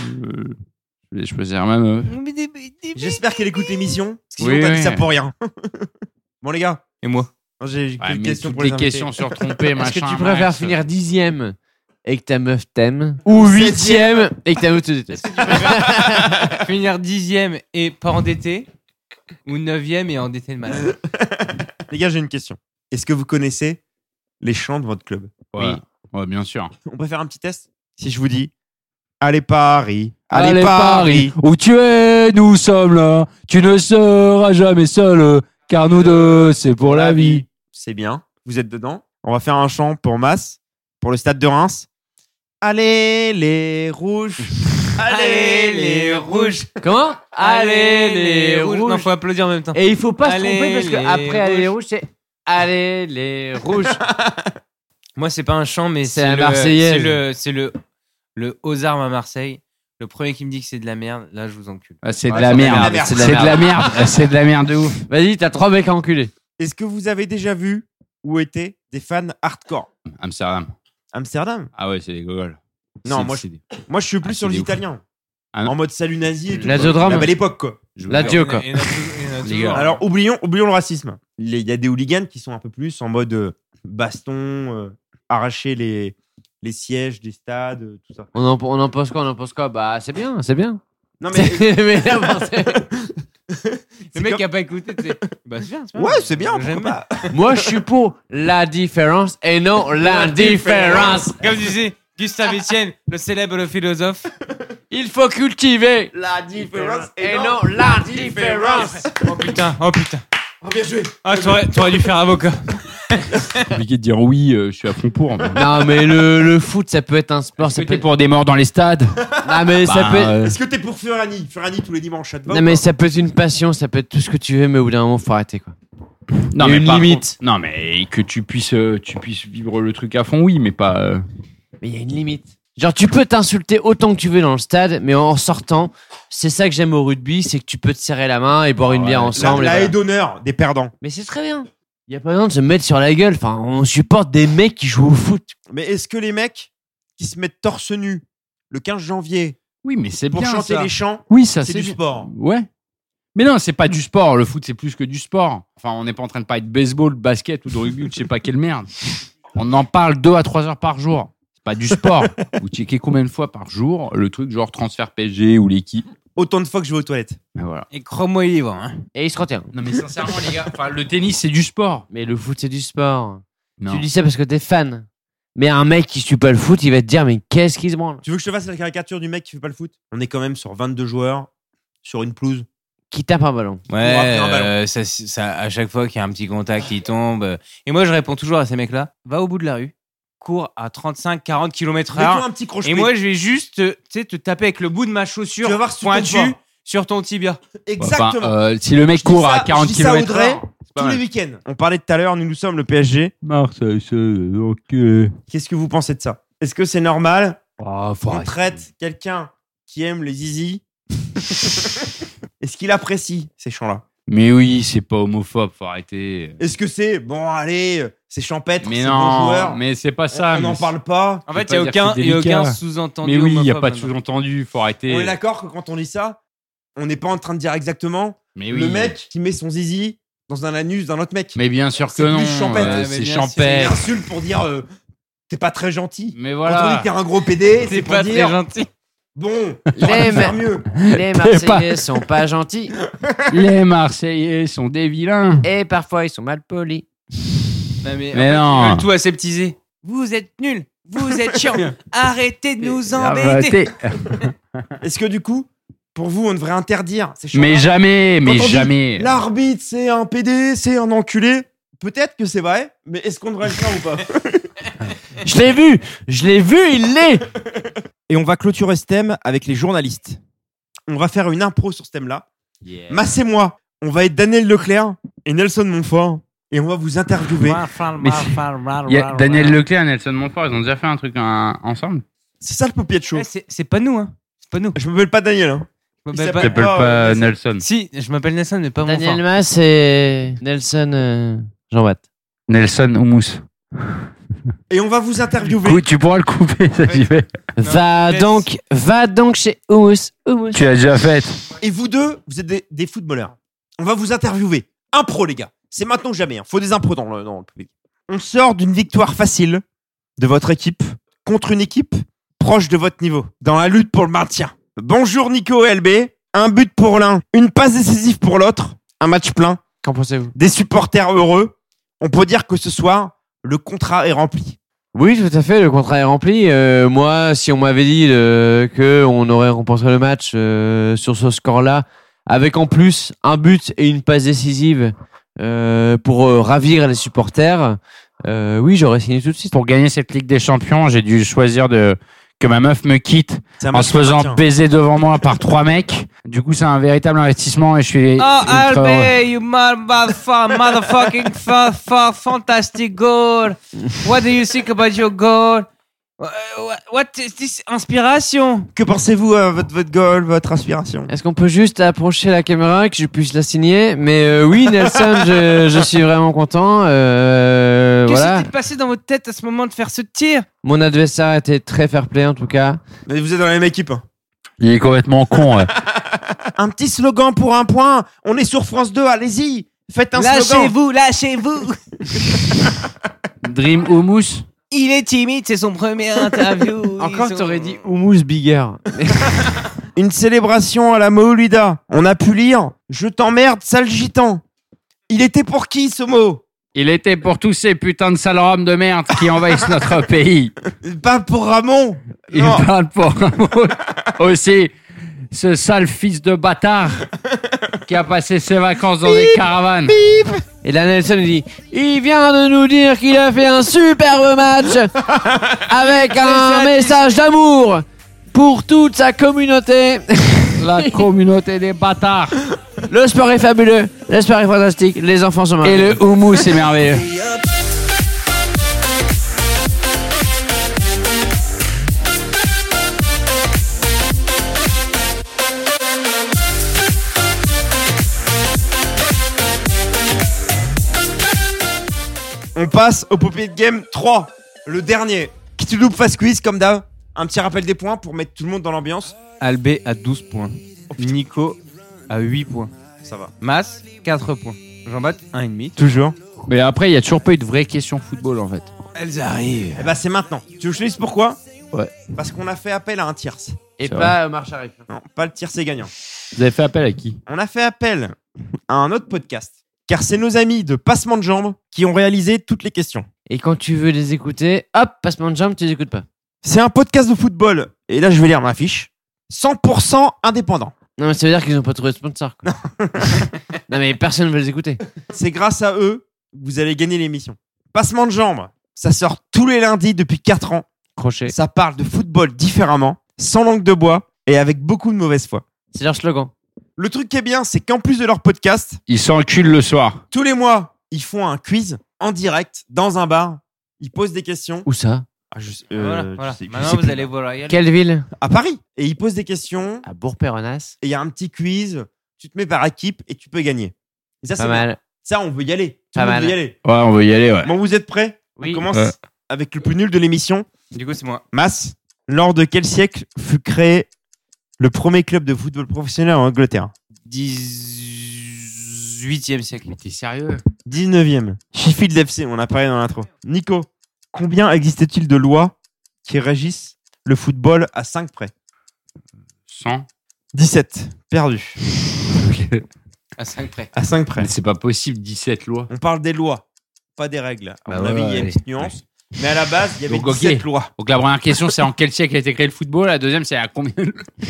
T: je vais choisir ma meuf.
A: J'espère qu'elle écoute l'émission. Parce que
T: Oui,
A: sinon, t'as
T: oui.
A: dit ça pour rien. bon, les gars.
C: Et moi
A: Moi, J'ai j'ai
D: Ouais,
A: une
D: mais
A: question
D: toutes
A: pour
D: les
A: les invités.
D: questions sur trompé,
B: Est-ce que
D: machin,
B: tu préfères
D: max.
B: finir dixième et que ta meuf t'aime
A: Ou
B: huitième et que ta meuf te déteste
C: Finir dixième et pas endetté ou neuvième et endetté le malade.
A: Les gars, j'ai une question. Est-ce que vous connaissez les chants de votre club
D: Ouais. Ouais, bien sûr.
A: On peut faire un petit test Si je vous dis Allez Paris, allez,
T: Allez,
A: Paris.
T: Où tu es, nous sommes là. Tu ne seras jamais seul, car nous deux, c'est pour la vie.
A: C'est bien, vous êtes dedans. On va faire un chant pour Mass, pour le stade de Reims. Allez les rouges
C: Allez les rouges
B: Comment Allez les rouges
C: Non, faut applaudir en même temps.
B: Et il faut pas se
C: Allez,
B: tromper parce que
C: les
B: après Allez les
C: rouges.
B: rouges, c'est Allez les rouges.
C: Moi, c'est pas un chant, mais
B: C'est
C: c'est
B: la
C: le-
B: Marseillaise.
C: C'est le, c'est le, le aux armes à Marseille. Le premier qui me dit que c'est de la merde, là, je vous encule.
T: Ah, c'est
B: Ouais,
T: de la
B: c'est de la
T: merde.
B: merde,
T: C'est de la merde. C'est de la merde de ouf.
B: Vas-y, t'as trois mecs à enculer.
A: Est-ce que vous avez déjà vu ou été des fans hardcore
D: Amsterdam.
A: Amsterdam
D: Ah ouais, c'est des gogoles.
A: Non,
D: C'est-
A: moi, je-
D: c'est des-
A: Moi, je suis plus
D: Ah,
A: sur
D: c'est
A: les
D: des ouf.
A: Italiens.
D: Ah non.
A: en mode salut nazi et tout.
B: La
A: quoi.
B: Zodrame.
A: La belle époque, quoi.
D: je vous
B: La
D: jure.
B: Dio, quoi.
C: Il y en a toujours- il y en a
D: Les
C: toujours.
D: gars.
A: Alors, oublions, oublions le racisme. Il y a des hooligans qui sont un peu plus en mode euh, baston, euh, arracher les, les sièges des stades, euh, tout ça.
B: On en, on en pense quoi On en pense quoi Bah, c'est bien, c'est bien.
A: Non, mais.
B: Mais, là, bon, c'est-
C: Le mec
A: comme-
C: qui a pas écouté, tu sais. Bah, c'est bien, c'est pas
A: Ouais,
C: grave.
A: c'est bien, pourquoi
C: J'aime
A: pas
B: Moi, je suis pour la différence et non l'indifférence.
C: Comme disait Gustave Etienne, le célèbre philosophe.
B: Il faut cultiver
A: La différence
B: et non l'indifférence.
C: Oh putain, oh putain.
A: Oh, bien joué
C: Ah, t'aurais t'aurais dû faire avocat.
D: compliqué de dire oui, euh, je suis à fond pour.
B: Non, mais le, le foot, ça peut être un sport. Ça peut
D: C'était
B: être...
D: pour des morts dans les stades.
B: Non, mais ça
D: Bah,
B: peut être...
D: euh,
A: Est-ce que t'es pour Ferrani Ferrani tous les dimanches, ça te va
B: Non,
A: ou
B: mais
A: pas
B: ça peut être une passion, ça peut être tout ce que tu veux, mais au bout d'un moment, faut arrêter quoi.
D: non,
B: Il y a
D: mais
B: une
D: par
B: limite.
D: contre- non, mais que tu puisses, euh, tu puisses vivre le truc à fond, oui, mais pas. euh,
B: Mais il y a une limite. Genre, tu peux t'insulter autant que tu veux dans le stade, mais en sortant, c'est ça que j'aime au rugby, c'est que tu peux te serrer la main et boire une
D: Ouais.
B: bière
D: La-
A: La,
B: ensemble. et
A: la
B: voilà.
A: haie d'honneur des perdants.
B: Mais c'est très bien. Il y a pas besoin de se mettre sur la gueule. Enfin, on supporte des mecs qui jouent au foot.
A: Mais est-ce que les mecs qui se mettent torse nu le 15 janvier
D: Oui, mais c'est
A: pour
D: bien
A: chanter
D: ça.
A: les chants,
D: Oui, ça
A: c'est du
D: bien.
A: sport
D: Ouais. Mais non, c'est pas du sport. Le foot, c'est plus que du sport. Enfin, on n'est pas en train de parler de baseball, de basket ou de rugby ou je sais pas quelle merde. On en parle deux à trois heures par jour. C'est pas du sport. Vous checkez combien de fois par jour le truc genre transfert PSG ou l'équipe
A: Autant de fois que je vais aux toilettes.
D: Ben voilà.
C: Et crois-moi, il est bon. Hein.
B: Et ils se retirent.
D: Non, mais sincèrement, les gars, enfin, le tennis, c'est du sport.
B: Mais le foot, c'est du sport.
D: Non.
B: Tu dis ça parce que t'es fan. Mais un mec qui suit pas le foot, il va te dire, mais qu'est-ce qu'il se branle
A: Tu veux que je te fasse la caricature du mec qui fait pas le foot On est quand même sur 22 joueurs, sur une pelouse.
B: Qui tape un ballon.
C: Ouais,
A: Pour un ballon.
C: euh, ça, ça- à chaque fois qu'il y a un petit contact qui tombe. euh, Et moi, je réponds toujours à ces mecs-là va au bout de la rue, cours à 35-40 km
D: Ah.
A: Mets-toi
C: heure
A: un petit crochet.
C: et moi, je vais juste te, tu sais, te taper avec le bout de ma chaussure
A: Tu vas voir si tu tombes
C: pointue
A: pas.
C: sur ton tibia.
A: Exactement.
D: Bah, Enfin, euh, si le mec
A: Je dis
D: court
A: ça-
D: à 40
A: je dis ça à
D: km
A: Audrey
D: pas
A: tous
D: mal.
A: les week-ends. On parlait tout à l'heure, nous nous sommes le PSG.
T: Marseille, c'est
A: Qu'est-ce que vous pensez de ça Est-ce que c'est normal
T: Ah,
A: qu'on traite quelqu'un qui aime les zizi Est-ce qu'il apprécie ces chants-là
D: Mais oui, c'est pas homophobe, faut arrêter.
A: Est-ce que c'est bon, allez, euh, c'est champêtre,
D: Mais
A: c'est bon
D: non,
A: joueur,
D: mais c'est pas ça.
A: on
D: mais
A: n'en
D: c'est-
A: parle pas
C: En
D: Je vais
C: fait, il n'y a
D: pas dire
C: aucun,
D: que c'est
C: y a aucun
D: délicat.
C: sous-entendu.
D: Mais oui, il n'y a
C: homophobe
D: pas de
C: maintenant.
D: sous-entendu, faut arrêter.
A: On est d'accord que quand on dit ça, on n'est pas en train de dire exactement
D: Mais oui.
A: le mec qui met son zizi dans un anus d'un autre mec.
D: Mais bien sûr
A: C'est
D: que
A: plus
D: non.
A: champêtre. Ah,
D: euh,
A: Ouais,
D: c'est
C: mais bien
A: C'est une
D: champêtre.
A: insulte pour dire euh, t'es pas très gentil.
D: Mais
A: Quand on dit
D: voilà.
A: que t'es un gros PD, c'est
C: T'es
A: pour
C: pas très
A: dire
C: gentil.
A: Bon,
B: Les,
A: faire
B: Mar-
A: mieux.
B: les Marseillais sont pas gentils.
D: Les Marseillais sont des vilains.
B: Et parfois, ils sont mal polis.
C: Non, Ah. mais, en
D: Mais
C: fait,
D: non.
C: ils veulent tout aseptiser.
G: Vous êtes nuls, vous êtes chiants. Arrêtez de nous
D: Arrêtez.
A: Est-ce que du coup, pour vous, on devrait interdire ces choses
D: Mais jamais, mais jamais.
A: L'arbitre, c'est un PD, c'est un enculé. Peut-être que c'est vrai, mais est-ce qu'on devrait le faire ou pas
B: Je l'ai vu Je l'ai vu, il l'est
A: Et on va clôturer ce thème avec les journalistes. On va faire une impro sur ce thème-là. Massez-moi, on va être Daniel Leclerc et Nelson Montfort et on va vous interviewer.
D: Mais Il y a Daniel
C: Eh,
D: Leclerc et Nelson Montfort, ils ont déjà fait un truc un- ensemble.
A: C'est ça le popier de show.
C: Eh, c'est c'est pas nous, hein. C'est pas nous.
A: Je m'appelle pas Daniel. Hein.
C: Je
A: Il
C: m'appelle
A: s'appelle
C: pas.
D: T'appelles
A: Ah,
D: pas
A: ouais,
D: Nelson.
C: Si, je m'appelle Nelson, mais pas mon
B: Daniel Mas et Nelson euh, Jean Watt.
D: Nelson Houmous.
A: Et on va vous interviewer.
D: Cou- Tu pourras le couper, ça j'y vais.
B: Va
A: laisse.
B: donc, va donc chez Oumous. Oumous.
D: Tu l'as déjà fait.
A: Et vous deux, vous êtes des, des footballeurs. On va vous interviewer. Impro, les gars. C'est maintenant ou jamais. hein. Faut des impros dans le, dans le public. On sort d'une victoire facile de votre équipe contre une équipe proche de votre niveau dans la lutte pour le maintien. Bonjour Nico et LB. Un but pour l'un, une passe décisive pour l'autre. Un match plein.
B: Qu'en pensez-vous
A: Des supporters heureux. On peut dire que ce soir, le contrat est rempli.
B: Oui, tout à fait, le contrat est rempli. Euh, moi, si on m'avait dit euh, que on aurait remporté le match euh, sur ce score-là, avec en plus un but et une passe décisive euh, pour euh, ravir les supporters, euh, oui, j'aurais signé tout de suite.
D: Pour gagner cette Ligue des Champions, j'ai dû choisir de que ma meuf me quitte
A: C'est un
D: en
A: match
D: se
A: pour le
D: faisant
A: maintien.
D: baiser devant moi par trois mecs. Du coup, c'est un véritable investissement et je suis.
G: Oh,
D: ultra heureux.
G: Albé, you motherfucking, motherfucking fa- fa- fantastic goal. What do you think about your goal? Wha- wha- What is this inspiration?
A: Que pensez-vous à votre, votre goal, votre inspiration
B: Est-ce qu'on peut juste approcher la caméra que je puisse la signer Mais euh, oui, Nelson, je, je suis vraiment content. Euh,
G: Qu'est-ce
B: voilà,
G: qui s'est passé dans votre tête à ce moment de faire ce tir?
B: mon adversaire était très fair-play en tout cas.
A: Mais vous êtes dans la même équipe. hein.
D: Il est complètement con. ouais.
A: Un petit slogan pour un point. On est sur France 2, allez-y. Faites un slogan.
G: Lâchez-vous, lâchez-vous.
D: Dream Houmous.
G: Il est timide, c'est son premier interview.
B: Encore,
G: Ils sont-
B: t'aurais dit Houmous Bigger.
A: Une célébration à la Moulida. On a pu lire Je t'emmerde, sale gitan. Il était pour qui ce mot
D: Il était pour tous ces putains de sales roms de merde qui envahissent notre pays.
A: Pas pour Ramon.
D: Il
A: Non.
D: parle pour un mot aussi. Ce sale fils de bâtard qui a passé ses vacances dans des caravanes.
B: Et là, Nelson il dit Il vient de nous dire qu'il a fait un superbe match avec un message d'amour pour toute sa communauté.
D: La communauté des bâtards.
B: Le sport est fabuleux, le sport est fantastique, les enfants sont
D: Et
B: marrants.
D: le houmous, c'est merveilleux.
A: On passe au Poppy de Game 3. Le dernier. Qui te loupe face quiz comme d'hab. Un petit rappel des points pour mettre tout le monde dans l'ambiance. Oh,
C: Albé à 12 points. Nico à 8 points.
A: Ça va.
C: Mas, 4 points. Jean-Baptiste, 1,5.
A: Toujours.
D: Mais après, il n'y a toujours pas eu de vraie question football en fait.
C: Elles arrivent.
A: Eh bah c'est maintenant. Tu veux que je te dise pourquoi
D: Ouais.
A: Parce qu'on a fait appel à un tierce.
B: Et
D: C'est
B: pas euh, marche arrière.
A: Non, pas le tierce gagnant.
D: Vous avez fait appel à qui
A: on a fait appel à un autre podcast, car c'est nos amis de Passement de Jambes qui ont réalisé toutes les questions.
B: Et quand tu veux les écouter, hop, passement de jambe, tu les écoutes pas.
A: C'est un podcast de football, et là je vais lire ma fiche, 100% indépendant.
B: Non, mais ça veut dire qu'ils n'ont pas trouvé de sponsor. Quoi. non, mais personne ne veut les écouter.
A: C'est grâce à eux que vous allez gagner l'émission. Passement de Jambes, ça sort tous les lundis depuis 4 ans.
B: Crochet.
A: Ça parle de football différemment, sans langue de bois et avec beaucoup de mauvaise foi.
B: C'est leur slogan.
A: Le truc qui est bien, c'est qu'en plus de leur podcast,
D: Ils s'enculent le soir.
A: tous les mois, ils font un quiz en direct dans un bar. Ils posent des questions.
B: Où ça
A: Ah, je sais-
C: Voilà,
A: euh, je
C: voilà.
A: sais- je sais
C: Maintenant, vous
A: plus.
C: allez voir. Ariel.
B: Quelle ville
A: à Paris. Et ils posent des questions,
B: À Bourg-Péronas.
A: et il y a un petit quiz, tu te mets par équipe et tu peux gagner. Et ça, c'est
B: Pas
A: bien.
B: mal.
A: Ça, on veut y aller. Tout
B: Pas
A: le monde
B: mal.
A: veut y aller.
D: Ouais, on veut y aller, ouais.
A: Bon, vous êtes prêts
B: Oui.
A: On commence
D: Ouais.
A: avec le plus nul de l'émission.
C: Du coup, c'est moi.
A: Mass, lors de quel siècle fut créé le premier club de football professionnel en Angleterre
C: 18e siècle.
D: Mais t'es sérieux
A: 19e. Sheffield FC, on a parlé dans l'intro. Nico, combien existe-t-il de lois qui régissent le football à 5 près
D: 100.
A: 17. Perdu.
C: À 5 près.
A: À 5 près.
D: Mais C'est pas possible, 17 lois.
A: On parle des lois, pas des règles.
D: Bah
A: On avait
D: ouais,
A: il y a une
D: ouais.
A: petite nuance. Mais à la base, il y avait
D: Donc, ok.
A: 17 lois.
D: Donc la première question, c'est en quel siècle a été créé le football La deuxième, c'est à combien,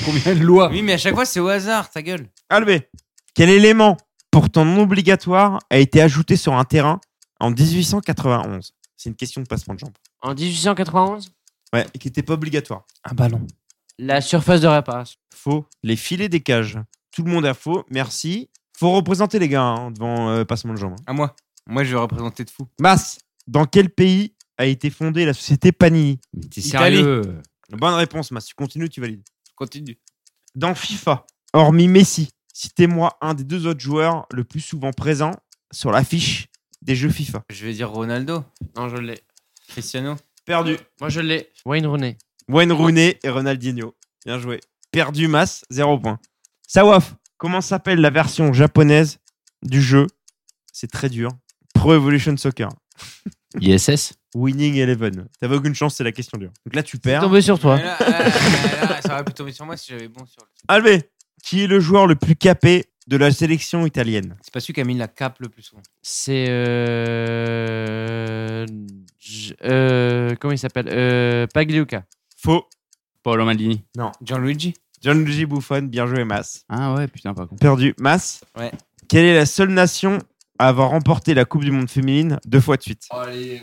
D: combien de lois
C: Oui, mais à chaque fois, c'est au hasard, ta gueule.
A: Albé, quel élément pourtant non obligatoire a été ajouté sur un terrain en 1891 C'est une question de passement de jambes.
B: En 1891,
A: Ouais, et qui n'était pas obligatoire.
C: Un ballon.
B: la surface de réparation.
A: Faux. Les filets des cages. Tout le monde a faux. Merci. Faut représenter les gars hein, devant euh, passement de jambes. hein.
C: À moi. Moi, je vais représenter de fou.
A: Mas, dans quel pays a été fondée la société Panini
D: T'es
A: Italie.
D: sérieux
A: Bonne réponse, Mas. Tu continues, tu valides.
C: Continue.
A: Dans FIFA, hormis Messi, citez-moi un des deux autres joueurs le plus souvent présent sur l'affiche des jeux FIFA.
C: Je vais dire Ronaldo.
B: Non, je l'ai.
C: Cristiano.
A: Perdu.
B: Moi, je l'ai. Wayne Rooney.
A: Wayne Rooney et Ronaldinho. Bien joué. Perdu Mas, 0 point. Sawaf, comment s'appelle la version japonaise du jeu C'est très dur. Pro Evolution Soccer.
D: ISS
A: Winning Eleven. T'avais aucune chance, c'est la question dure. Donc là, tu
C: Hein
A: perds.
B: Tombé sur toi.
C: Mais là, là, là, là, ça aurait pu tomber sur moi si j'avais bon sur le.
A: Albé, qui est le joueur le plus capé de la sélection italienne
C: C'est pas celui qui a mis la cape le plus souvent.
B: C'est. Euh... J- euh, Comment il s'appelle euh... Pagliuca.
A: Faux.
D: Paolo Maldini.
C: Gianluigi.
A: Gianluigi Buffon, bien joué Mas.
D: Ah ouais, putain, pas con.
A: Perdu Mas.
C: Ouais.
A: Quelle est la seule nation à avoir remporté la Coupe du Monde féminine deux fois de suite
C: Et-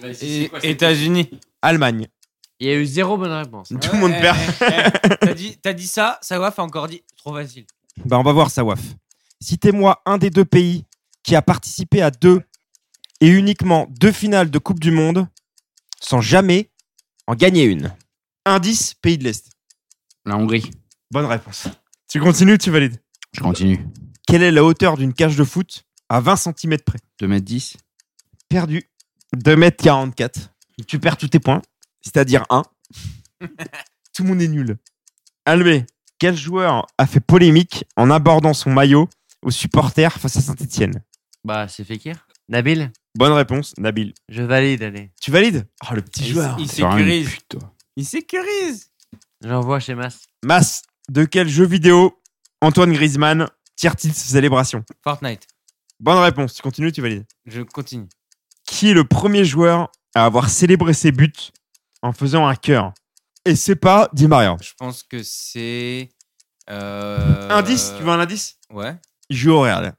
C: États-Unis.
A: Allemagne.
B: Il y a eu zéro bonne réponse.
A: Tout le monde
C: Eh,
A: perd.
C: eh, eh, T'as dit, t'as dit ça, Sawaf a encore dit trop facile.
A: Bah, on va voir, Sawaf. Citez-moi un des deux pays qui a participé à deux et uniquement deux finales de Coupe du Monde sans jamais en gagner une. Indice, pays de l'Est.
D: La Hongrie.
A: Bonne réponse. Tu continues, tu valides.
D: Je continue.
A: Quelle est la hauteur d'une cage de foot à 20 cm près
D: 2m10.
A: Perdu. 2m44. Tu perds tous tes points, c'est-à-dire 1. Tout le monde est nul. Albé, quel joueur a fait polémique en abordant son maillot aux supporters face à Saint-Etienne
B: Bah, c'est Fekir. Nabil
A: Bonne réponse, Nabil.
B: Je valide, allez.
A: Tu valides Oh, le petit
C: Il-
A: joueur.
C: Il
D: Putain,
C: sécurise.
D: putain.
C: Il sécurise.
B: J'envoie chez Mas.
A: Mas, de quel jeu vidéo Antoine Griezmann tire-t-il ses célébrations
C: Fortnite.
A: Bonne réponse, tu continues, tu valides.
C: Je continue.
A: Qui est le premier joueur à avoir célébré ses buts en faisant un cœur Et c'est pas Di Maria.
C: Je pense que c'est. euh,
A: Indice, tu veux un indice
C: Ouais.
A: Il joue au Real.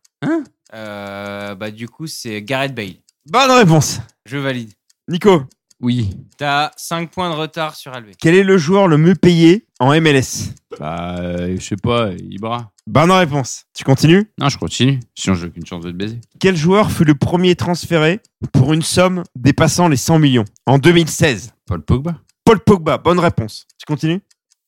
C: Euh, bah du coup c'est Gareth Bale.
A: Bonne réponse.
C: Je valide.
A: Nico,
D: Oui.
C: T'as 5 points de retard sur Alvé.
A: quel est le joueur le mieux payé en MLS
D: Bah, euh, je sais pas, Ibra.
A: Bonne réponse. Tu continues
D: Non, je continue. Sinon, j'ai aucune chance de te baiser.
A: Quel joueur fut le premier transféré pour une somme dépassant les 100 millions en 2016
D: Paul Pogba.
A: Paul Pogba, bonne réponse. Tu continues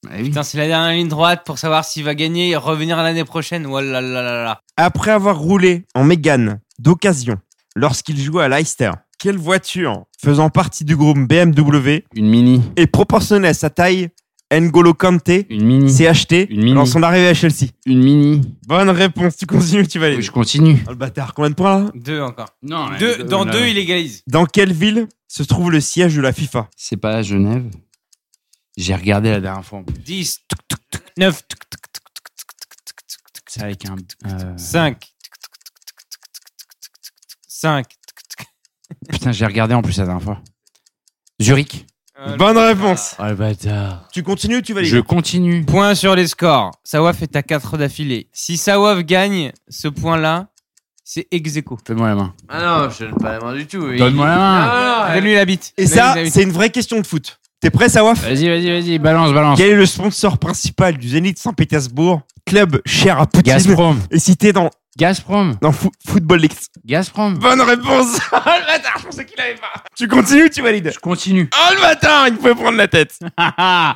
D: Bah oui.
C: Putain, c'est la dernière ligne droite pour savoir s'il va gagner et revenir l'année prochaine. Oh là là là là.
A: Après avoir roulé en Mégane d'occasion lorsqu'il jouait à Leicester, quelle voiture faisant partie du groupe BMW
D: Une mini.
A: et proportionnée à sa taille, N'Golo Kanté
D: Une mini.
A: s'est acheté
D: Une mini.
A: dans son arrivée à Chelsea
D: Une mini.
A: Bonne réponse, tu continues, tu vas
D: Oui,
A: aller.
D: je continue.
A: Oh le bâtard, combien de points là
C: Deux encore.
D: Non,
C: Deux- dans deux, il égalise.
A: Dans quelle ville se trouve le siège de la FIFA
D: C'est pas à Genève. J'ai regardé la dernière fois.
C: 10, 9,
D: C'est avec un. euh,
C: 5. 5.
D: Putain, j'ai regardé en plus la dernière fois. Zurich.
C: Euh,
A: Bonne réponse.
B: Oh le bâtard.
A: Tu continues ou tu valides
D: Je continue.
C: Point sur les scores. Sawaf est à 4 d'affilée. Si Sawaf gagne ce point-là, c'est ex aequo.
D: Fais-moi la main.
B: Ah non, je ne pas la main du tout. oui.
D: Donne-moi la main.
B: Ah, non,
C: Donne-lui la bite.
A: Et ça, c'est une vraie question de foot. T'es prêt, Sawaf
D: Vas-y, vas-y, vas-y. Balance, balance.
A: Quel est le sponsor principal du Zénith Saint-Pétersbourg, club cher à Poutine
D: Gazprom.
A: et cité dans,
D: Gazprom.
A: dans Fo- Football Leaks
D: Gazprom.
A: Bonne réponse Oh le bâtard, je pensais qu'il avait pas Tu continues ou tu valides
D: Je continue.
A: Oh le bâtard, il pouvait prendre la tête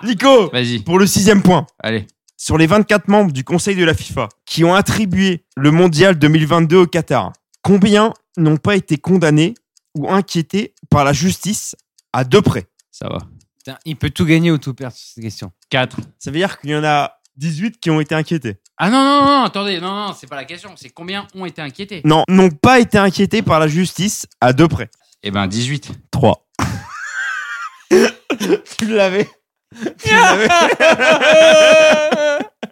A: Nico,
D: Vas-y.
A: pour le sixième point,
D: Allez.
A: sur les 24 membres du Conseil de la FIFA qui ont attribué le Mondial 2022 au Qatar, combien n'ont pas été condamnés ou inquiétés par la justice à deux près
D: Ça va.
C: Putain, il peut tout gagner ou tout perdre sur cette question.
D: 4.
A: Ça veut dire qu'il y en a 18 qui ont été inquiétés.
D: Ah non, non, non, attendez. Non, non, c'est pas la question. C'est combien ont été inquiétés
A: Non, n'ont pas été inquiétés par la justice à deux près.
D: Eh ben, 18.
A: 3. tu l'avais. Tu l'avais.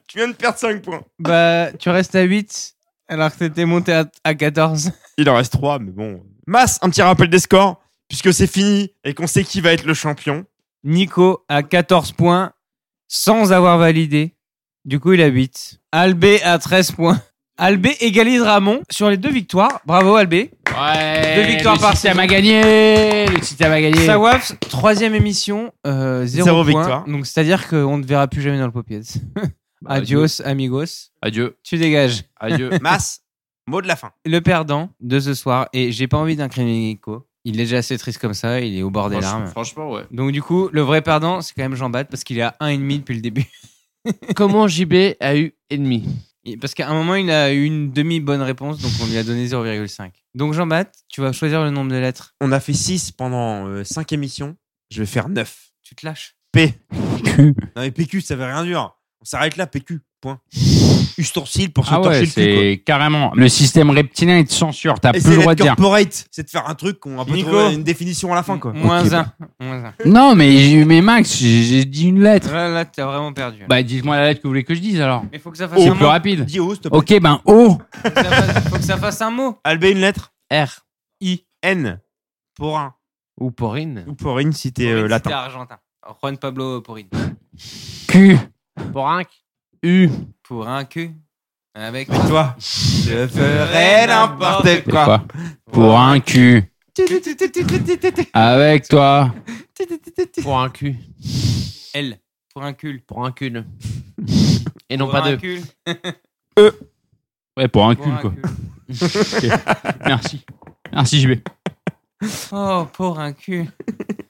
A: Tu viens de perdre 5 points.
C: Bah, tu restes à 8 alors que t'étais monté à, à 14.
A: Il en reste 3, mais bon. Masse, un petit rappel des scores, puisque c'est fini et qu'on sait qui va être le champion.
C: Nico a 14 points sans avoir validé. Du coup, il a 8. Albé a 13 points. Albé égalise Ramon sur les deux victoires. Bravo, Albé.
D: Ouais,
C: Deux victoires
D: le
C: par
D: système
C: saison.
D: a gagné. Le système a gagné.
C: Sawaf, troisième émission, euh, zéro,
D: Zéro
C: point.
D: victoire.
C: Donc, c'est-à-dire qu'on ne te verra plus jamais dans le popiette. Adios, amigos.
D: Adieu.
C: Tu dégages.
D: Adieu.
A: Masse, mot de la fin.
C: Le perdant de ce soir, et j'ai pas envie d'incriminer Nico. Il est déjà assez triste comme ça, il est au bord des
D: Franchement-
C: larmes.
D: Franchement, ouais.
C: Donc, du coup, le vrai perdant, c'est quand même Jean-Bat parce qu'il est à 1,5 depuis le début.
B: Comment JB a eu ennemi
C: Et- Parce qu'à un moment, il a eu une demi-bonne réponse, donc on lui a donné 0,5. Donc, Jean-Baptiste, tu vas choisir le nombre de lettres.
A: On a fait 6 pendant 5 émissions. Je vais faire 9.
C: Tu te lâches.
A: P. Non, mais PQ, ça veut rien dire. On s'arrête là, PQ. Point. Ustensile pour se
D: Ah
A: torcher
D: ouais,
A: le cul. quoi.
D: c'est carrément. Le système reptilien, il te censure. T'as
A: Et
D: plus
A: c'est
D: le droit
A: d'être
D: de dire.
A: corporate, c'est de faire un truc qu'on va pas
C: Nico.
A: trouver une définition à la fin quoi.
C: Moins
D: Ok,
C: 1.
D: bah. Non, mais j'ai eu mes max. J'ai j'ai dit une lettre.
C: Là, là, t'as vraiment perdu.
D: Bah, dites-moi la lettre que vous voulez que je dise alors.
C: Mais faut que
B: Ah,
C: ça fasse
D: C'est
C: un
D: plus
C: mot.
D: rapide.
A: Dis O, s'il te plaît.
D: Ok, ben O.
C: Faut que ça fasse un mot.
A: Albé, une lettre
B: R.
A: I. N. Porin.
B: Ou Porine
A: Ou Porine si t'es euh,
C: Porine,
A: latin.
C: c'était argentin. Juan Pablo Porine.
B: Q. Porinque U.
C: Pour un cul. Avec
A: Et toi, je ferai n'importe
D: C'est
A: quoi.
D: quoi Pour un cul. Avec toi.
B: Pour un cul.
C: Elle. Pour un cul.
B: Pour un cul. Et non
C: Pour
B: pas
C: un
B: deux.
C: cul.
D: Ouais, pour un
C: Pour
D: cul,
C: un
D: quoi.
C: cul.
D: Ok. Merci. Merci, JB.
C: Oh, pour un cul.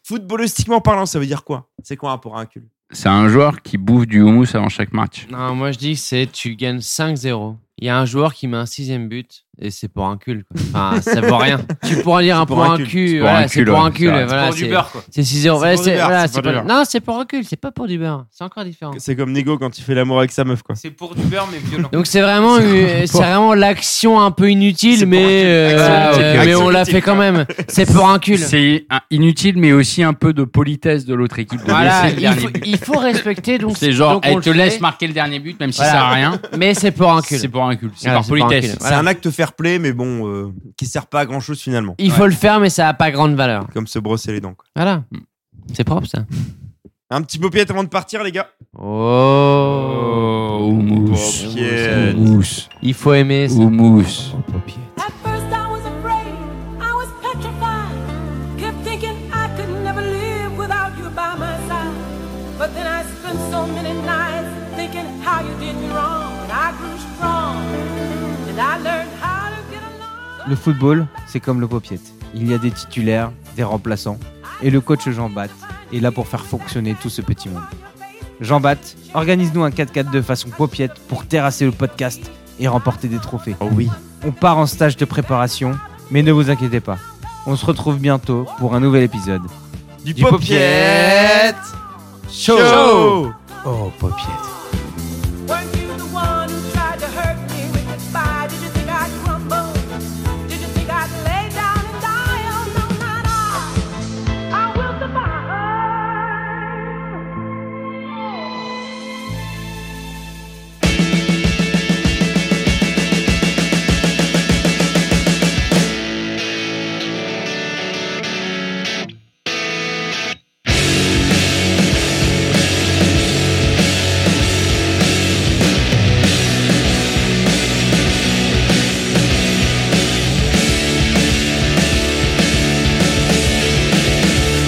A: Footballistiquement parlant, ça veut dire quoi C'est quoi un porin cul
D: C'est un joueur qui bouffe du houmous avant chaque match.
B: Non, moi je dis que c'est tu gagnes 5-0. Il y a un joueur qui met un sixième but et c'est pour un cul. quoi. Enfin, ça vaut rien. Tu pourras dire un
D: pour
B: pour
D: un
B: un
D: cul.
B: cul.
D: C'est pour un
B: Voilà, c'est
D: cul,
B: pour
D: ouais,
B: un cul.
D: c'est vrai.
B: voilà,
D: C'est pour du
B: c'est-
D: beurre, quoi.
B: C'est 6-0.
A: C'est
B: Ouais,
A: pour du
B: c'est-
A: beurre,
B: voilà,
A: c'est
B: c'est
A: pour du
B: pas-
A: beurre.
B: Non, c'est pour un cul. C'est pas pour du beurre. C'est encore différent.
A: C'est comme Nego quand il fait l'amour avec sa meuf quoi.
C: C'est pour du beurre, mais violent.
B: Donc c'est vraiment, euh, c'est vraiment l'action un peu inutile, mais, euh,
D: Action inutile.
B: mais on l'a
A: Action
B: fait quand même. C'est pour un cul.
D: C'est un- inutile, mais aussi un peu de politesse de l'autre équipe. de
B: Voilà,
D: laisser le
B: il
D: dernier
B: faut,
D: but.
B: il faut respecter. Donc
D: C'est genre,
B: donc on
D: elle
B: le
D: te
B: fait,
D: laisse marquer le dernier but, même si
B: Voilà.
D: ça sert à rien.
B: Mais c'est pour un cul.
D: C'est pour un cul. C'est
B: Voilà,
D: par
B: c'est pour un
D: politesse.
B: cul.
A: C'est
B: Voilà.
A: un acte fair play, mais bon, euh, qui sert pas à grand chose finalement.
B: Il faut le faire, mais ça a pas grande valeur.
A: Comme se brosser les dents quoi.
B: Voilà. C'est propre ça.
A: Un petit paupiette avant de partir les gars.
B: Oh.
D: Houmous.
A: Paupiette.
D: Houmous.
B: Il faut aimer ça.
D: Houmous.
G: At first I was afraid, I was petrified. Kept thinking I could never live without you by my side. But then I spent so many nights thinking how you did me wrong. And I grew strong, and I learned how to get along.
C: Le football, c'est comme le popiette. Il y a des titulaires, des remplaçants, et le coach Jean Bat est là pour faire fonctionner tout ce petit monde. Jean Bat, organise-nous un 4-4 de façon popiette pour terrasser le podcast et remporter des trophées.
A: Oh oui.
C: On part en stage de préparation, mais ne vous inquiétez pas. On se retrouve bientôt pour un nouvel épisode.
A: Du,
C: Du popiette
A: Show.
C: Oh, popiette.
G: Weren't you the one who tried to hurt me with goodbye? Did you think I'd crumble? Did you think I'd lay down and die? Oh, no, not I. I will survive.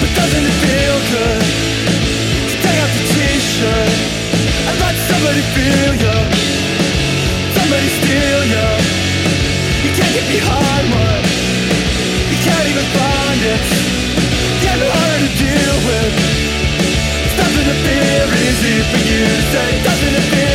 U: But doesn't it feel good to take off the t-shirt and let somebody feel you? Somebody steal you. You can't get behind one. You can't even find it. Getting harder to deal with. It's nothing to fear easy for you. Say, doesn't it feel